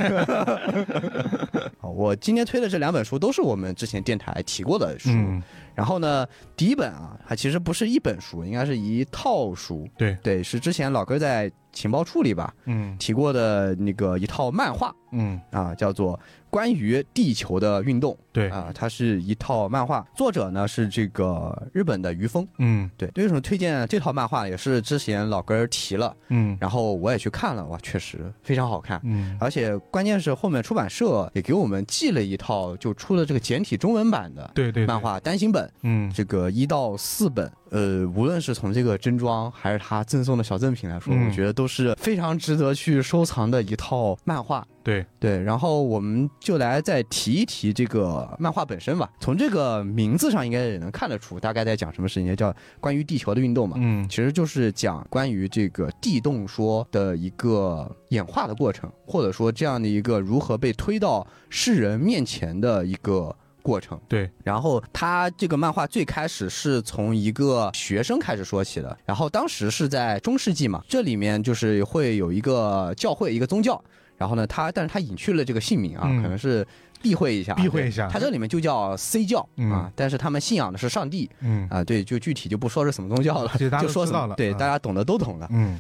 S3: 好我今天推的这两本书都是我们之前电台提过的书。
S2: 嗯
S3: 然后呢，第一本啊，它其实不是一本书，应该是一套书。
S2: 对
S3: 对，是之前老哥在情报处里吧
S2: 嗯
S3: 提过的那个一套漫画
S2: 嗯
S3: 啊，叫做《关于地球的运动》。
S2: 对
S3: 啊、它是一套漫画，作者呢是这个日本的于峰。
S2: 嗯
S3: 对，为什么推荐这套漫画？也是之前老根儿提了，
S2: 嗯
S3: 然后我也去看了，哇，确实非常好看。
S2: 嗯
S3: 而且关键是后面出版社也给我们寄了一套，就出了这个简体中文版的
S2: 对对
S3: 漫，画单行本，
S2: 对嗯
S3: 这个一到四本，呃，无论是从这个真装还是他赠送的小赠品来说，
S2: 嗯
S3: 我觉得都是非常值得去收藏的一套漫画。
S2: 对，
S3: 对，然后我们就来再提一提这个漫画本身吧。从这个名字上应该也能看得出，大概在讲什么事情，叫关于地球的运动嘛。
S2: 嗯
S3: 其实就是讲关于这个地动说的一个演化的过程，或者说这样的一个如何被推到世人面前的一个过程。
S2: 对，
S3: 然后他这个漫画最开始是从一个学生开始说起的，然后当时是在中世纪嘛，这里面就是会有一个教会，一个宗教。然后呢，他但是他隐去了这个姓名啊，
S2: 嗯
S3: 可能是避讳一下，
S2: 避讳一下
S3: 他这里面就叫 C 教、
S2: 嗯
S3: 啊，但是他们信仰的是上帝，
S2: 嗯
S3: 啊，对，就具体就不说是什么宗教了，
S2: 其实大家
S3: 就
S2: 都
S3: 说
S2: 知
S3: 什么
S2: 道了
S3: 对，
S2: 啊
S3: 大家懂的都懂了。
S2: 嗯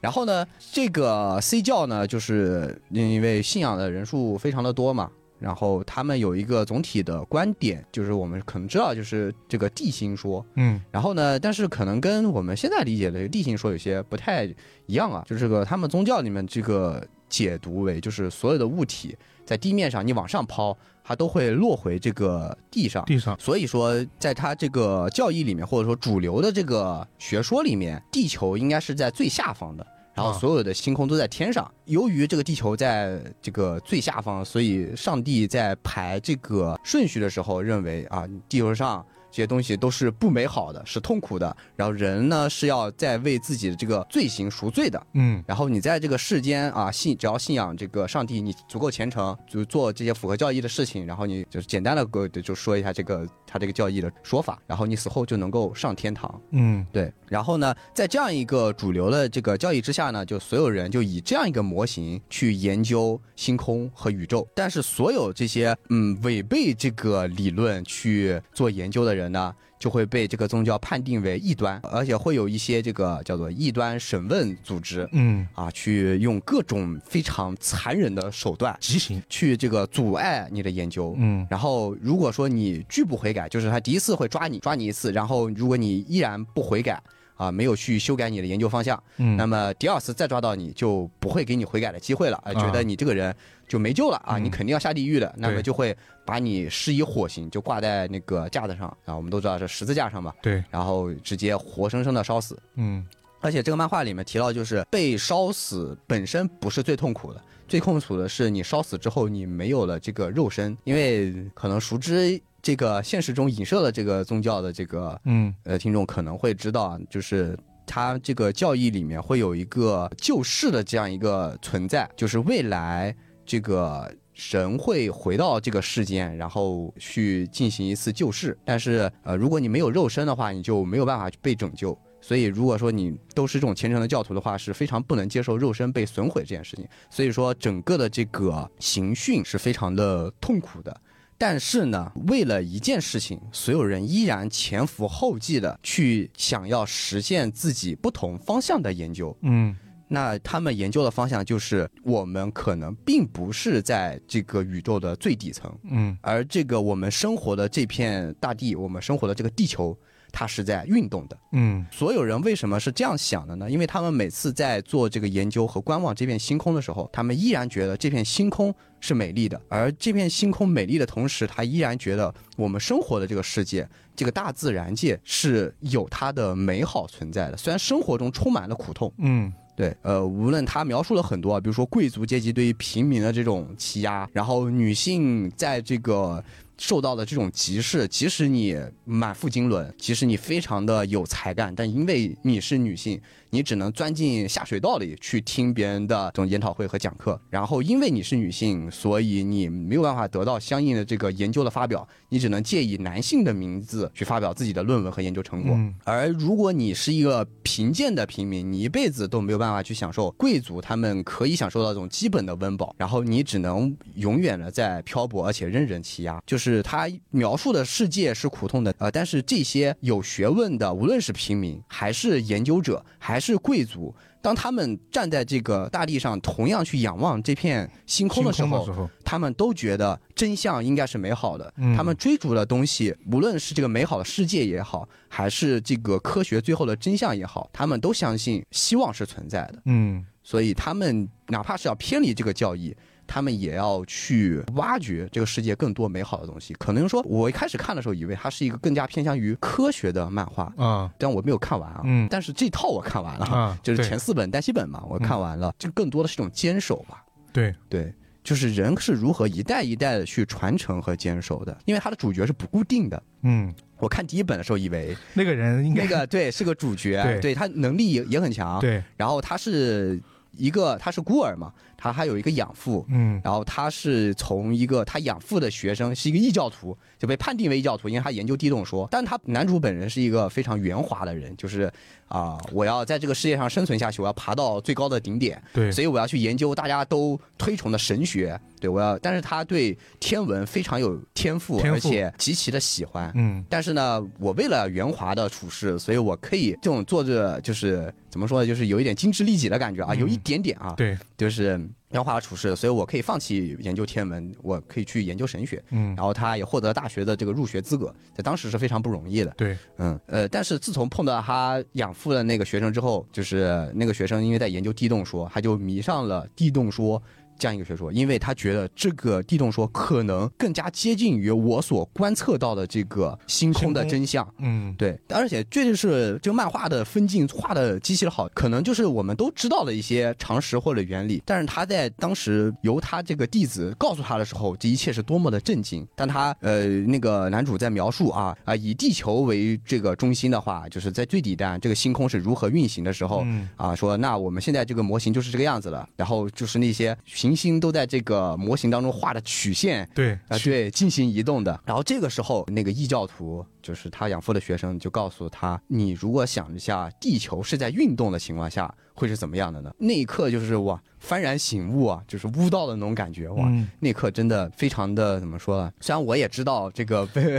S3: 然后呢，这个 C 教呢，就是因为信仰的人数非常的多嘛，然后他们有一个总体的观点，就是我们可能知道，就是这个地心说。
S2: 嗯
S3: 然后呢，但是可能跟我们现在理解的地心说有些不太一样啊，就是这个他们宗教里面这个解读为，就是所有的物体在地面上你往上抛，它都会落回这个地上。
S2: 地上
S3: 所以说，在他这个教义里面，或者说主流的这个学说里面，地球应该是在最下方的，然后
S2: 啊
S3: 所有的星空都在天上。由于这个地球在这个最下方，所以上帝在排这个顺序的时候，认为啊，地球上。这些东西都是不美好的，是痛苦的。然后人呢是要在为自己的这个罪行赎罪的，
S2: 嗯
S3: 然后你在这个世间啊信，只要信仰这个上帝，你足够虔诚，就做这些符合教义的事情，然后你就是简单的给我就说一下这个他这个教义的说法，然后你死后就能够上天堂。
S2: 嗯
S3: 对，然后呢，在这样一个主流的这个教义之下呢，就所有人就以这样一个模型去研究星空和宇宙。但是所有这些嗯违背这个理论去做研究的人呢，就会被这个宗教判定为异端，而且会有一些这个叫做异端审问组织。
S2: 嗯，
S3: 啊，去用各种非常残忍的手段
S2: 极刑，
S3: 去这个阻碍你的研究。
S2: 嗯
S3: 然后，如果说你拒不悔改，就是他第一次会抓你，抓你一次，然后如果你依然不悔改，啊，没有去修改你的研究方向，
S2: 嗯，
S3: 那么第二次再抓到你就不会给你悔改的机会了，啊、
S2: 啊
S3: 觉得你这个人就没救了啊，
S2: 嗯
S3: 你肯定要下地狱的，那么
S2: 对
S3: 就会把你施以火刑，就挂在那个架子上啊，我们都知道是十字架上嘛，
S2: 对，
S3: 然后直接活生生的烧死。
S2: 嗯
S3: 而且这个漫画里面提到，就是被烧死本身不是最痛苦的，最痛苦的是你烧死之后你没有了这个肉身，因为可能熟知这个现实中影射了这个宗教的这个
S2: 嗯
S3: 呃听众可能会知道，啊就是。它这个教义里面会有一个救世的这样一个存在，就是未来这个神会回到这个世间，然后去进行一次救世。但是，呃，如果你没有肉身的话，你就没有办法被拯救。所以，如果说你都是这种虔诚的教徒的话，是非常不能接受肉身被损毁这件事情。所以说，整个的这个刑讯是非常的痛苦的。但是呢，为了一件事情，所有人依然前赴后继的去想要实现自己不同方向的研究。
S2: 嗯
S3: 那他们研究的方向就是，我们可能并不是在这个宇宙的最底层，
S2: 嗯
S3: 而这个我们生活的这片大地，我们生活的这个地球，它是在运动的。
S2: 嗯
S3: 所有人为什么是这样想的呢？因为他们每次在做这个研究和观望这片星空的时候，他们依然觉得这片星空是美丽的，而这片星空美丽的同时，他依然觉得我们生活的这个世界，这个大自然界是有它的美好存在的。虽然生活中充满了苦痛，
S2: 嗯
S3: 对，呃，无论他描述了很多啊，比如说贵族阶级对于平民的这种欺压，然后女性在这个受到的这种歧视，即使你满腹经纶，即使你非常的有才干，但因为你是女性，你只能钻进下水道里去听别人的这种研讨会和讲课，然后因为你是女性，所以你没有办法得到相应的这个研究的发表，你只能借以男性的名字去发表自己的论文和研究成果。
S2: 嗯
S3: 而如果你是一个贫贱的平民，你一辈子都没有办法去享受贵族他们可以享受到这种基本的温饱，然后你只能永远的在漂泊，而且任人欺压。啊就是他描述的世界是苦痛的，呃，但是这些有学问的，无论是平民，还是研究者，还是贵族，当他们站在这个大地上，同样去仰望这片星空的时
S2: 星
S3: 候，
S2: 时候，
S3: 他们都觉得真相应该是美好的，
S2: 嗯
S3: 他们追逐的东西，无论是这个美好的世界也好，还是这个科学最后的真相也好，他们都相信希望是存在的，
S2: 嗯
S3: 所以他们哪怕是要偏离这个教义，他们也要去挖掘这个世界更多美好的东西。可能说，我一开始看的时候以为它是一个更加偏向于科学的漫画，
S2: 啊
S3: 但我没有看完啊。
S2: 嗯
S3: 但是这套我看完了，
S2: 啊
S3: 就是
S2: 对嗯
S3: 前四本单行本嘛，我看完了，就更多的是一种坚守吧。
S2: 对，
S3: 对，就是人是如何一代一代的去传承和坚守的，因为它的主角是不固定的。
S2: 嗯，
S3: 我看第一本的时候以为
S2: 那个人应该
S3: 那个对是个主角，
S2: 对
S3: 他能力也也很强，
S2: 对，
S3: 然后他是一个他是孤儿嘛，他还有一个养父。
S2: 嗯
S3: 然后他是从一个他养父的学生是一个异教徒，就被判定为异教徒，因为他研究地动说。但他男主本人是一个非常圆滑的人，就是啊、我要在这个世界上生存下去，我要爬到最高的顶点，
S2: 对，
S3: 所以我要去研究大家都推崇的神学。对我要，但是他对天文非常有天赋，
S2: 天赋
S3: 而且极其的喜欢。
S2: 嗯
S3: 但是呢，我为了圆滑的处事，所以我可以这种做着就是怎么说呢，就是有一点精致利己的感觉啊，
S2: 嗯
S3: 有一点点啊，
S2: 对，
S3: 就是圆滑的处事，所以我可以放弃研究天文，我可以去研究神学。
S2: 嗯
S3: 然后他也获得大学的这个入学资格，在当时是非常不容易的。
S2: 对，
S3: 嗯，呃，但是自从碰到他养父的那个学生之后，就是那个学生因为在研究地动说，他就迷上了地动说这样一个学说，因为他觉得这个地动说可能更加接近于我所观测到的这个星空的
S2: 星空
S3: 真相。
S2: 嗯
S3: 对，而且这就是这个漫画的分镜画的极其的好，可能就是我们都知道的一些常识或者原理，但是他在当时由他这个弟子告诉他的时候，这一切是多么的震惊。但他呃，那个男主在描述啊 啊，以地球为这个中心的话，就是在最底端这个星空是如何运行的时候，
S2: 嗯
S3: 啊，说那我们现在这个模型就是这个样子了，然后就是那些行星都在这个模型当中画的曲线，
S2: 对
S3: 啊，对，进行移动的。然后这个时候，那个异教徒就是他养父的学生就告诉他，你如果想一下，地球是在运动的情况下会是怎么样的呢？那一刻就是哇，幡然醒悟啊，就是悟道的那种感觉哇。
S2: 嗯
S3: 那一刻真的非常的怎么说呢？虽然我也知道这 个 被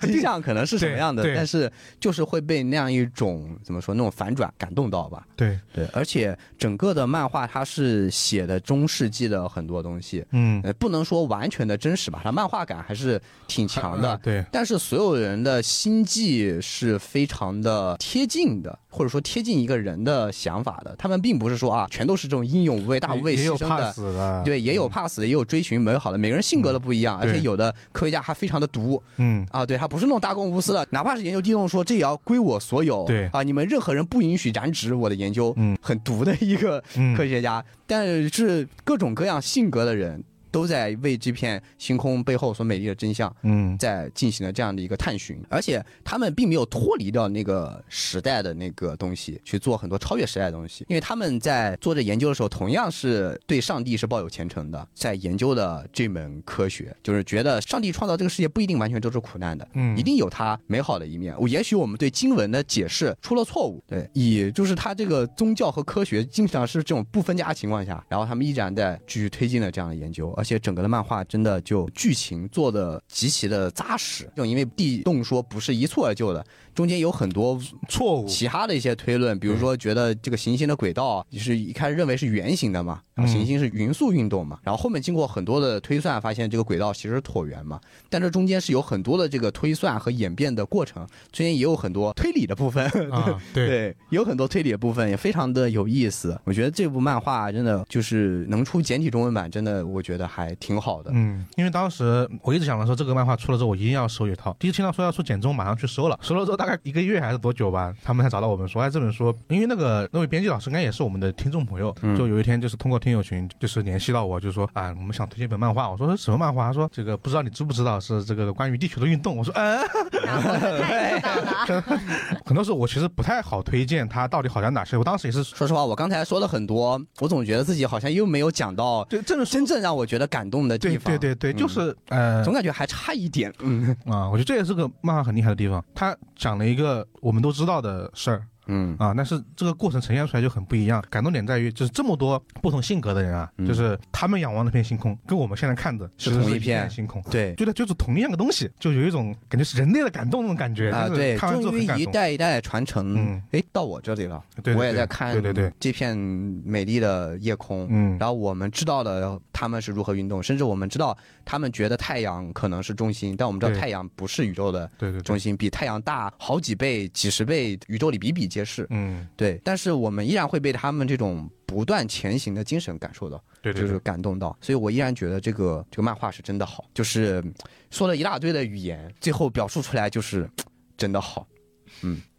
S3: 真相可能是什么样的
S2: 对，对
S3: 但是就是会被那样一种怎么说那种反转感动到吧。
S2: 对，
S3: 对，而且整个的漫画它是写的中世纪的很多东西，
S2: 嗯
S3: 呃，不能说完全的真实吧，它漫画感还是挺强的。
S2: 啊对，
S3: 但是所有人的心计是非常的贴近的，或者说贴近一个人的想法的。他们并不是说啊，全都是这种英勇无畏、大无畏
S2: 也也
S3: 牺
S2: 有
S3: 牲
S2: 怕
S3: 的。
S2: 死的，
S3: 对，也有怕死的，也有追寻美好的，每个人性格都不一样，而且
S2: 对
S3: 有的科学家还非常的毒，
S2: 嗯，
S3: 啊，对，他不是那种大公无私的，哪怕是研究地动说，这也要归我所有。
S2: 对
S3: 啊，你们任何人不允许染指我的研究，
S2: 嗯，
S3: 很毒的一个
S2: 嗯
S3: 科学家，但是各种各样性格的人都在为这片星空背后所美丽的真相。
S2: 嗯，
S3: 在进行了这样的一个探寻，而且他们并没有脱离掉那个时代的那个东西去做很多超越时代的东西，因为他们在做着研究的时候，同样是对上帝是抱有虔诚的，在研究的这门科学，就是觉得上帝创造这个世界不一定完全都是苦难的，
S2: 嗯
S3: 一定有它美好的一面。我也许我们对经文的解释出了错误，对，以就是他这个宗教和科学经常是这种不分家的情况下，然后他们依然在继续推进了这样的研究，而且整个的漫画真的就剧情做的极其的扎实，就因为地动说不是一蹴而就的，中间有很多
S2: 错误，
S3: 其他的一些推论，比如说觉得这个行星的轨道是一开始认为是圆形的嘛，然后行星是匀速运动嘛，然后后面经过很多的推算，发现这个轨道其实是椭圆嘛，但这中间是有很多的这个推算和演变的过程，中间也有很多推理的部分，
S2: 啊，对，
S3: 对， 有很多推理的部分，也非常的有意思。我觉得这部漫画真的就是能出简体中文版，真的我觉得还挺好的。
S2: 嗯，因为当时我一直想着说这个漫画出了之后我一定要收一套，第一次听到说要出简中，马上去收了，收了之后大概一个月还是多久吧，他们才找到我们说，哎，这本书，因为那个那位编辑老师应该也是我们的听众朋友，就有一天就是通过听友群就是联系到我，就说啊，我们想推荐一本漫画，我说是什么漫画？他说这个不知道你知不知道是这个关于地球的运动，我说嗯。
S4: 然后我就太知道了 啊，
S2: 很多时候我其实不太好推荐它到底好在哪些。我当时也是，
S3: 说实话，我刚才说了很多，我总觉得自己好像又没有讲到
S2: 对，真的是，
S3: 真正让我觉得感动的地
S2: 对
S3: 方。
S2: 对对对，
S3: 嗯
S2: 就是呃
S3: 总感觉还差一点。嗯
S2: 啊，我觉得这也是个漫画很厉害的地方，它讲了一个我们都知道的事儿
S3: 嗯
S2: 啊，但是这个过程呈现出来就很不一样。感动点在于，就是这么多不同性格的人啊，
S3: 嗯
S2: 就是他们仰望那片星空，跟我们现在看的其实
S3: 是同
S2: 是
S3: 一片
S2: 星空。
S3: 对
S2: 对的，就是同样的东西，就有一种感觉是人类的感动那种感觉
S3: 啊，
S2: 就是
S3: 对，
S2: 看完之后
S3: 终于
S2: 很感
S3: 一
S2: 动。
S3: 代一代传承
S2: 嗯，
S3: 哎，到我这里了。
S2: 对对
S3: 我也
S2: 对
S3: 在看
S2: 对对对，
S3: 这片美丽的夜空。
S2: 嗯
S3: 然后我们知道的他们是如何运动，甚至我们知道他们觉得太阳可能是中心，但我们知道
S2: 对
S3: 太阳不是宇宙的
S2: 对对
S3: 中
S2: 对，
S3: 心，比太阳大好几倍、几十倍，宇宙里比比皆是。
S2: 嗯，
S3: 对，但是我们依然会被他们这种不断前行的精神感受到。
S2: 对对
S3: 就是
S2: 对，
S3: 感动到，所以我依然觉得这个这个漫画是真的好，就是嗯说了一大堆的语言，最后表述出来就是嗯真的好。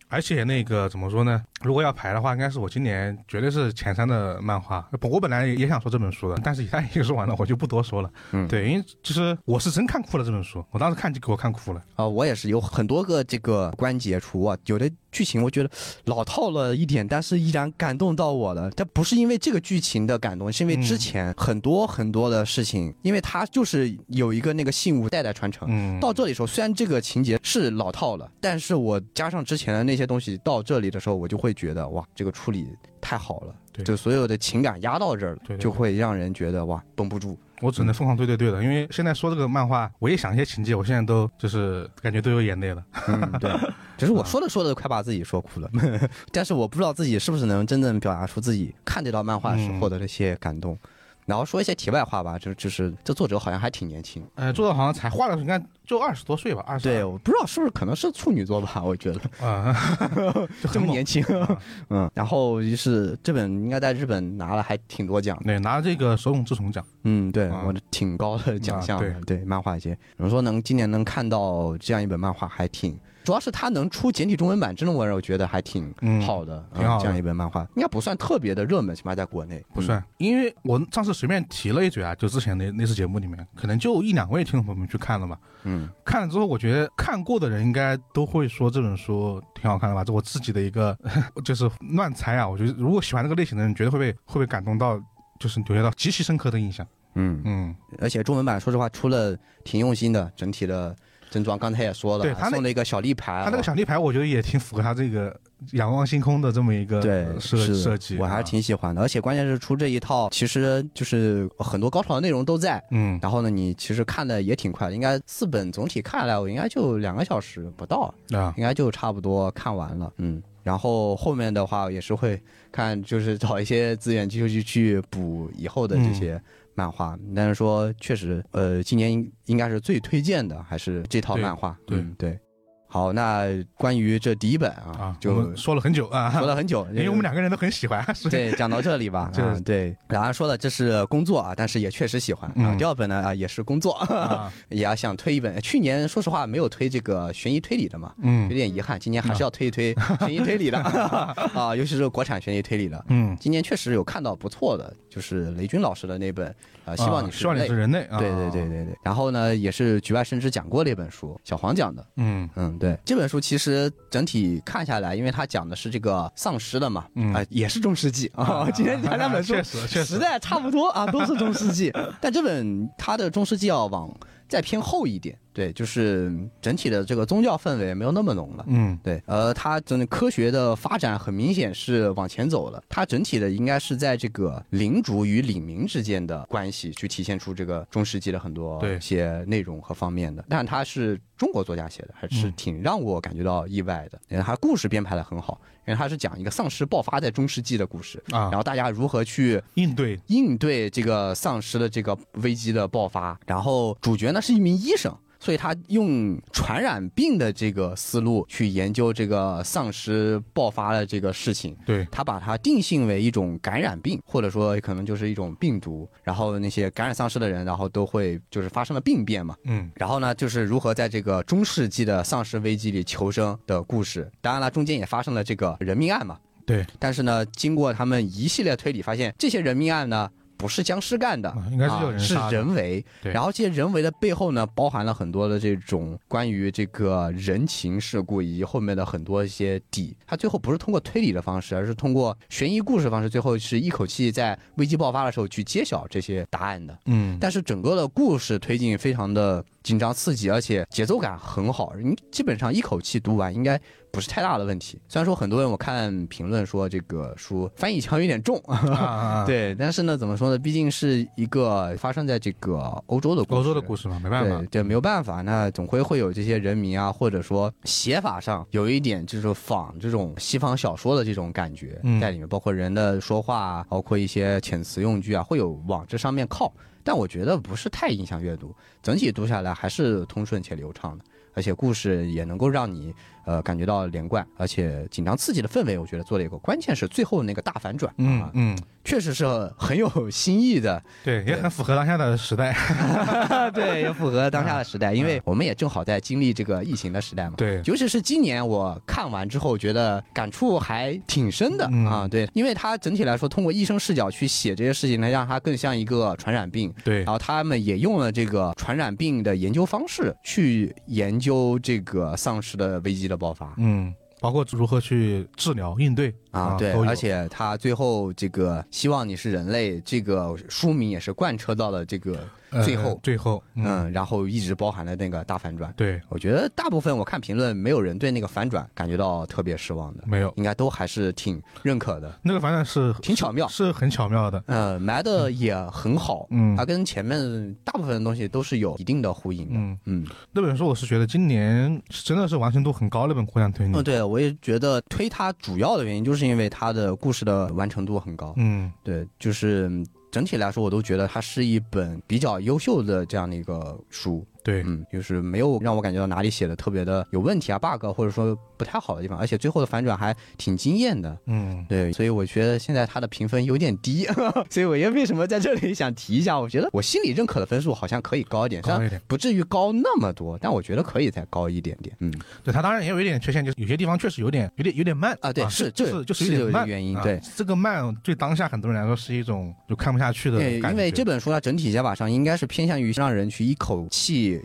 S2: 而且那个怎么说呢？如果要排的话，应该是我今年绝对是前三的漫画。本我本来也 想说这本书的，但是一旦已经说完了，我就不多说了。
S3: 嗯
S2: 对，因为其实我是真看哭了这本书，我当时看就给我看哭了。
S3: 啊、我也是有很多个这个关节处啊，有的剧情我觉得老套了一点，但是依然感动到我了。但不是因为这个剧情的感动，是因为之
S2: 嗯
S3: 前很多很多的事情，因为它就是有一个那个信物代代传承。
S2: 嗯，
S3: 到这里的时候，虽然这个情节是老套了，但是我加上之前的那些东西，到这里的时候，我就会觉得哇，这个处理太好了，
S2: 对
S3: 就所有的情感压到这儿了，
S2: 对对对
S3: 就会让人觉得哇，绷不住。
S2: 我只能疯狂对对对的，因为现在说这个漫画，我一想一些情节，我现在都就是感觉都有眼泪了。
S3: 嗯， 对。只是我说着说着快把自己说哭了， 但是我不知道自己是不是能真正表达出自己看这道漫画时候的那些感动。然后说一些题外话吧，就就是这作者好像还挺年轻，
S2: 呃，作者好像才画了，你看就二十多岁吧，二十
S3: 对，我不知道是不是可能是处女座吧，我觉得
S2: 啊， 就
S3: 这
S2: 很
S3: 么
S2: 猛
S3: 年。轻，
S2: 啊
S3: 嗯，然后就是这本应该在日本拿了还挺多奖的。
S2: 对，拿了这个手冢治虫奖，
S3: 嗯，对，
S2: 啊
S3: 我的挺高的奖项的、
S2: 啊
S3: 对漫画节，我说能今年能看到这样一本漫画，还挺，主要是它能出简体中文版，这种文我觉得还挺
S2: 嗯
S3: 好的，
S2: 挺好的
S3: 这样一本漫画应该不算特别的热门，起码在国内
S2: 不算，因为我上次随便提了一嘴啊，就之前那那次节目里面，可能就一两位听众朋友们去看了嘛。
S3: 嗯，
S2: 看了之后，我觉得看过的人应该都会说这本书挺好看的吧，这我自己的一个 就是乱猜啊。我觉得如果喜欢这个类型的人，绝对会被会被感动到，就是留下到极其深刻的印象。
S3: 嗯嗯，
S2: 嗯，
S3: 而且中文版说实话出了挺用心的，整体的真装刚才也说了，
S2: 对
S3: 还
S2: 他那
S3: 送了一个小立牌，啊
S2: 他那个小立牌，我觉得也挺符合他这个仰望星空的这么一个
S3: 对
S2: 呃设
S3: 是的
S2: 设计啊。
S3: 我还是挺喜欢的，而且关键是出这一套，其实就是很多高潮的内容都在，
S2: 嗯，
S3: 然后呢，你其实看的也挺快的，应该四本总体看下来，我应该就两个小时不到，
S2: 啊，
S3: 应该就差不多看完了，嗯。然后后面的话也是会看，就是找一些资源继续去补以后
S2: 嗯
S3: 的这些漫画。但是说确实，呃，今年应应该是最推荐的还是这套
S2: 对
S3: 漫画。
S2: 对
S3: 嗯对。好，那关于这第一本
S2: 啊
S3: 啊，，
S2: 我
S3: 就
S2: 们说了很久啊，
S3: 说了很久，
S2: 因为我们两个人都很喜欢，所以
S3: 对，讲到这里 吧，
S2: 这
S3: 啊，对，然后说了这是工作啊，但是也确实喜欢。啊
S2: 嗯，
S3: 第二本呢啊也是工作，
S2: 啊，
S3: 也要想推一本。去年说实话没有推这个悬疑推理的嘛，
S2: 嗯
S3: 有点遗憾，今年还是要推一推 悬疑推理的啊，尤其是国产悬疑推理的。
S2: 嗯，
S3: 今年确实有看到不错的，就是雷军老师的那本啊，希望你
S2: 啊
S3: 是
S2: 希望你
S3: 人
S2: 是
S3: 类。
S2: 人类啊，
S3: 对对对，对对，然后呢，也是局外生枝讲过那本书，小黄讲的，
S2: 嗯
S3: 嗯，对，这本书其实整体看下来，因为它讲的是这个丧尸的嘛，
S2: 嗯
S3: 啊、也是中世纪 啊。今天讲两本书
S2: 确实确实
S3: 实在差不多啊，都是中世 纪，但这本它的中世纪要往再偏后一点，对，就是整体的这个宗教氛围没有那么浓了。
S2: 嗯
S3: 对，呃，它整个科学的发展很明显是往前走了，它整体的应该是在这个领主与领民之间的关系，去体现出这个中世纪的很多
S2: 对
S3: 一些内容和方面的。但它是中国作家写的，还是
S2: 嗯
S3: 挺让我感觉到意外的。因为它故事编排的很好，因为它是讲一个丧尸爆发在中世纪的故事，
S2: 啊
S3: 然，后大家如何去
S2: 应对
S3: 应对这个丧尸的这个危机的爆发。然后主角呢是一名医生，所以他用传染病的这个思路去研究这个丧尸爆发的这个事情。
S2: 对，
S3: 他把它定性为一种感染病，或者说可能就是一种病毒。然后那些感染丧尸的人，然后都会就是发生了病变嘛。
S2: 嗯
S3: 然后呢，就是如何在这个中世纪的丧尸危机里求生的故事。当然了，中间也发生了这个人命案嘛。
S2: 对。
S3: 但是呢，经过他们一系列推理，发现这些人命案呢不是僵尸干的，
S2: 啊应该是有人
S3: 啊、是
S2: 杀的
S3: 人为。
S2: 对
S3: 然后这些人为的背后呢，包含了很多的这种关于这个人情世故以及后面的很多一些底。它最后不是通过推理的方式，而是通过悬疑故事方式，最后是一口气在危机爆发的时候去揭晓这些答案的。
S2: 嗯，
S3: 但是整个的故事推进非常的紧张刺激，而且节奏感很好，你基本上一口气读完应该不是太大的问题。虽然说很多人我看评论说这个书翻译腔有点重，
S2: 啊啊，啊，
S3: 对，但是呢，怎么说呢，毕竟是一个发生在这个欧洲的故事
S2: 欧洲的故事嘛，啊没办法嗯
S3: 对，，对，没有办法，那总会会有这些人名啊，或者说写法上有一点就是仿这种西方小说的这种感觉
S2: 嗯
S3: 在里面，包括人的说话啊，包括一些遣词用句啊，会有往这上面靠。但我觉得不是太影响阅读，整体读下来还是通顺且流畅的，而且故事也能够让你呃感觉到连贯，而且紧张刺激的氛围，我觉得做了一个，关键是最后那个大反转，
S2: 嗯
S3: 啊，
S2: 嗯，
S3: 确实是很有 新意的，
S2: 对，也很符合当下的时代。 啊
S3: 对，也符合当下的时 代，因为我们也正好在经历这个疫情的时代嘛。
S2: 对
S3: 尤其是今年我看完之后，觉得感触还挺深的、
S2: 嗯
S3: 啊。对，因为它整体来说，通过医生视角去写这些事情呢，让它更像一个传染病。
S2: 对
S3: 然，后他们也用了这个传染病的研究方式去研究这个丧尸的危机的爆发。
S2: 嗯，包括如何去治疗应对
S3: 啊，对，
S2: 都有
S3: 而且他最后这个“希望你是人类”这个书名也是贯彻到了这个
S2: 呃
S3: 最后，
S2: 最后，嗯，
S3: 嗯，然后一直包含了那个大反转。
S2: 对，
S3: 我觉得大部分我看评论，没有人对那个反转感觉到特别失望的，
S2: 没有
S3: 应该都还是挺认可的，
S2: 那个反正是
S3: 挺巧妙。
S2: 是很巧妙的。
S3: 呃，埋的也很好，
S2: 嗯
S3: 它跟前面大部分的东西都是有一定的呼应的，
S2: 嗯，
S3: 嗯，
S2: 那本书我是觉得今年是真的是完成度很高的一本《互相推理
S3: 嗯，》。对，我也觉得推它主要的原因就是因为它的故事的完成度很高，
S2: 嗯，
S3: 对，就是嗯整体来说，我都觉得它是一本比较优秀的这样的一个书，
S2: 对，
S3: 嗯，就是没有让我感觉到哪里写的特别的有问题啊、bug，啊或者说不太好的地方，而且最后的反转还挺惊艳的。
S2: 嗯，
S3: 对，所以我觉得现在它的评分有点低， 所以我也为什么在这里想提一下，我觉得我心里认可的分数好像可以高一点，虽
S2: 高
S3: 然
S2: 一点。
S3: 不至于高那么多，但我觉得可以再高一点点。嗯，
S2: 对，它当然也有一点缺陷，就是有些地方确实有点有点有点慢
S3: 啊对是
S2: 是
S3: 这
S2: 是就是
S3: 是有
S2: 点
S3: 一个
S2: 慢
S3: 原因
S2: 啊
S3: 对
S2: 这个慢对当下很多人来说是一种就看不下去的
S3: 对，
S2: 感
S3: 因
S2: 觉。
S3: 为这本书它整体写法上应该是偏向于让人去一口气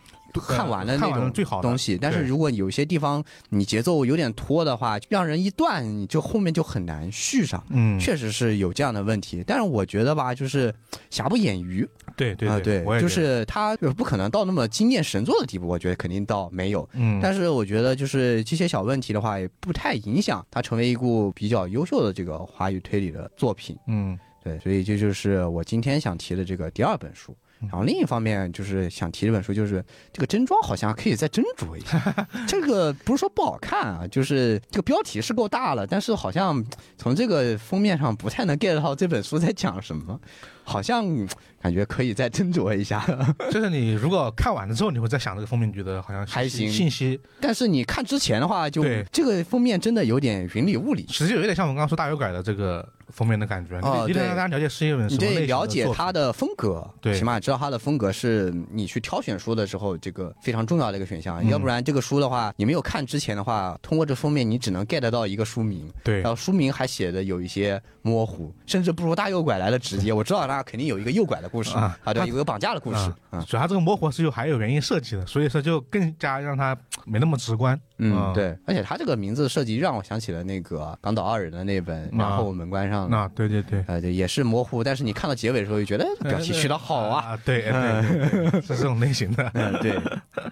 S3: 看完的那
S2: 看完
S3: 种
S2: 最好的
S3: 东西，但是
S2: 对
S3: 如果有些地方你节奏有点拖的话，让人一断你就后面就很难续上。
S2: 嗯，
S3: 确实是有这样的问题，但是我觉得吧，就是瑕不掩瑜
S2: 对对
S3: 啊、
S2: 我也
S3: 就
S2: 觉得
S3: 是他不可能到那么惊艳神作的地步，我觉得肯定倒没有。
S2: 嗯，
S3: 但是我觉得，就是这些小问题的话，也不太影响它成为一部比较优秀的这个华语推理的作品。
S2: 嗯
S3: 对，所以这就是我今天想提的这个第二本书。
S2: 嗯
S3: 然后另一方面就是想提这本书，就是这个真装好像可以再斟酌一下。 这个不是说不好看啊，就是这个标题是够大了，但是好像嗯从这个封面上不太能 get 到这本书在讲什么，好像感觉可以再斟酌一下。
S2: 就是你如果看完了之后，你会再想这个封面，你觉得好像信息
S3: 还行
S2: 信息
S3: 但是你看之前的话就，
S2: 对
S3: 这个封面真的有点云里雾里。
S2: 实际有点像我们刚刚说大有改的这个封面的感觉，
S3: 哦
S2: 你得
S3: 对
S2: 让大家了解是一本什
S3: 你
S2: 么类型
S3: 得了解
S2: 作品
S3: 他的风格，
S2: 对
S3: 起码知道他的风格是你去挑选书的时候这个非常重要的一个选项。
S2: 嗯
S3: 要不然这个书的话，你没有看之前的话，通过这封面你只能 get 到一个书名，
S2: 对
S3: 然后书名还写的有一些模糊，甚至不如大右拐来的直接。我知道他肯定有一个右拐的故事
S2: 啊
S3: 啊，对，
S2: 他
S3: 有一个绑架的故事
S2: 啊，
S3: 啊，
S2: 主要这个模糊是有还有原因设计的，所以说就更加让它没那么直观。
S3: 嗯，
S2: 啊
S3: 对。而且他这个名字设计让我想起了那个港岛二人的那本，然后门关上的。
S2: 啊，对对对，
S3: 呃，对，也是模糊，但是你看到结尾的时候，就觉得哎表题取得好啊，
S2: 啊，对对对 对，是这种类型的。
S3: 嗯，对，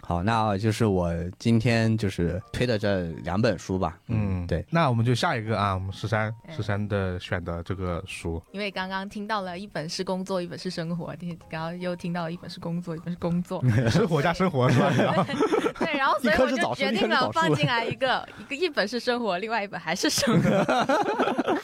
S3: 好，那就是我今天就是推的这呃两本书吧。
S2: 嗯，
S3: 对，。
S2: 那我们就下一个啊，我们十三十三的选的这个书，
S4: 因为刚刚听到了一本是工作，一本是生活，你刚刚又听到了一本是工作，一本是工作，
S2: 生活加生活是吧？啊
S4: 对，然后所以
S3: 一颗
S4: 我
S3: 是
S4: 就
S3: 枣树
S4: 决
S3: 一颗
S4: 定
S3: 是枣
S4: 了
S3: 树
S4: 放进来一个一个一本是生活，另外一本还是生 活。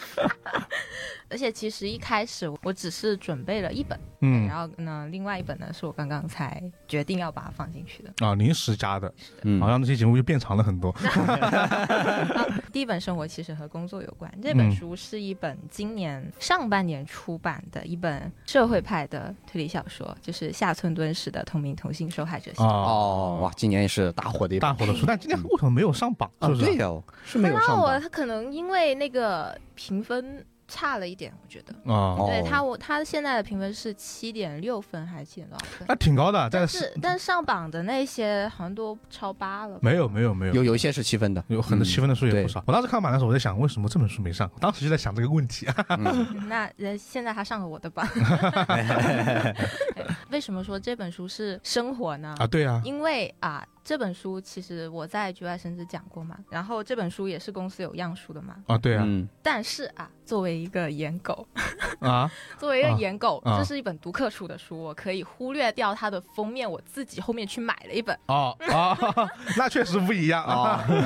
S4: 而且其实一开始我只是准备了一本，
S2: 嗯
S4: 然后呢，另外一本呢是我刚刚才决定要把它放进去的。
S2: 啊，临时加的，
S3: 嗯
S2: 好像这期节目就变长了很多。啊
S4: 第一本生活其实和工作有关，这本
S2: 嗯
S4: 书是一本今年上半年出版的一本社会派的推理小说，就是下村敦史的同名同姓受害者系列。
S2: 啊，
S3: 哦，哇，今年也是大火的一本
S2: 大火的书，但今天为什么没有上榜？
S3: 啊
S2: 是不是？
S3: 对呀、是没有
S4: 然
S3: 上
S4: 后我
S3: 榜。
S4: 他可能因为那个评分差了一点，我觉得。
S2: 啊，
S3: 哦
S4: 对他，我他现在的评分是七点六分还是七点多少分？
S3: 哎
S2: 那挺高的，但
S4: 但
S2: 是
S4: 是但上榜的那些好像都超八了吧。
S2: 没有没有没有
S3: 有有一些是七分的，
S2: 有很多七分的书也
S3: 嗯对
S2: 不少。我当时看版的时候，我在想，为什么这本书没上？我当时就在想这个问题啊。
S3: 嗯
S4: 嗯 那人现在他上了我的榜。为什么说这本书是生活呢？
S2: 啊，对啊，
S4: 因为啊，这本书其实我在局外生子讲过嘛，然后这本书也是公司有样书的嘛。
S2: 啊，对啊，
S3: 嗯，
S4: 但是啊，作为一个颜狗，
S2: 啊，
S4: 作为一个
S2: 啊
S4: 颜狗，
S2: 啊
S4: 这是一本读客出的书，我可以忽略掉它的封面，我自己后面去买了一本。
S2: 哦，啊， 那确实不一样啊，
S3: 啊，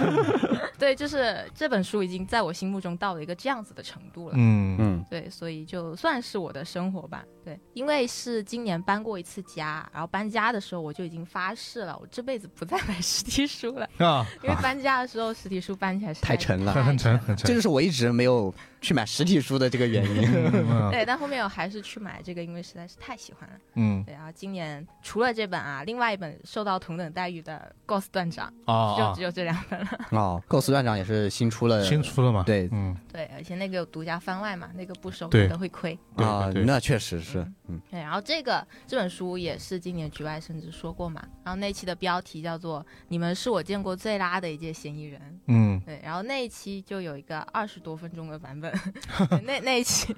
S4: 对，就是这本书已经在我心目中到了一个这样子的程度了。
S2: 嗯
S3: 嗯
S4: 对，所以就算是我的生活吧。对，因为是今年搬过一次家，然后搬家的时候我就已经发誓了，我这辈子不再买实体书了，
S2: 啊，
S4: 因为搬家的时候实体书搬起来是
S3: 太沉了
S2: 很 很沉很
S3: 这
S2: 沉
S3: 就，是我一直没有去买实体书的这个原因。
S2: 嗯
S4: 对，但后面我还是去买这个，因为实在是太喜欢了。
S2: 嗯
S4: 对，然后今年除了这本啊，另外一本受到同等待遇的《Ghost 断掌》就
S2: 啊
S4: 只有这两本了。
S3: 哦，构思段长也是新出
S2: 啊，
S3: 了，
S2: 新出了嘛，
S3: 对
S2: 嗯，
S4: 对，而且那个有独家番外嘛，那个不收
S2: 对
S4: 可能会亏。
S2: 对
S3: 啊
S2: 对，对
S3: 那确实是，嗯
S4: 对，然后这个这本书也是今年局外甚至说过嘛，然后那期的标题叫做“你们是我见过最拉的一届嫌疑人
S2: 嗯”。
S4: 对，然后那一期就有一个二十多分钟的版本，对那那一期，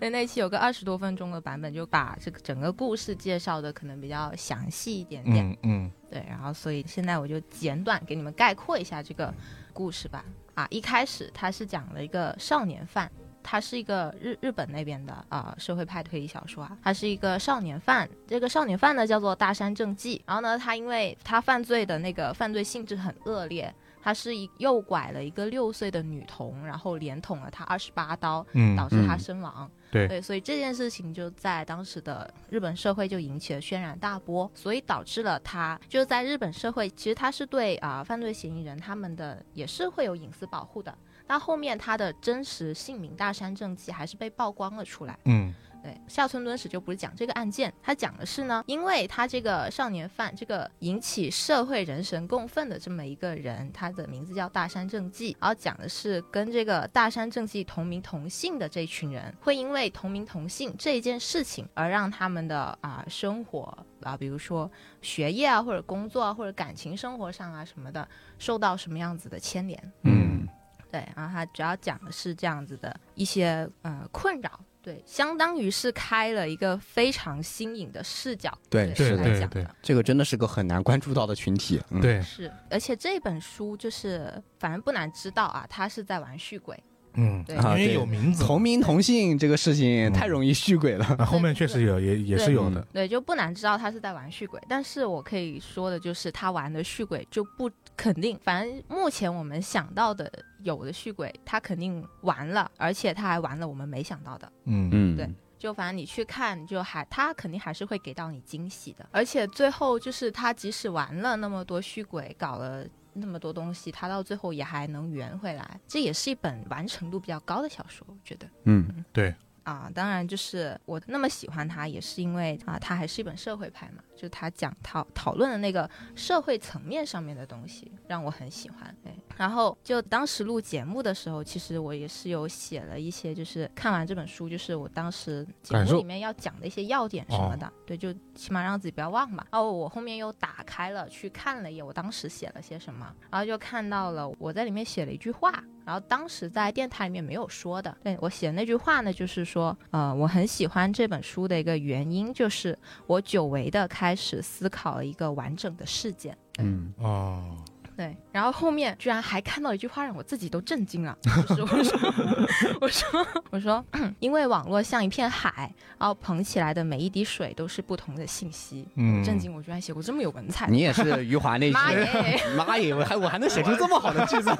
S4: 对那一期有个二十多分钟的版本，就把这个整个故事介绍的可能比较详细一点点。
S2: 嗯嗯
S4: 对，然后所以现在我就简短给你们概括一下这个故事吧。啊，一开始他是讲了一个少年犯，他是一个日日本那边的啊、社会派推理小说啊，他是一个少年犯。这个少年犯呢叫做大山正纪，然后呢他因为他犯罪的那个犯罪性质很恶劣。他是一诱拐了一个六岁的女童，然后连捅了她二十八刀，导
S2: 嗯，
S4: 致他
S3: 嗯
S4: 身亡。
S2: 对
S4: 所以这件事情就在当时的日本社会就引起了轩然大波，所以导致了他就在日本社会，其实他是对啊、犯罪嫌疑人他们的也是会有隐私保护的。那后面他的真实姓名大山正纪还是被曝光了出来。
S2: 嗯
S4: 对，下村敦史就不是讲这个案件，他讲的是呢，因为他这个少年犯，这个引起社会人神共愤的这么一个人，他的名字叫大山正纪，然后讲的是跟这个大山正纪同名同姓的这一群人，会因为同名同姓这一件事情而让他们的啊、生活啊、比如说学业啊，或者工作啊，或者感情生活上啊什么的，受到什么样子的牵连。
S3: 嗯
S4: 对，然后他主要讲的是这样子的一些呃困扰，对，相当于是开了一个非常新颖的视角，
S3: 对是的
S4: 来讲
S2: 对对
S4: 的，
S3: 这个真的是个很难关注到的群体。嗯，
S2: 对，
S4: 是，而且这本书就是反正不难知道啊，他是在玩续鬼，
S2: 嗯，
S4: 对
S2: 因为有名字，
S3: 啊同名同姓这个事情
S2: 嗯
S3: 太容易续鬼了。
S2: 啊后面确实有 也也是有的，
S4: 对，就嗯不难知道他是在玩续鬼，但是我可以说的就是他玩的续鬼就不肯定，反正目前我们想到的有的续鬼，他肯定玩了，而且他还玩了我们没想到的。
S2: 嗯
S3: 嗯，
S4: 对就反正你去看，就还他肯定还是会给到你惊喜的。而且最后就是他即使玩了那么多虚鬼，搞了那么多东西，他到最后也还能圆回来，这也是一本完成度比较高的小说，我觉得。
S3: 嗯
S4: 啊，当然就是我那么喜欢它，也是因为啊，它还是一本社会派嘛，就它讲讨讨论的那个社会层面上面的东西，让我很喜欢。对，然后就当时录节目的时候，其实我也是有写了一些，就是看完这本书，就是我当时节
S2: 感
S4: 目
S2: 受
S4: 里面要讲的一些要点什么的，对，就起码让自己不要忘嘛。哦，我后面又打开了去看了一眼，我当时写了些什么，然后就看到了我在里面写了一句话，然后当时在电台里面没有说的。对我写的那句话呢，就是说，呃，我很喜欢这本书的一个原因，就是我久违的开始思考一个完整的事件。
S3: 嗯，
S2: 哦，
S4: 对，然后后面居然还看到一句话，让我自己都震惊了。就是 我说，我说，我说，因为网络像一片海，然后捧起来的每一滴水都是不同的信息。
S2: 嗯，
S4: 震惊！我居然写过这么有文采的。
S3: 你也是余华 那
S4: 妈
S3: 句，
S4: 耶！
S3: 妈耶，我还我还能写出这么好的句 子？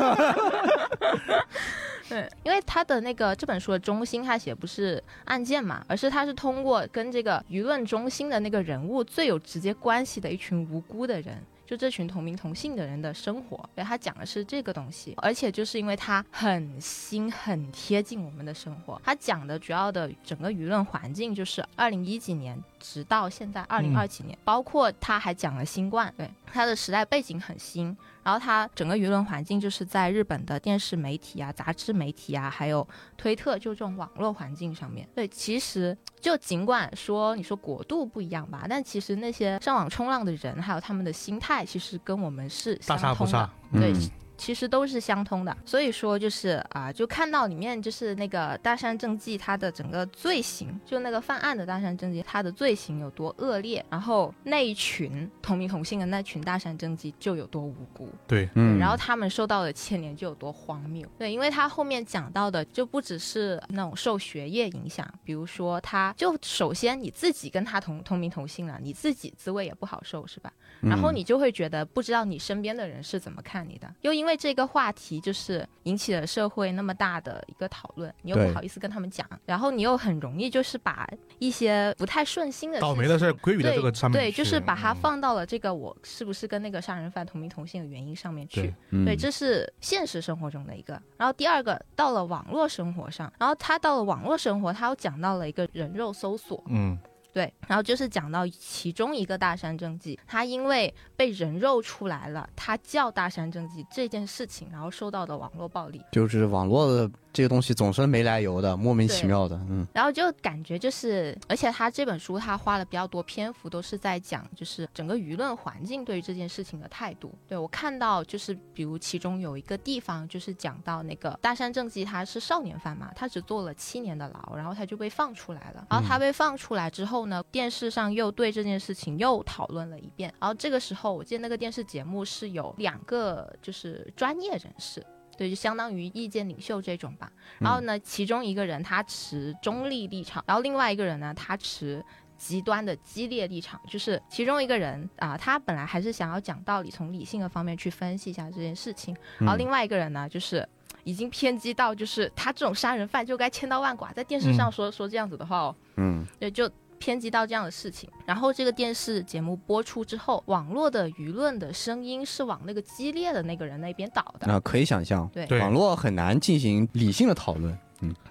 S4: 对，因为他的那个这本书的中心，他写不是案件嘛，而是他是通过跟这个舆论中心的那个人物最有直接关系的一群无辜的人。就这群同名同姓的人的生活，对他讲的是这个东西，而且就是因为他很新、很贴近我们的生活。他讲的主要的整个舆论环境就是二零一几年，直到现在二零二几年，包括他还讲了新冠，对他的时代背景很新，然后它整个舆论环境就是在日本的电视媒体啊、杂志媒体啊，还有推特，就这种网络环境上面。对，其实就尽管说你说国度不一样吧，但其实那些上网冲浪的人，还有他们的心态，其实跟我们是
S2: 大
S4: 相
S2: 差不
S4: 通的
S2: 差。，
S4: 对
S3: 嗯
S4: 其实都是相通的。所以说就是啊、就看到里面就是那个大山正纪他的整个罪行，就那个犯案的大山正纪他的罪行有多恶劣，然后那一群同名同姓的那群大山正纪就有多无辜。
S2: 对，
S3: 嗯
S4: 然后他们受到的牵连就有多荒谬。对，因为他后面讲到的就不只是那种受学业影响，比如说他就首先你自己跟他同同名同姓了，你自己滋味也不好受，是吧？
S3: 嗯
S4: 然后你就会觉得不知道你身边的人是怎么看你的，又因为这个话题就是引起了社会那么大的一个讨论，你又
S3: 对
S4: 不好意思跟他们讲，然后你又很容易就是把一些不太顺心的
S2: 倒
S4: 事
S2: 霉的事儿归于到
S4: 对
S2: 这个上面
S4: 对，
S2: 去
S4: 就是把它
S2: 嗯
S4: 放到了这个我是不是跟那个杀人犯同名同姓的原因上面去
S2: 对。
S3: 嗯
S4: 对，这是现实生活中的一个。然后第二个到了网络生活上，然后他到了网络生活，他又讲到了一个人肉搜索，
S2: 嗯，
S4: 对，然后就是讲到其中一个大山正纪，他因为被人肉出来了，他叫大山正纪这件事情，然后受到的网络暴力，
S3: 就是网络的这个东西总是没来由的，莫名其妙的，嗯
S4: 然后就感觉就是，而且他这本书他花了比较多篇幅，都是在讲就是整个舆论环境对于这件事情的态度。对我看到就是，比如其中有一个地方就是讲到那个大山正纪他是少年犯嘛，他只坐了七年的牢，然后他就被放出来了。然后他被放出来之后呢，电视上又对这件事情又讨论了一遍。然后这个时候，我记得那个电视节目是有两个就是专业人士。对，就相当于意见领袖这种吧，然后呢，其中一个人他持中立立场，然后另外一个人呢，他持极端的激烈立场。就是其中一个人啊、他本来还是想要讲道理，从理性的方面去分析一下这件事情，然后另外一个人呢，就是。已经偏激到，就是他这种杀人犯就该千刀万剐，在电视上说、说这样子的话哦，
S3: 嗯
S4: 对，就偏激到这样的事情。然后这个电视节目播出之后，网络的舆论的声音是往那个激烈的那个人那边倒的。
S3: 啊，可以想象，
S4: 对
S2: 对
S3: 网络很难进行理性的讨论，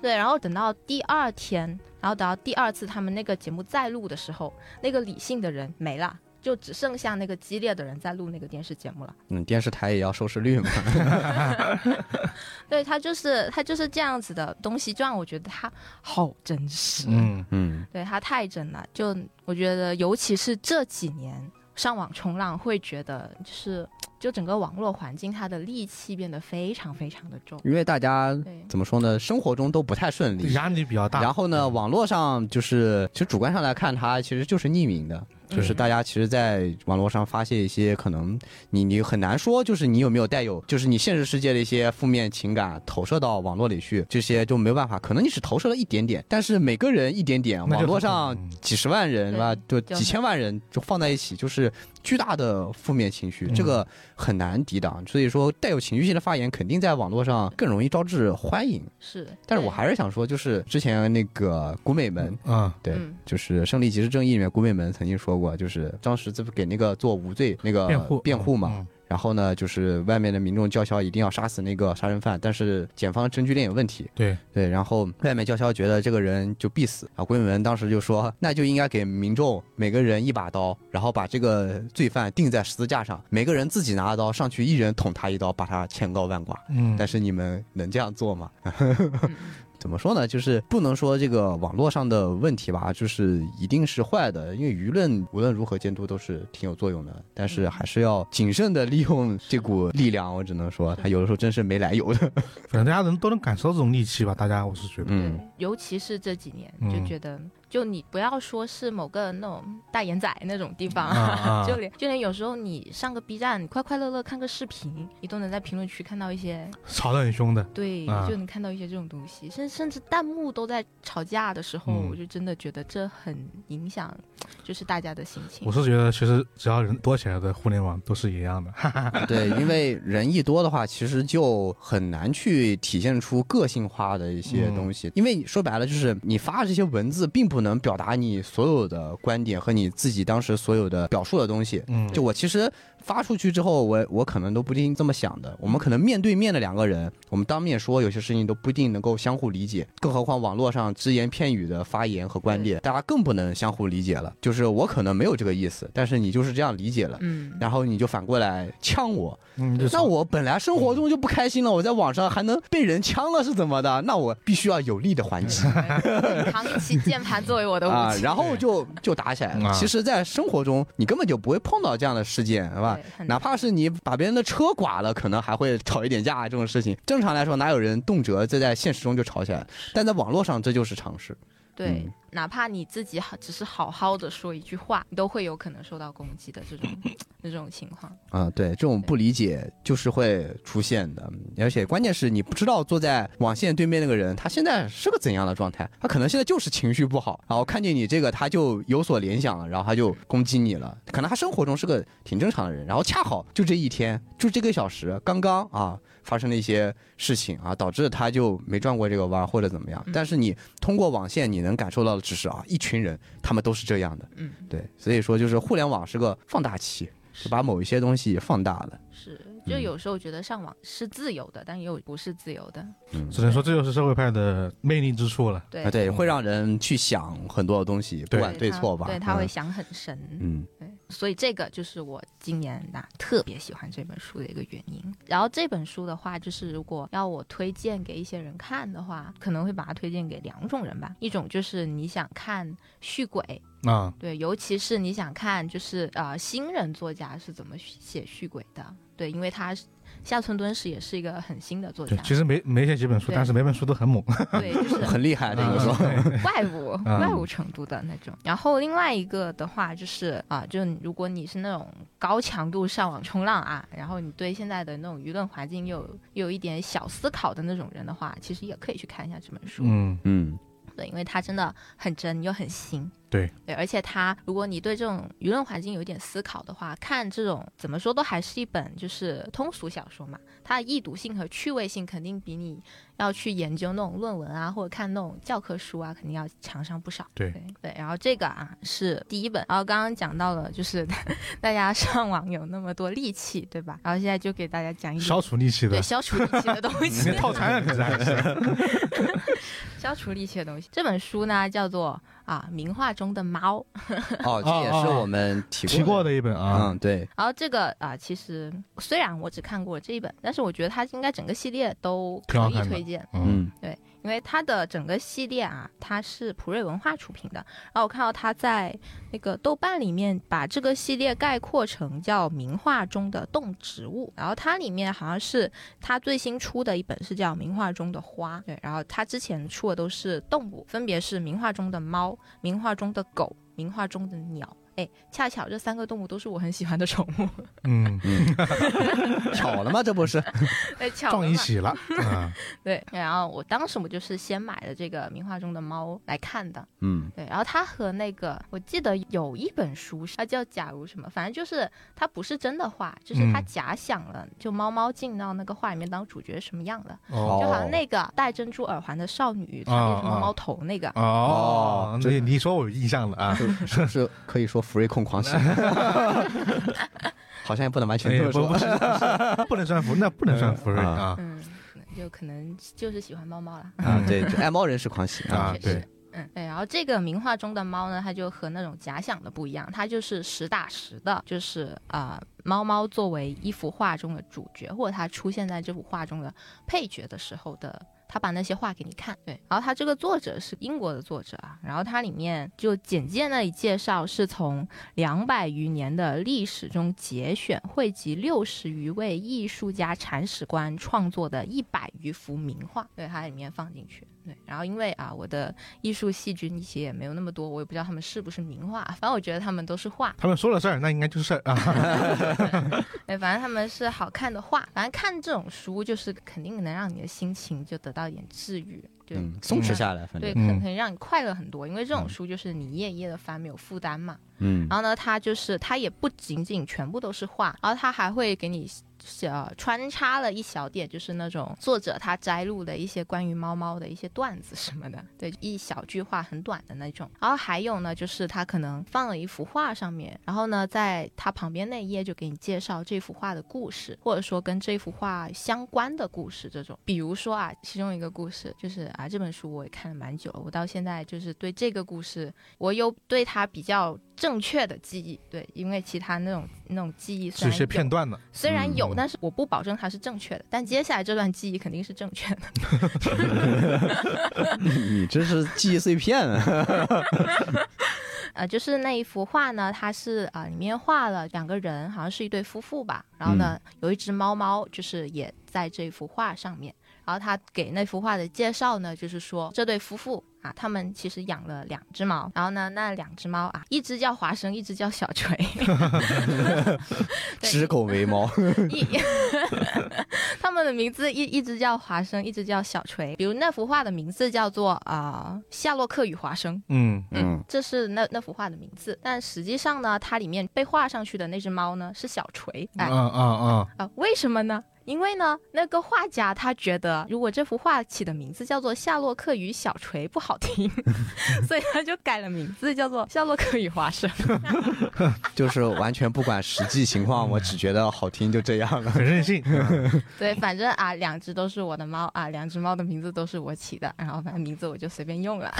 S4: 对，然后等到第二天，然后等到第二次他们那个节目再录的时候，那个理性的人没了。就只剩下那个激烈的人在录那个电视节目了。
S3: 嗯，电视台也要收视率嘛，
S4: 对他就是他就是这样子的东西，就让我觉得他好真实。
S2: 嗯，
S3: 嗯
S4: 对他太真了，就我觉得，尤其是这几年上网冲浪，会觉得就是就整个网络环境，它的戾气变得非常非常的重。
S3: 因为大家
S4: 对
S3: 怎么说呢，生活中都不太顺利。
S2: 压力比较大。
S3: 然后呢，网络上就是，其实主观上来看，它其实就是匿名的，
S2: 嗯
S3: 就是大家其实，在网络上发泄一些可能你你很难说，就是你有没有带有，就是你现实世界的一些负面情感投射到网络里去，这些就没有办法，可能你只投射了一点点，但是每个人一点点，
S2: 那就
S3: 网
S2: 很
S3: 络上
S2: 嗯
S3: 几十万人
S4: 对
S3: 吧，就
S4: 就
S3: 几千万人就放在一起，就是巨大的负面情绪，这
S2: 嗯
S3: 个很难抵挡，所以说带有情绪性的发言，肯定在网络上更容易招致欢迎。
S4: 是，
S3: 但是我
S4: 对
S3: 还是想说，就是之前那个古美门，
S2: 嗯，
S3: 对，
S4: 嗯
S3: 就是《胜利即是正义》里面古美门曾经说过，就是当时这不给那个做无罪那个
S2: 辩护
S3: 辩护嘛，
S2: 嗯
S3: 然后呢，就是外面的民众叫嚣一定要杀死那个杀人犯，但是检方证据链有问题，
S2: 对，
S3: 对，然后外面叫嚣觉得这个人就必死啊。郭美门当时就说，那就应该给民众每个人一把刀，然后把这个罪犯钉在十字架上，每个人自己拿刀上去，一人捅他一刀，把他千刀万剐。
S2: 嗯，
S3: 但是你们能这样做吗？ 怎么说呢？就是不能说这个网络上的问题吧，就是一定是坏的，因为舆论无论如何监督都是挺有作用的，但
S2: 嗯
S3: 是还是要谨慎的利用这股力量。我只能说，它有的时候真是没来由的。
S2: 反正大家能都能感受到这种戾气吧，大家我是觉得，
S3: 嗯，
S4: 尤其是这几年，
S2: 嗯
S4: 就觉得，就你不要说是某个那种大眼仔那种地方，
S2: 啊啊
S4: 就连就连有时候你上个 B 站，你快快乐乐看个视频，你都能在评论区看到一些，
S2: 吵得很凶的，
S4: 对，
S2: 啊
S4: 就能看到一些这种东西，甚甚至弹幕都在吵架的时候，
S2: 嗯
S4: 我就真的觉得这很影响，就是大家的心情
S2: 我。是觉得其实只要人多起来的互联网都是一样的， 哈哈
S3: 对，因为人一多的话，其实就很难去体现出个性化的一些东西。因为说白了，就是你发的这些文字，并不能表达你所有的观点和你自己当时所有的表述的东西。
S2: 嗯，
S3: 就我其实发出去之后，我我可能都不一定这么想的。我们可能面对面的两个人，我们当面说，有些事情都不一定能够相互理解，更何况网络上只言片语的发言和观点，大家更不能相互理解了。就是我可能没有这个意思，但是你就是这样理解了，
S9: 嗯，
S3: 然后你就反过来呛我，
S2: 嗯，就嗯
S3: 那我本来生活中就不开心了，我在网上还能被人呛了是怎么的？那我必须要有力的还击。
S2: 嗯
S4: 扛一起键盘作为我的武
S3: 啊，
S4: 器，
S3: 然后就就打起来了。
S2: 啊
S3: 其实，在生活中你根本就不会碰到这样的事件，是吧？吧？哪怕是你把别人的车剐了，可能还会吵一点架这种事情。正常来说，哪有人动辄这在现实中就吵起来？但在网络上，这就是常识。
S4: 对，
S3: 嗯
S4: 哪怕你自己好，只是好好的说一句话，你都会有可能受到攻击的这 种这种情况。
S3: 啊，对，这种不理解就是会出现的，嗯而且关键是你不知道坐在网线对面那个人他现在是个怎样的状态，他可能现在就是情绪不好，然后看见你这个他就有所联想了，然后他就攻击你了。可能他生活中是个挺正常的人，然后恰好就这一天，就这个小时刚刚啊发生了一些事情啊，导致他就没转过这个弯儿或者怎么样。但是你通过网线你能感受到的只是啊，一群人他们都是这样的，
S4: 嗯，
S3: 对，所以说就是互联网是个放大器。是把某一些东西放大了。
S4: 是，就有时候觉得上网是自由的，但也有不是自由的。
S2: 只能说这就是社会派的魅力之处了。
S4: 对
S3: 啊，嗯对，会让人去想很多的东西，不
S2: 对
S3: 管对
S4: 他
S3: 错吧。
S4: 对，他会
S3: 嗯
S4: 想很深。
S3: 嗯，
S4: 对，所以这个就是我今年呐特别喜欢这本书的一个原因。然后这本书的话，就是如果要我推荐给一些人看的话，可能会把它推荐给两种人吧。一种就是你想看续鬼，
S2: 啊，
S4: 对，尤其是你想看就是呃新人作家是怎么写续鬼的，对，因为他是下村敦史也是一个很新的作
S2: 对
S4: 家，，
S2: 其实没没写几本书，
S4: 对
S2: 但是每本书都很猛。啊
S4: 对，就是
S3: 很厉害的啊一个说。
S4: 外务
S2: 嗯
S4: 外务程度的那种。然后另外一个的话就是啊，就如果你是那种高强度上网冲浪啊，然后你对现在的那种舆论环境又又有一点小思考的那种人的话，其实也可以去看一下这本书。
S2: 嗯，
S3: 嗯，
S4: 对，因为它真的很真又很新。
S2: 对
S4: 对，而且它，如果你对这种舆论环境有一点思考的话，看这种怎么说都还是一本就是通俗小说嘛，它的易读性和趣味性肯定比你要去研究那种论文啊，或者看那种教科书啊，肯定要强上不少。
S2: 对
S4: 对对，然后这个啊是第一本，然后刚刚讲到了，就是 大家上网有那么多戾气，对吧？然后现在就给大家讲一点
S2: 消除戾气的
S4: 对，消除戾气的东
S2: 你
S4: 西
S2: 那。套餐啊，可是还是
S4: 消除戾气的东西。这本书呢叫做啊《名画中的猫》，
S3: 哦，这也是我们提
S2: 提过
S3: 的。
S2: 的一本啊。
S3: 嗯，对，
S4: 然后这个啊其实虽然我只看过这一本，但是我觉得它应该整个系列都
S2: 挺好
S4: 可以
S2: 看的
S4: 推荐。
S2: 嗯，
S3: 嗯
S4: 因为它的整个系列啊，它是普瑞文化出品的。然后我看到它在那个豆瓣里面把这个系列概括成叫“名画中的动植物”，然后它里面好像是它最新出的一本是叫《名画中的花》，对，然后它之前出的都是动物，分别是名画中的猫、名画中的狗、名画中的鸟。哎，恰巧这三个动物都是我很喜欢的宠物，
S2: 嗯，
S3: 嗯， 巧了吗？这不是？
S4: 哎，巧了
S2: 撞一
S4: 嘛
S2: 起了。 啊，
S4: 对，然后我当时我就是先买了这个《名画中的猫》来看的，
S3: 嗯
S4: 对，然后它和那个我记得有一本书，它叫《假如什么》，反正就是它不是真的画，就是它
S2: 嗯
S4: 假想了，就猫猫进到那个画里面当主角什么样的，
S2: 哦嗯
S4: 就好像那个戴珍珠耳环的少女，她变成猫猫头那个。
S2: 哦，你你说我有印象了啊。
S3: 是是可以说福瑞控狂 喜，好像也不能完全
S2: 哎
S3: 这么
S2: 不不
S3: 说。
S2: 是，不能算福，那不能算福瑞
S3: 啊
S2: 啊。
S4: 嗯，就可能就是喜欢猫猫啦。
S3: 啊，
S2: 嗯
S3: 对，这爱猫人士狂喜
S2: 啊
S4: 确
S2: 对
S4: 实。嗯，对，然后这个名画中的猫呢，它就和那种假想的不一样，它就是实打实的，就是啊、呃猫猫作为一幅画中的主角，或者它出现在这幅画中的配角的时候的，它把那些画给你看。对，然后它这个作者是英国的作者啊，然后它里面就简介那里介绍是从两百余年的历史中节选汇集六十余位艺术家、铲屎官创作的一百余幅名画，对，它里面放进去。对，然后因为啊，我的艺术细菌一些也没有那么多，我也不知道他们是不是名画，反正我觉得他们都是画，
S2: 他们说了事儿，那应该就是事儿啊。
S4: 对，反正他们是好看的画，反正看这种书就是肯定能让你的心情就得到一点治愈，对，
S3: 嗯，松弛下来，反
S4: 对，
S3: 正
S4: 可
S2: 嗯
S4: 能可能让你快乐很多，因为这种
S3: 嗯
S4: 书就是你一页一页的翻，没有负担嘛。
S3: 嗯
S4: 然后呢，它就是它也不仅仅全部都是画，然后它还会给你写、呃、穿插了一小点，就是那种作者他摘录的一些关于猫猫的一些段子什么的， 对，一小句话很短的那种。然后还有呢，就是他可能放了一幅画上面，然后呢，在它旁边那一页就给你介绍这幅画的故事，或者说跟这幅画相关的故事这种。比如说啊，其中一个故事就是啊，这本书我也看了蛮久了，我到现在就是对这个故事我有对它比较正确的记忆，对，因为其他那种那种记忆虽
S2: 是一
S4: 然
S2: 些
S4: 有
S2: 片段的，
S4: 虽然有，
S2: 嗯
S4: 但是我不保证它是正确的，但接下来这段记忆肯定是正确的。
S3: 你这是记忆碎片啊。
S4: 呃，就是那一幅画呢，它是啊、呃里面画了两个人，好像是一对夫妇吧。然后呢，有一只猫猫，就是也在这幅画上面。然后他给那幅画的介绍呢，就是说这对夫妇啊，他们其实养了两只猫，然后呢，那两只猫啊，一只叫华生，一只叫小锤， 对
S3: 矢口为猫，
S4: 一， 他们的名字一一直叫华生，一直叫小锤。比如那幅画的名字叫做啊、呃夏洛克与华生》，
S2: 嗯
S3: 嗯，
S4: 这是那那幅画的名字。但实际上呢，它里面被画上去的那只猫呢是小锤。哎
S2: 啊
S4: 啊、
S2: 啊啊，
S4: 为什么呢？因为呢，那个画家他觉得，如果这幅画起的名字叫做《夏洛克与小锤》不好听， 所以他就改了名字叫做《夏洛克与华生》。
S3: 就是完全不管实际情况，我只觉得好听就这样了。
S2: 嗯很任性。啊
S4: 对，反正啊，两只都是我的猫啊，两只猫的名字都是我起的，然后反正名字我就随便用了。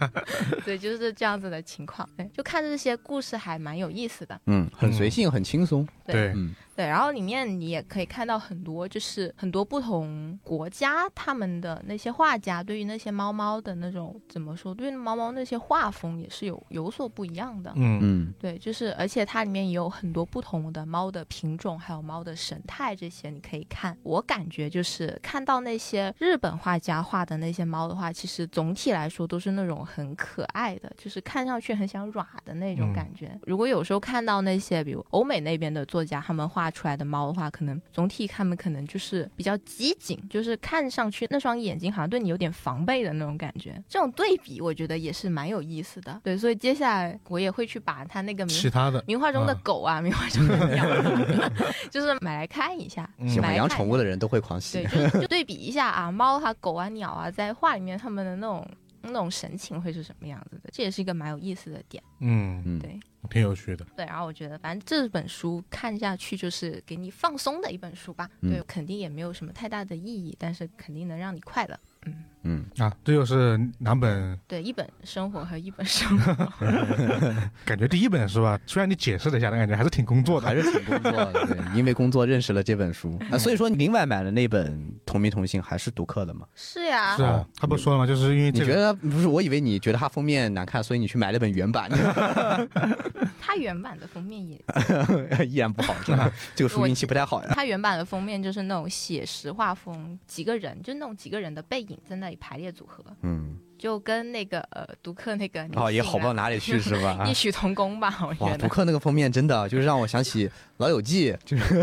S4: 对，就是这样子的情况。对，就看这些故事还蛮有意思的。
S3: 嗯，很随性，很轻松。
S2: 对，
S3: 嗯
S4: 对，然后里面你也可以看到很多，就是很多不同国家他们的那些画家对于那些猫猫的那种怎么说，对于猫猫那些画风也是有有所不一样的。
S2: 嗯
S3: 嗯
S4: 对，就是而且它里面也有很多不同的猫的品种，还有猫的神态这些，你可以看。我感觉就是看到那些日本画家画的那些猫的话，其实总体来说都是那种很可爱的，就是看上去很想软的那种
S2: 嗯
S4: 感觉。如果有时候看到那些比如欧美那边的作家他们画出来的猫的话，可能总体他们可能就是比较机警，就是看上去那双眼睛好像对你有点防备的那种感觉。这种对比，我觉得也是蛮有意思的。对，所以接下来我也会去把他那个名
S2: 其他的
S4: 名画中的
S2: 啊
S4: 狗啊，名画中的鸟， 就是买来看一下。
S2: 嗯
S3: 喜
S4: 买
S3: 欢
S4: 来
S3: 养
S4: 看
S3: 宠物的人都会狂喜
S4: 对，。就是就对比一下啊，猫啊、狗啊、鸟啊，在画里面它们的那种那种神情会是什么样子的，这也是一个蛮有意思的点。
S2: 嗯，
S3: 嗯，
S4: 对
S2: 挺有趣的。
S4: 对，然后我觉得反正这本书看下去就是给你放松的一本书吧，
S3: 嗯
S4: 对，肯定也没有什么太大的意义，但是肯定能让你快乐。
S3: 嗯，
S2: 啊，这就是 两本，
S4: 对，一本生活和一本生活。
S2: 感觉第一本是吧？虽然你解释了一下，但感觉还是挺工作的。
S3: 还是挺工作的，对，因为工作认识了这本书啊，所以说你另外买的那本《同名同姓》还是读客的嘛？
S4: 是呀、
S2: 是啊，他不是说了吗？就是因为
S3: 你
S2: 这
S3: 觉得
S2: 个，
S3: 不是？我以为你觉得它封面难看，所以你去买了本原版，
S4: 它原版的封面也
S3: 依然不好，是吧？这个书运气不太好呀。
S4: 它原版的封面就是那种写实画风，几个人就那种几个人的背影在那里排列组合，
S3: 嗯，
S4: 就跟那个呃读客那个
S3: 哦，也好不到
S4: 了，
S3: 哪里去，是 吧
S4: 异？曲同工吧，我
S3: 哇，
S4: 觉
S3: 读
S4: 得。
S3: 客那个封面真的就是让我想起《老友记》，就是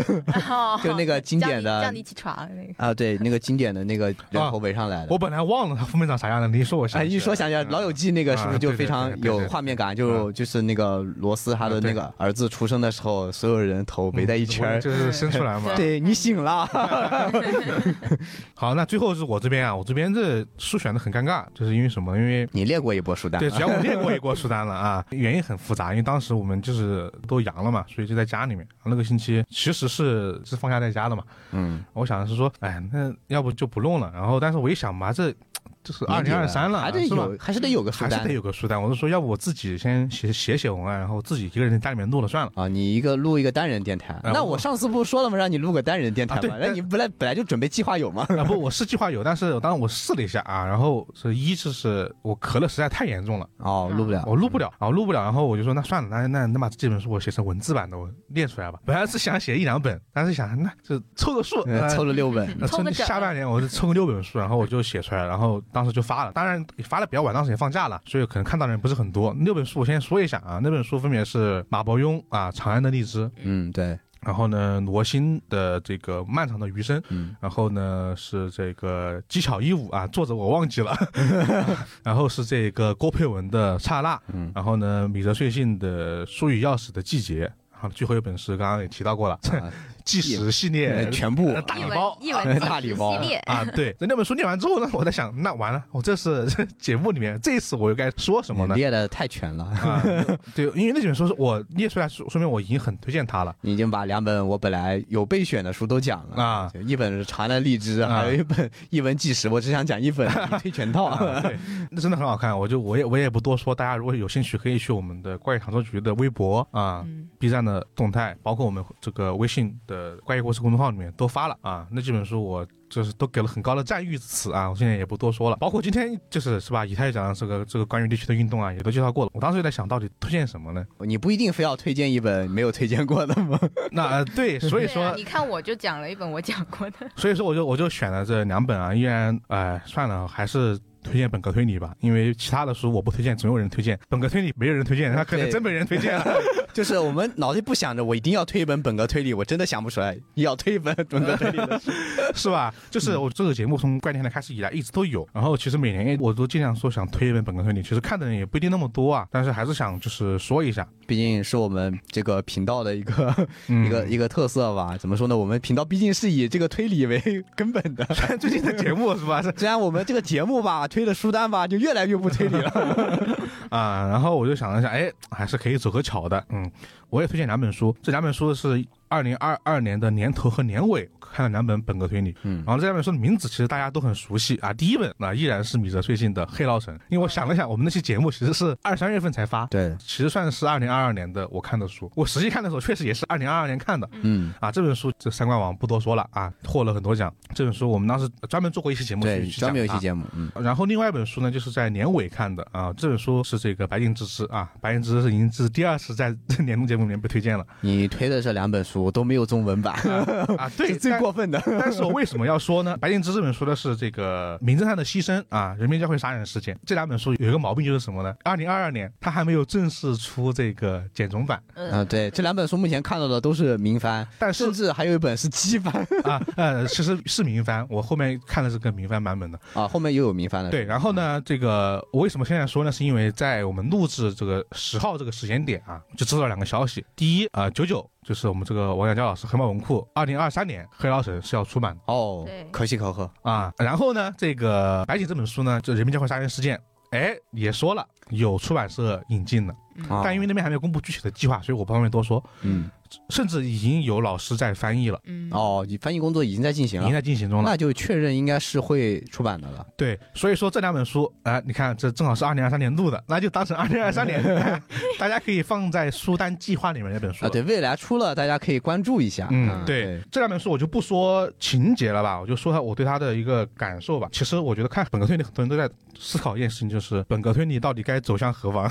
S3: 就那 个经典的
S4: 叫你叫你起床那个。
S3: 啊，对，那个经典的那个
S2: 啊
S3: 人头围上来的。
S2: 我本来忘了他封面长啥样的，你一说我想
S3: 哎，
S2: 起来了，
S3: 一说想起来，《老友记》那个是不
S2: 啊
S3: 是就
S2: 对对
S3: 非常
S2: 对对
S3: 有
S2: 对啊
S3: 画面感？就就是那个罗斯他的那个儿子出生的时候，所有人头围在一圈
S2: 嗯
S3: 儿
S2: 就，是伸出来 嘛。
S3: 对你醒了。
S2: 好，那最后是我这边啊，我这边这书选的很尴尬，就是因为什么？因为
S3: 你列过一波书单
S2: 对，
S3: 啊，
S2: 只要我练 过一锅书单了啊，原因很复杂，因为当时我们就是都阳了嘛，所以就在家里面。那个星期其实是是放假在家的嘛，
S3: 嗯，
S2: 我想的是说，哎，那要不就不弄了。然后，但是我一想吧，这这是二
S3: 年底
S2: 零二三了，
S3: 还得
S2: 是吧？
S3: 有，还是得有个书
S2: 还是
S3: 单
S2: 得有个书单。我就说，要不我自己先写写写文案，然后自己一个人在家里面录了算了。
S3: 啊。你一个录一个单人电台，
S2: 哎
S3: 那
S2: 我
S3: 我上次不是说了吗？让你录个单人电台
S2: 啊对
S3: 吗？那你本来本来就准备计划有吗？
S2: 啊不，我是计划有，但是当然我试了一下啊，然后是一就是我咳了实在太严重了，啊
S3: 哦，录不了。
S2: 我录不了，然后录不了，然后我就说那算了，那那那把这本书我写成文字版的，我练出来吧。本来是想写一两本，但是想那就凑个 数，
S3: 呃
S2: 呃
S3: 凑了六本，
S2: 那
S4: 凑
S2: 趁
S4: 个整
S2: 下半年我就凑个六本书，然后我就写出来，然后当时就发了。当然也发的比较晚，当时也放假了，所以可能看到的人不是很多。六本书我先说一下啊，那本书分别是马伯庸啊《长安的荔枝》，
S3: 嗯，对，
S2: 然后呢罗新的这个《漫长的余生》，
S3: 嗯
S2: 然后呢是这个技巧一五啊，作者我忘记 了，然后是这个郭佩文的《刹那》，
S3: 嗯
S2: 然后呢米泽穗信的《书与钥匙的季节》，然后最后一本是刚刚也提到过了，
S3: 啊
S2: 纪实系列
S3: 呃全部
S4: 一
S2: 大礼
S4: 文
S2: 包。
S4: 一文
S3: 大礼包
S4: 系列，
S2: 啊，对，那本书念完之后呢，我在想，那完了，我哦这是节目里面这一次我又该说什么
S3: 你
S2: 呢？
S3: 列的太全了。
S2: 啊，对，因为那本书是我列出来，说说明我已经很推荐它了。
S3: 你已经把两本我本来有备选的书都讲了
S2: 啊，
S3: 就一本是《长安的荔枝》，
S2: 啊
S3: 还有一本《一文纪实》，我只想讲一 本，你推全套。
S2: 啊，对， 那真的很好看，我就我也我也不多说，大家如果有兴趣，可以去我们的怪异糖说局的微博啊、
S4: 嗯，
S2: B 站的动态，包括我们这个微信的的怪异故事公众号里面都发了啊。那几本书我就是都给了很高的赞誉之词啊，我现在也不多说了。包括今天就是是吧，以太讲的这个这个关于地区的运动啊，也都介绍过了。我当时就在想到底推荐什么呢？
S3: 你不一定非要推荐一本没有推荐过的吗？
S2: 那、呃、对，所以
S4: 对啊
S2: 说
S4: 你看我就讲了一本我讲过的，
S2: 所以说我就我就选了这两本啊，依然哎算了，还是推荐本格推理吧，因为其他的书我不推荐，总有人推荐，本格推理没有人推荐，那可能
S3: 对
S2: 真没人推 荐了。
S3: 就是我们脑子里不想着我一定要推一本本格推理，我真的想不出来要推一本本格推理的书。
S2: 是吧？就是我这个节目从怪天的开始以来一直都有，然后其实每年哎我都尽量说想推一本本科推理，其实看的人也不一定那么多啊，但是还是想就是说一下，
S3: 毕竟是我们这个频道的一个
S2: 嗯
S3: 一个一个特色吧。怎么说呢？我们频道毕竟是以这个推理为 根本的。
S2: 最近的节目是吧？是
S3: 虽然我们这个节目吧，推的书单吧，就越来越不推理了。
S2: 啊，然后我就想了一下，哎，还是可以走个巧的，嗯，我也推荐两本书，这两本书是。二零二二年的年头和年尾看了两本本格推理，
S3: 嗯
S2: 然后这两本书的名字其实大家都很熟悉啊。第一本啊依然是米泽穗信的《黑牢城》，因为我想了想，我们那期节目其实是二三月份才发，
S3: 对，
S2: 其实算是二零二二年的我看的书。我实际看的时候确实也是二零二二年看的，
S3: 嗯，
S2: 啊，这本书这三冠王不多说了啊，获了很多奖。这本书我们当时专门做过一期节目
S3: 对，
S2: 去去
S3: 专门有一
S10: 啊
S3: 期
S2: 讲它
S3: 节目，嗯，
S2: 然后另外一本书呢，就是在年尾看的啊。这本书是这个《白银之诗》啊，《白银之诗》已经是第二次在年度节目里面被推荐了
S3: 你推的这两本书都没有中文版，
S2: 啊。对，
S3: 是最
S2: 但
S3: 过分的。
S2: 但是我为什么要说呢？《白灵芝》这本书呢是这个名侦探的牺牲啊，人民教会杀人事件。这两本书有一个毛病就是什么呢？二零二二年它还没有正式出这个简中版
S3: 啊，对，这两本书目前看到的都是明翻，
S2: 但是
S3: 甚至还有一本是机翻
S2: 啊，呃，其实是明翻，我后面看的是个明翻版本的。
S3: 啊，后面又有明翻的。嗯
S2: 对，然后呢，这个我为什么现在说呢？是因为在我们录制这个十号这个时间点啊，就知道两个消息。第一啊，九、九就是我们这个王小娇老师黑猫文库，二零二三年《黑老神》是要出版的
S3: 哦
S4: 对，
S3: 可喜可贺。
S2: 啊。然后呢，这个《白景》这本书呢，就《人民教会杀人事件》，哎，也说了有出版社引进了，
S4: 嗯
S3: 啊
S2: 但因为那边还没有公布具体的计划，所以我不方便多说。
S3: 嗯，
S2: 甚至已经有老师在翻译了，
S4: 嗯，
S3: 哦，你翻译工作已经在进行
S2: 已经
S3: 了，
S2: 在进行中了。
S3: 那就确认应该是会出版的了。
S2: 对，所以说这两本书，啊，你看这正好是二零二三年录的，那就当成二零 二三年，大家可以放在书单计划里面那本书。
S3: 啊，对，未来出了，大家可以关注一下。啊
S2: 嗯，对，这两本书我就不说情节了吧，我就说下我对它的一个感受吧。其实我觉得看本格推理，很多人都在思考一件事情，就是本格推理到底该走向 何方，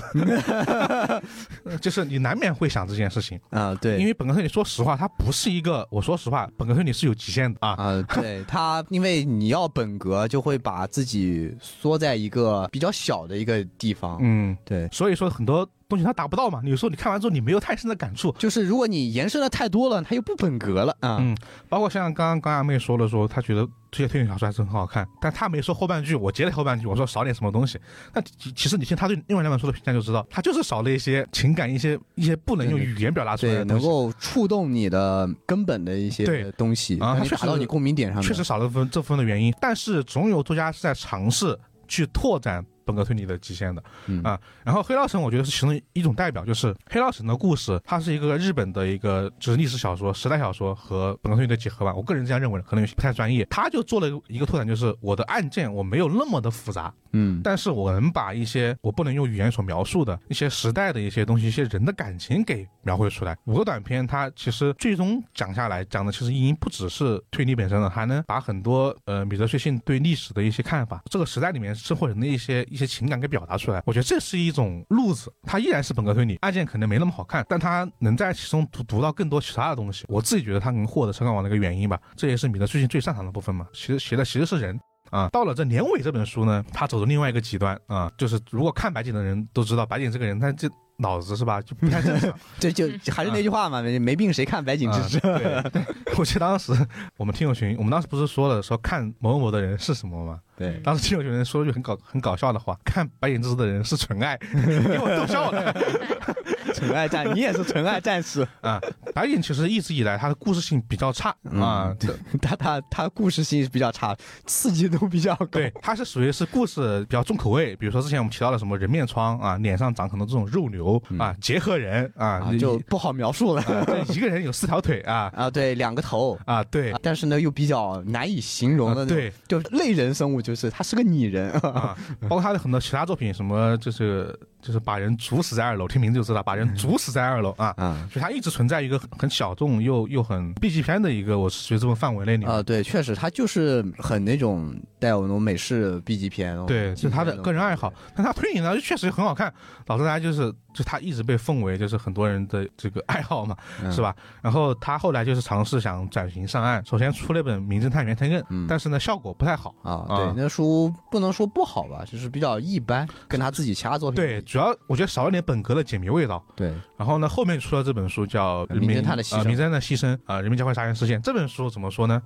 S2: 就是你难免会想这件事情，
S3: 啊，对，
S2: 因
S3: 为
S2: 为本格推理，说实话，它不是一个，我说实话，本格推理是有极限的啊。
S3: 啊，对他，因为你要本格，就会把自己缩在一个比较小的一个地方。
S2: 嗯，
S3: 对，
S2: 所以说很多东西它达不到嘛，有时候你看完之后你没有太深的感触，
S3: 就是如果你延伸的太多了，它又不本格了啊。
S2: 嗯包括像刚刚刚阿妹说的说，她觉得这些推理小说还是很好看，但她没说后半句，我截了后半句，我说少点什么东西。那其其实你听她对另外两本书的评价就知道，她就是少了一些情感，一些一些不能用语言表达出来
S3: 对，
S2: 的
S3: 能
S2: 东西。
S3: 够触动你的根本的一
S2: 对
S3: 些东西，
S2: 啊
S3: 让
S2: 它
S3: 你
S2: 确
S3: 打到
S2: 实
S3: 你共鸣点上面。
S2: 确实，少了分这部分的原因，但是总有作家是在尝试去拓展本格推理的极限的。
S3: 嗯
S2: 啊然后黑曜神我觉得是其中一种代表，就是黑曜神的故事，它是一个日本的一个就是历史小说、时代小说和本格推理的结合吧。我个人这样认为，可能有些不太专业。他就做了一个拓展，就是我的案件我没有那么的复杂，
S3: 嗯，
S2: 但是我能把一些我不能用语言所描述的一些时代的一些东西、一些人的感情给描绘出来。五个短片，它其实最终讲下来，讲的其实已经不只是推理本身了，还能把很多呃米泽穗信对历史的一些看法，这个时代里面生活人的一些呃一些情感给表达出来。我觉得这是一种路子，它依然是本格推理，案件可能没那么好看，但它能在其中读读到更多其他的东西。我自己觉得它能获得成冠王的一个原因吧，这也是米泽穗信最擅长的部分嘛。其实写的其实是人，啊，到了这年尾这本书呢，他走的另外一个极端啊，就是如果看白景的人都知道，白景这个人他这脑子是吧，就不太正常。
S3: 这就还是那句话嘛，没没病谁看白景之
S2: 嗯啊
S3: 治。
S2: 对对 我记得当时我们听友群，我们当时不是说了说看某某某的人是什么吗？
S3: 对
S2: 当时听友群人说了句很搞很搞笑的话，看白景之子的人是纯爱， 给我逗笑了。
S3: 纯爱战，你也是纯爱战士。
S2: 啊，白景其实一直以来他的故事性比较差啊，这
S3: 嗯他他他故事性比较差，刺激度比较高。
S2: 对，它是属于是故事比较重口味，比如说之前我们提到的什么人面疮啊，脸上长很多这种肉瘤啊，结核人啊
S3: 嗯啊，，就不好描述了
S2: 这一个人有四条腿啊
S3: 啊。对，两个头，
S2: 啊，对
S3: 啊但是呢又比较难以形容的
S2: 啊
S3: 那种，
S2: 对，
S3: 就类人生物，就是他是个拟人。
S2: 啊，包括他的很多其他作品，什么就是就是把人煮死在二楼，听名字就知道把人煮死在二楼啊，
S3: 啊，
S2: 所以他一直存在一个很小众又又很 B 级片的一个，我是觉得这么范围内里面。
S3: 啊，对，确实，他就是很那种带有那种美式 B 级片哦。
S2: 对，是他
S3: 经典那
S2: 的
S3: 种
S2: 个人爱好，但他推理呢确实很好看，导致大家就是就他一直被奉为就是很多人的这个爱好嘛，
S3: 嗯
S2: 是吧？然后他后来就是尝试想转型上岸，首先出了一本《名侦探袁天任》，
S3: 嗯
S2: 但是呢效果不太好。
S3: 啊，
S2: 啊
S3: 对，那书不能说不好吧，就是比较一般，跟他自己其他作品
S2: 对，
S3: 比
S2: 主要我觉得少了点本格的解谜味道。
S3: 对，
S2: 然后呢，后面出了这本书叫《
S3: 名侦探的牺牲
S2: 呃名侦探的牺牲》啊，《人民交换杀人事件》这本书怎么说呢？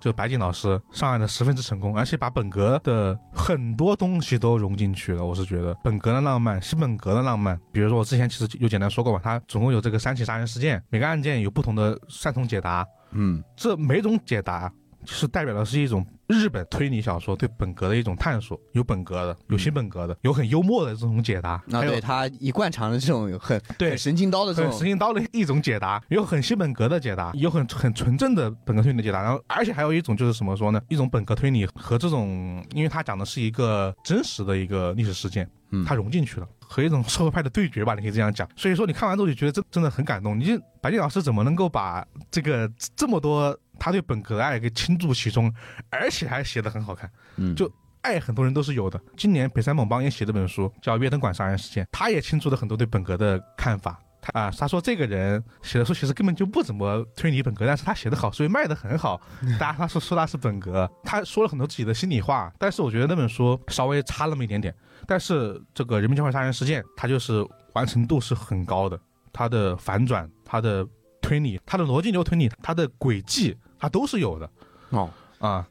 S2: 就白敬老师上岸的十分之成功，而且把本格的很多东西都融进去了。我是觉得本格的浪漫，新本格的浪漫。比如说我之前其实有简单说过嘛，它总共有这个三起杀人事件，每个案件有不同的三重解答，
S3: 嗯
S2: 这每种解答是代表的是一种日本推理小说对本格的一种探索，有本格的，有新本格的，有很幽默的这种解答，
S3: 那
S2: 还有
S3: 啊对他一贯常的这种很
S2: 对
S3: 很神经刀的这
S2: 很
S3: 种
S2: 神经刀的一种解答，有很西本格的解答，有很很纯正的本格推理的解答，然后而且还有一种就是什么说呢？一种本格推理和这种，因为它讲的是一个真实的一个历史事件，
S3: 嗯
S2: 它融进去了。和一种社会派的对决吧，你可以这样讲。所以说你看完之后就觉得真真的很感动。你就白敬老师怎么能够把这个这么多他对本格的爱给倾注其中，而且还写的很好看？
S3: 嗯
S2: 就爱很多人都是有的。今年北山猛邦也写了本书，叫《约登馆杀人事件》，他也倾注了很多对本格的看法。他啊、他说这个人写的书其实根本就不怎么推理本格，但是他写的好，所以卖的很好。大家他说说他是本格，他说了很多自己的心里话，但是我觉得那本书稍微差那么一点点。但是这个《人民交换杀人事件》，它就是完成度是很高的，它的反转、它的推理、它的逻辑流推理、它的轨迹，它都是有的
S3: 哦。
S2: 啊。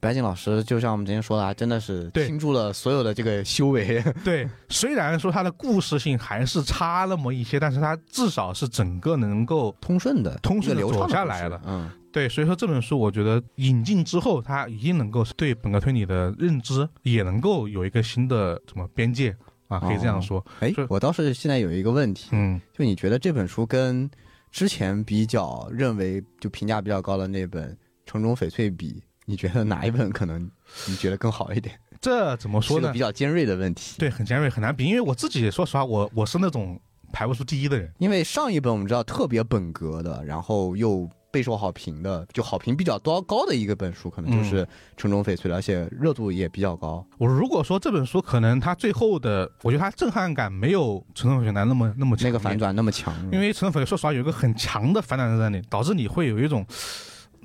S3: 白景老师就像我们之前说的啊，真的是
S2: 对
S3: 倾注了所有的这个修 为。
S2: 对，虽然说它的故事性还是差那么一些，但是它至少是整个能够
S3: 通顺的、
S2: 通顺地
S3: 一个流畅
S2: 走下
S3: 的
S2: 来
S3: 故事
S2: 了，
S3: 嗯，
S2: 对，所以说这本书我觉得引进之后，它一定能够对本格推理的认知也能够有一个新的什么边界啊，可以这样说，
S3: 哎
S2: 是，
S3: 我倒是现在有一个问题，
S2: 嗯，
S3: 就你觉得这本书跟之前比较认为就评价比较高的那本《城中翡翠》比，你觉得哪一本可能你觉得更好一 点？
S2: 这怎么
S3: 是
S2: 说
S3: 个
S2: 呢
S3: 比？较尖锐的问题。
S2: 对，很尖锐，很难比，因为我自己说实话，我我是那种排不出第一的人。
S3: 因为上一本我们知道特别本格的，然后又备受好评的，就好评比较高高的一个本书，可能
S2: 嗯
S3: 就是《城中翡翠》了，而且热度也比较高。
S2: 我如果说这本书可能它最后的，我觉得它震撼感没有《陈同学男》那么那么强
S3: 那
S2: 烈
S3: 个反转那么强，
S2: 因为《乘风粉》说实话有一个很强的反转在那里，导致你会有一种嗯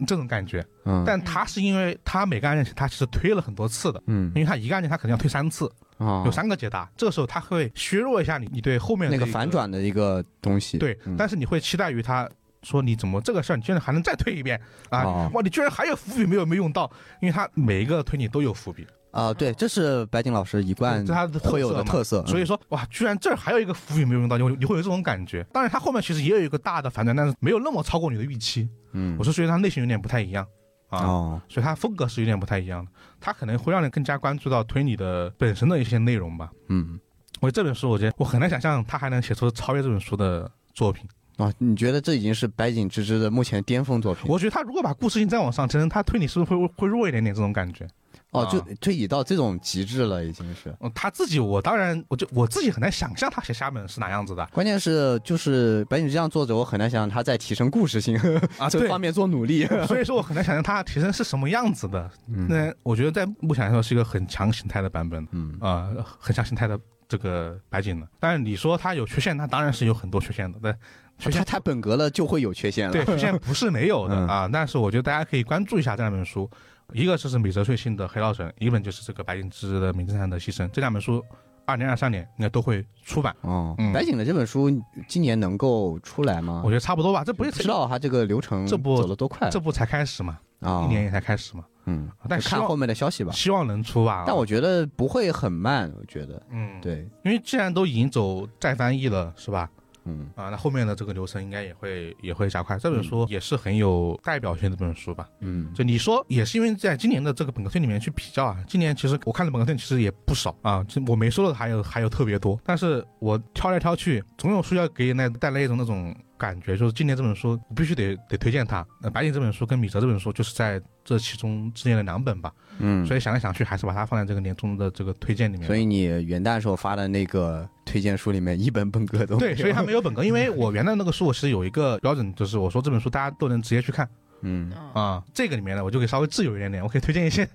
S2: 这种感觉。
S3: 嗯，
S2: 但他是因为他每个案件他其实推了很多次的，
S3: 嗯
S2: 因为他一个案件他肯定要推三次，
S3: 啊
S2: 有三个解答，这个时候他会削弱一下你你对后面的
S3: 那个
S2: 一
S3: 反。转的一个东西，
S2: 对，
S3: 嗯
S2: 但是你会期待于他。说你怎么这个事儿，你居然还能再推一遍啊！
S3: 哦
S2: 哇，你居然还有伏笔没有没用到，因为他每一个推理都有伏笔，
S3: 啊，对，这是白景老师一贯
S2: 这是他的特
S3: 会有
S2: 色
S3: 的
S2: 嘛
S3: 特色，
S2: 所以
S3: 嗯
S2: 说哇，居然这儿还有一个伏笔没有用到，你会你会有这种感觉。当然，他后面其实也有一个大的反转，但是没有那么超过你的预期。
S3: 嗯
S2: 我是觉得它类型有点不太一样啊，
S3: 哦，
S2: 所以它风格是有点不太一样的。它可能会让人更加关注到推理的本身的一些内容吧。
S3: 嗯，
S2: 我觉得这本书，我觉得我很难想象他还能写出超越这本书的作品。
S3: 啊，你觉得这已经是白景之之的目前巅峰作品？
S2: 我觉得他如果把故事性再往上升，他推理是不是会会弱一点点这种感觉？
S3: 哦，就
S2: 啊
S3: 推理到这种极致了，已经是。
S2: 嗯，他自己我当然我就我自己很难想象他写下本是哪样子的
S3: 关键是就是白景之这样作者，我很难想象他在提升故事性
S2: 啊。
S3: 这
S2: 对，
S3: 方面做努力。
S2: 所以说我很难想象他提升是什么样子的。那我觉得在目前来说是一个很强形态的版本。
S3: 嗯
S2: 啊、很像形态的这个白景的。但是你说它有缺陷，它当然是有很多缺陷的，但缺
S3: 他
S2: 陷
S3: 太本格了，就会有缺陷了。
S2: 对缺陷 不是没有的、
S3: 嗯
S2: 啊。但是我觉得大家可以关注一下这两本书，一个就是米泽穗信的《黑道神》，一本就是这个白景之的《名侦探的牺牲》。这两本书，二零二三年应该都会出版，
S3: 哦
S2: 嗯，
S3: 白景的这本书今年能够出来吗
S2: 我？觉得差不多吧。这不是
S3: 啊知道他这个流程
S2: 这不
S3: 走的多快
S2: 这不才开始嘛，
S3: 啊
S2: 一！年也才开始嘛，
S3: 嗯，
S2: 但
S3: 就
S2: 希
S3: 看
S2: 望
S3: 后面的消息吧。
S2: 希望能出吧。
S3: 但我觉得不会很慢，我觉得
S2: 嗯，，
S3: 对，
S2: 因为既然都已经走再翻译了，是吧？
S3: 嗯。
S2: 啊，那后面的这个流程应该也会也会加快。这本书也是很有代表性的一本书吧。
S3: 嗯，
S2: 就你说也是因为在今年的这个本科推里面去比较啊，今年其实我看的本科推其实也不少啊，这我没说的还有还有特别多，但是我挑来挑去，总有书要给那带来一种那种感觉，就是今年这本书我必须得得推荐它。那白景这本书跟米泽这本书就是在这其中之间的两本吧，
S3: 嗯，
S2: 所以想来想去还是把它放在这个年终的这个推荐里面。
S3: 所以你元旦时候发的那个推荐书里面一本本格都没
S2: 对，所以它没有本格，因为我原来那个书我是有一个标准，就是我说这本书大家都能直接去看
S3: 嗯
S2: 啊、这个里面呢，我就可以稍微自由一点点，我可以推荐 一些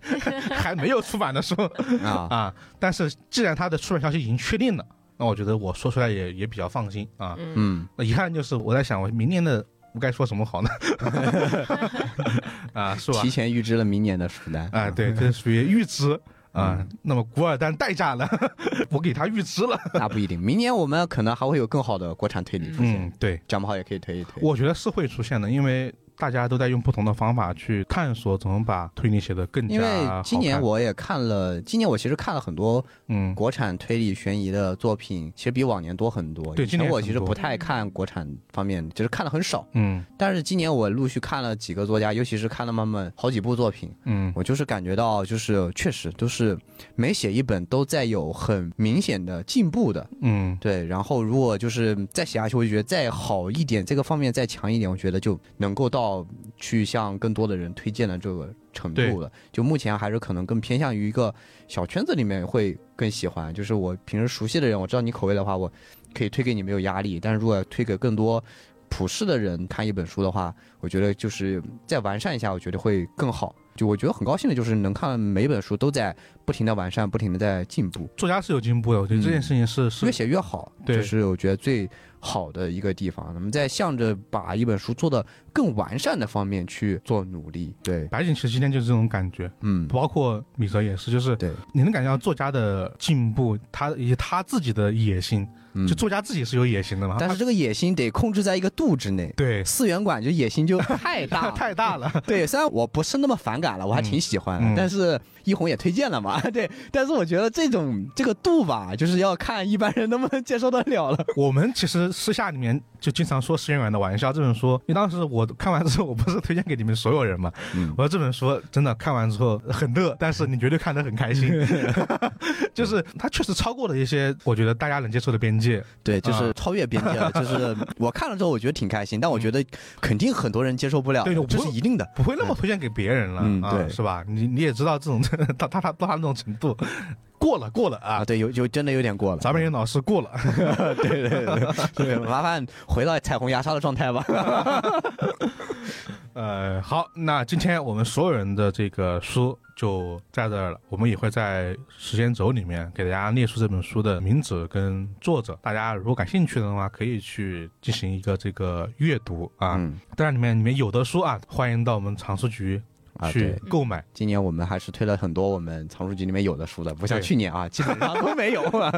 S2: 还没有出版的书
S3: 啊，
S2: 啊。但是既然它的出版消息已经确定了，那我觉得我说出来也也比较放心啊。
S3: 嗯
S2: 那遗憾就是我在想，我明年的我该说什么 好呢？啊，是吧
S3: 提？前预支了明年的书单嗯
S2: 啊，对，这属于预支啊。那么古尔丹代价呢？ 我给他预支了。
S3: 那不一定，明年我们可能还会有更好的国产推理出现，
S2: 嗯，对，
S3: 讲不好也可以推一推。
S2: 我觉得是会出现的，因为大家都在用不同的方法去探索怎么把推理写得更加
S3: 因为今年
S2: 好看
S3: 我也看了，今年我其实看了很多
S2: 嗯
S3: 国产推理悬疑的作品，其实比往年多很多。
S2: 对
S3: 以
S2: 今
S3: 前
S2: 年
S3: 我
S2: 很
S3: 其实
S2: 多
S3: 不太看国产方面，就是看的很少。
S2: 嗯
S3: 但是今年我陆续看了几个作家，尤其是看了他们好几部作品，
S2: 嗯
S3: 我就是感觉到，就是确实都是每写一本都在有很明显的进步的。
S2: 嗯
S3: 对，然后如果就是再写下去，我就觉得再好一点，这个方面再强一点，我觉得就能够到去向更多的人推荐的这个程度了。就目前还是可能更偏向于一个小圈子里面会更喜欢，就是我平时熟悉的人，我知道你口味的话，我可以推给你没有压力。但是如果推给更多普世的人看一本书的话，我觉得就是再完善一下，我觉得会更好。就我觉得很高兴的就是能看每本书都在不停的完善，不停的在进步。
S2: 作家是有进步的，我觉得这件事情
S3: 嗯
S2: 是、
S3: 越
S2: 是
S3: 写越好，
S2: 对
S3: 这是我觉得最好的一个地方。我们在向着把一本书做的更完善的方面去做努力。对，
S2: 白景其实今天就是这种感觉，
S3: 嗯，
S2: 包括米泽也是，就是
S3: 对，
S2: 你能感觉到作家的进步，他以及他自己的野心，
S3: 嗯
S2: 就作家自己是有野心的嘛，
S3: 但是这个野心得控制在一个度之内。
S2: 对
S3: 四元馆就野心 就太大了。
S2: 太大了，
S3: 对，虽然我不是那么反感了，我还挺喜欢的，啊
S2: 嗯嗯
S3: 但是一红也推荐了嘛， 对，但是我觉得这种这个度吧，就是要看一般人能不能接受得了了。
S2: 我们其实私下里面就经常说石原远的玩笑，这本书，因为当时我看完之后，我不是推荐给你们所有人嘛，
S3: 嗯
S2: 我说这本书真的看完之后很热，但是你绝对看得很 开心，就是它确实超过了一些我觉得大家能接受的边界，
S3: 对，就
S2: 啊
S3: 是超越边界了。就是 我看了之后，我觉得挺开心，但我觉得肯定很多人接受不了
S2: 嗯对我
S3: 的，这
S2: 不
S3: 是一定的。
S2: 不会那么推荐给别人了，
S3: 嗯
S2: 啊、
S3: 对
S2: 是吧？你你也知道这种 到他他到他那种程度，过了过了啊
S3: 啊，，对，有有真的有点过了。
S2: 咱们人老师过了，
S3: 对对对对，麻烦回到彩虹牙刷的状态吧。
S2: 呃，好，那今天我们所有人的这个书就在这儿了。我们也会在时间轴里面给大家列出这本书的名字跟作者。大家如果感兴趣的话，可以去进行一个这个阅读啊。
S3: 嗯
S2: 当然，里面里面有的书啊，欢迎到我们藏书局
S3: 啊，
S2: 去
S3: 对，
S2: 购买。
S3: 今年我们还是推了很多我们藏书局里面有的书的，不像
S2: 对
S3: 去年啊，基本上都没有啊。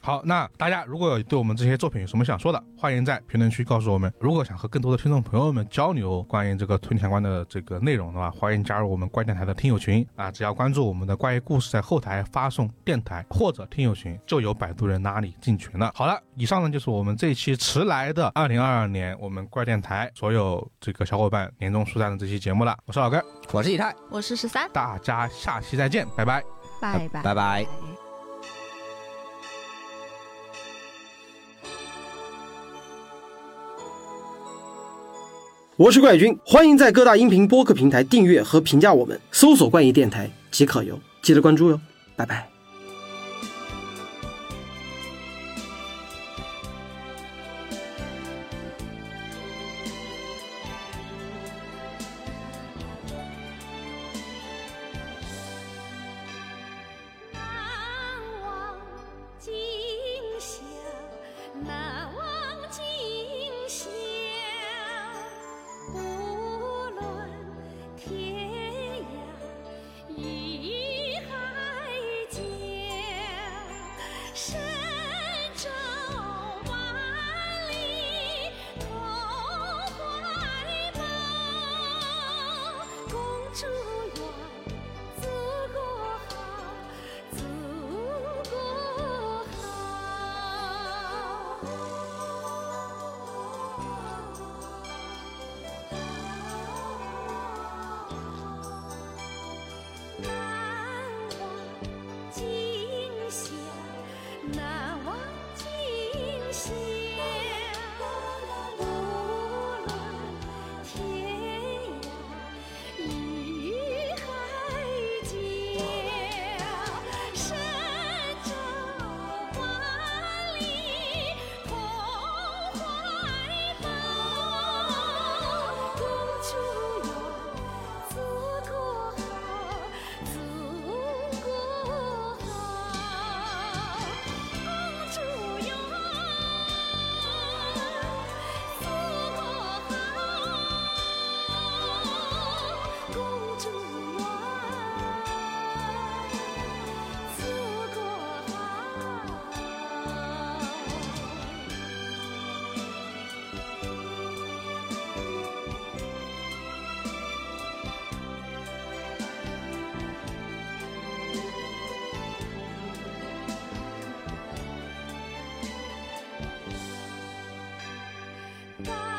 S2: 好，那大家如果有对我们这些作品有什么想说的，欢迎在评论区告诉我们。如果想和更多的听众朋友们交流关于这个推理相关的这个内容的话，欢迎加入我们怪电台的听友群啊！只要关注我们的怪异故事，在后台发送“电台”或者“听友群”，就有摆渡人拉你进群了。好了，以上呢就是我们这一期迟来的2022年我们怪电台所有这个小伙伴年终书单的这期节目了。我是老根，
S3: 我是以太，
S4: 我是十三，
S2: 大家下期再见，拜拜。
S4: 拜拜
S3: 拜拜。
S11: 我是怪君，欢迎在各大音频播客平台订阅和评价我们，搜索“怪异电台”即可哟，记得关注哟，拜拜。
S1: 难忘今宵，难忘今宵。无论天涯与海角，
S12: God.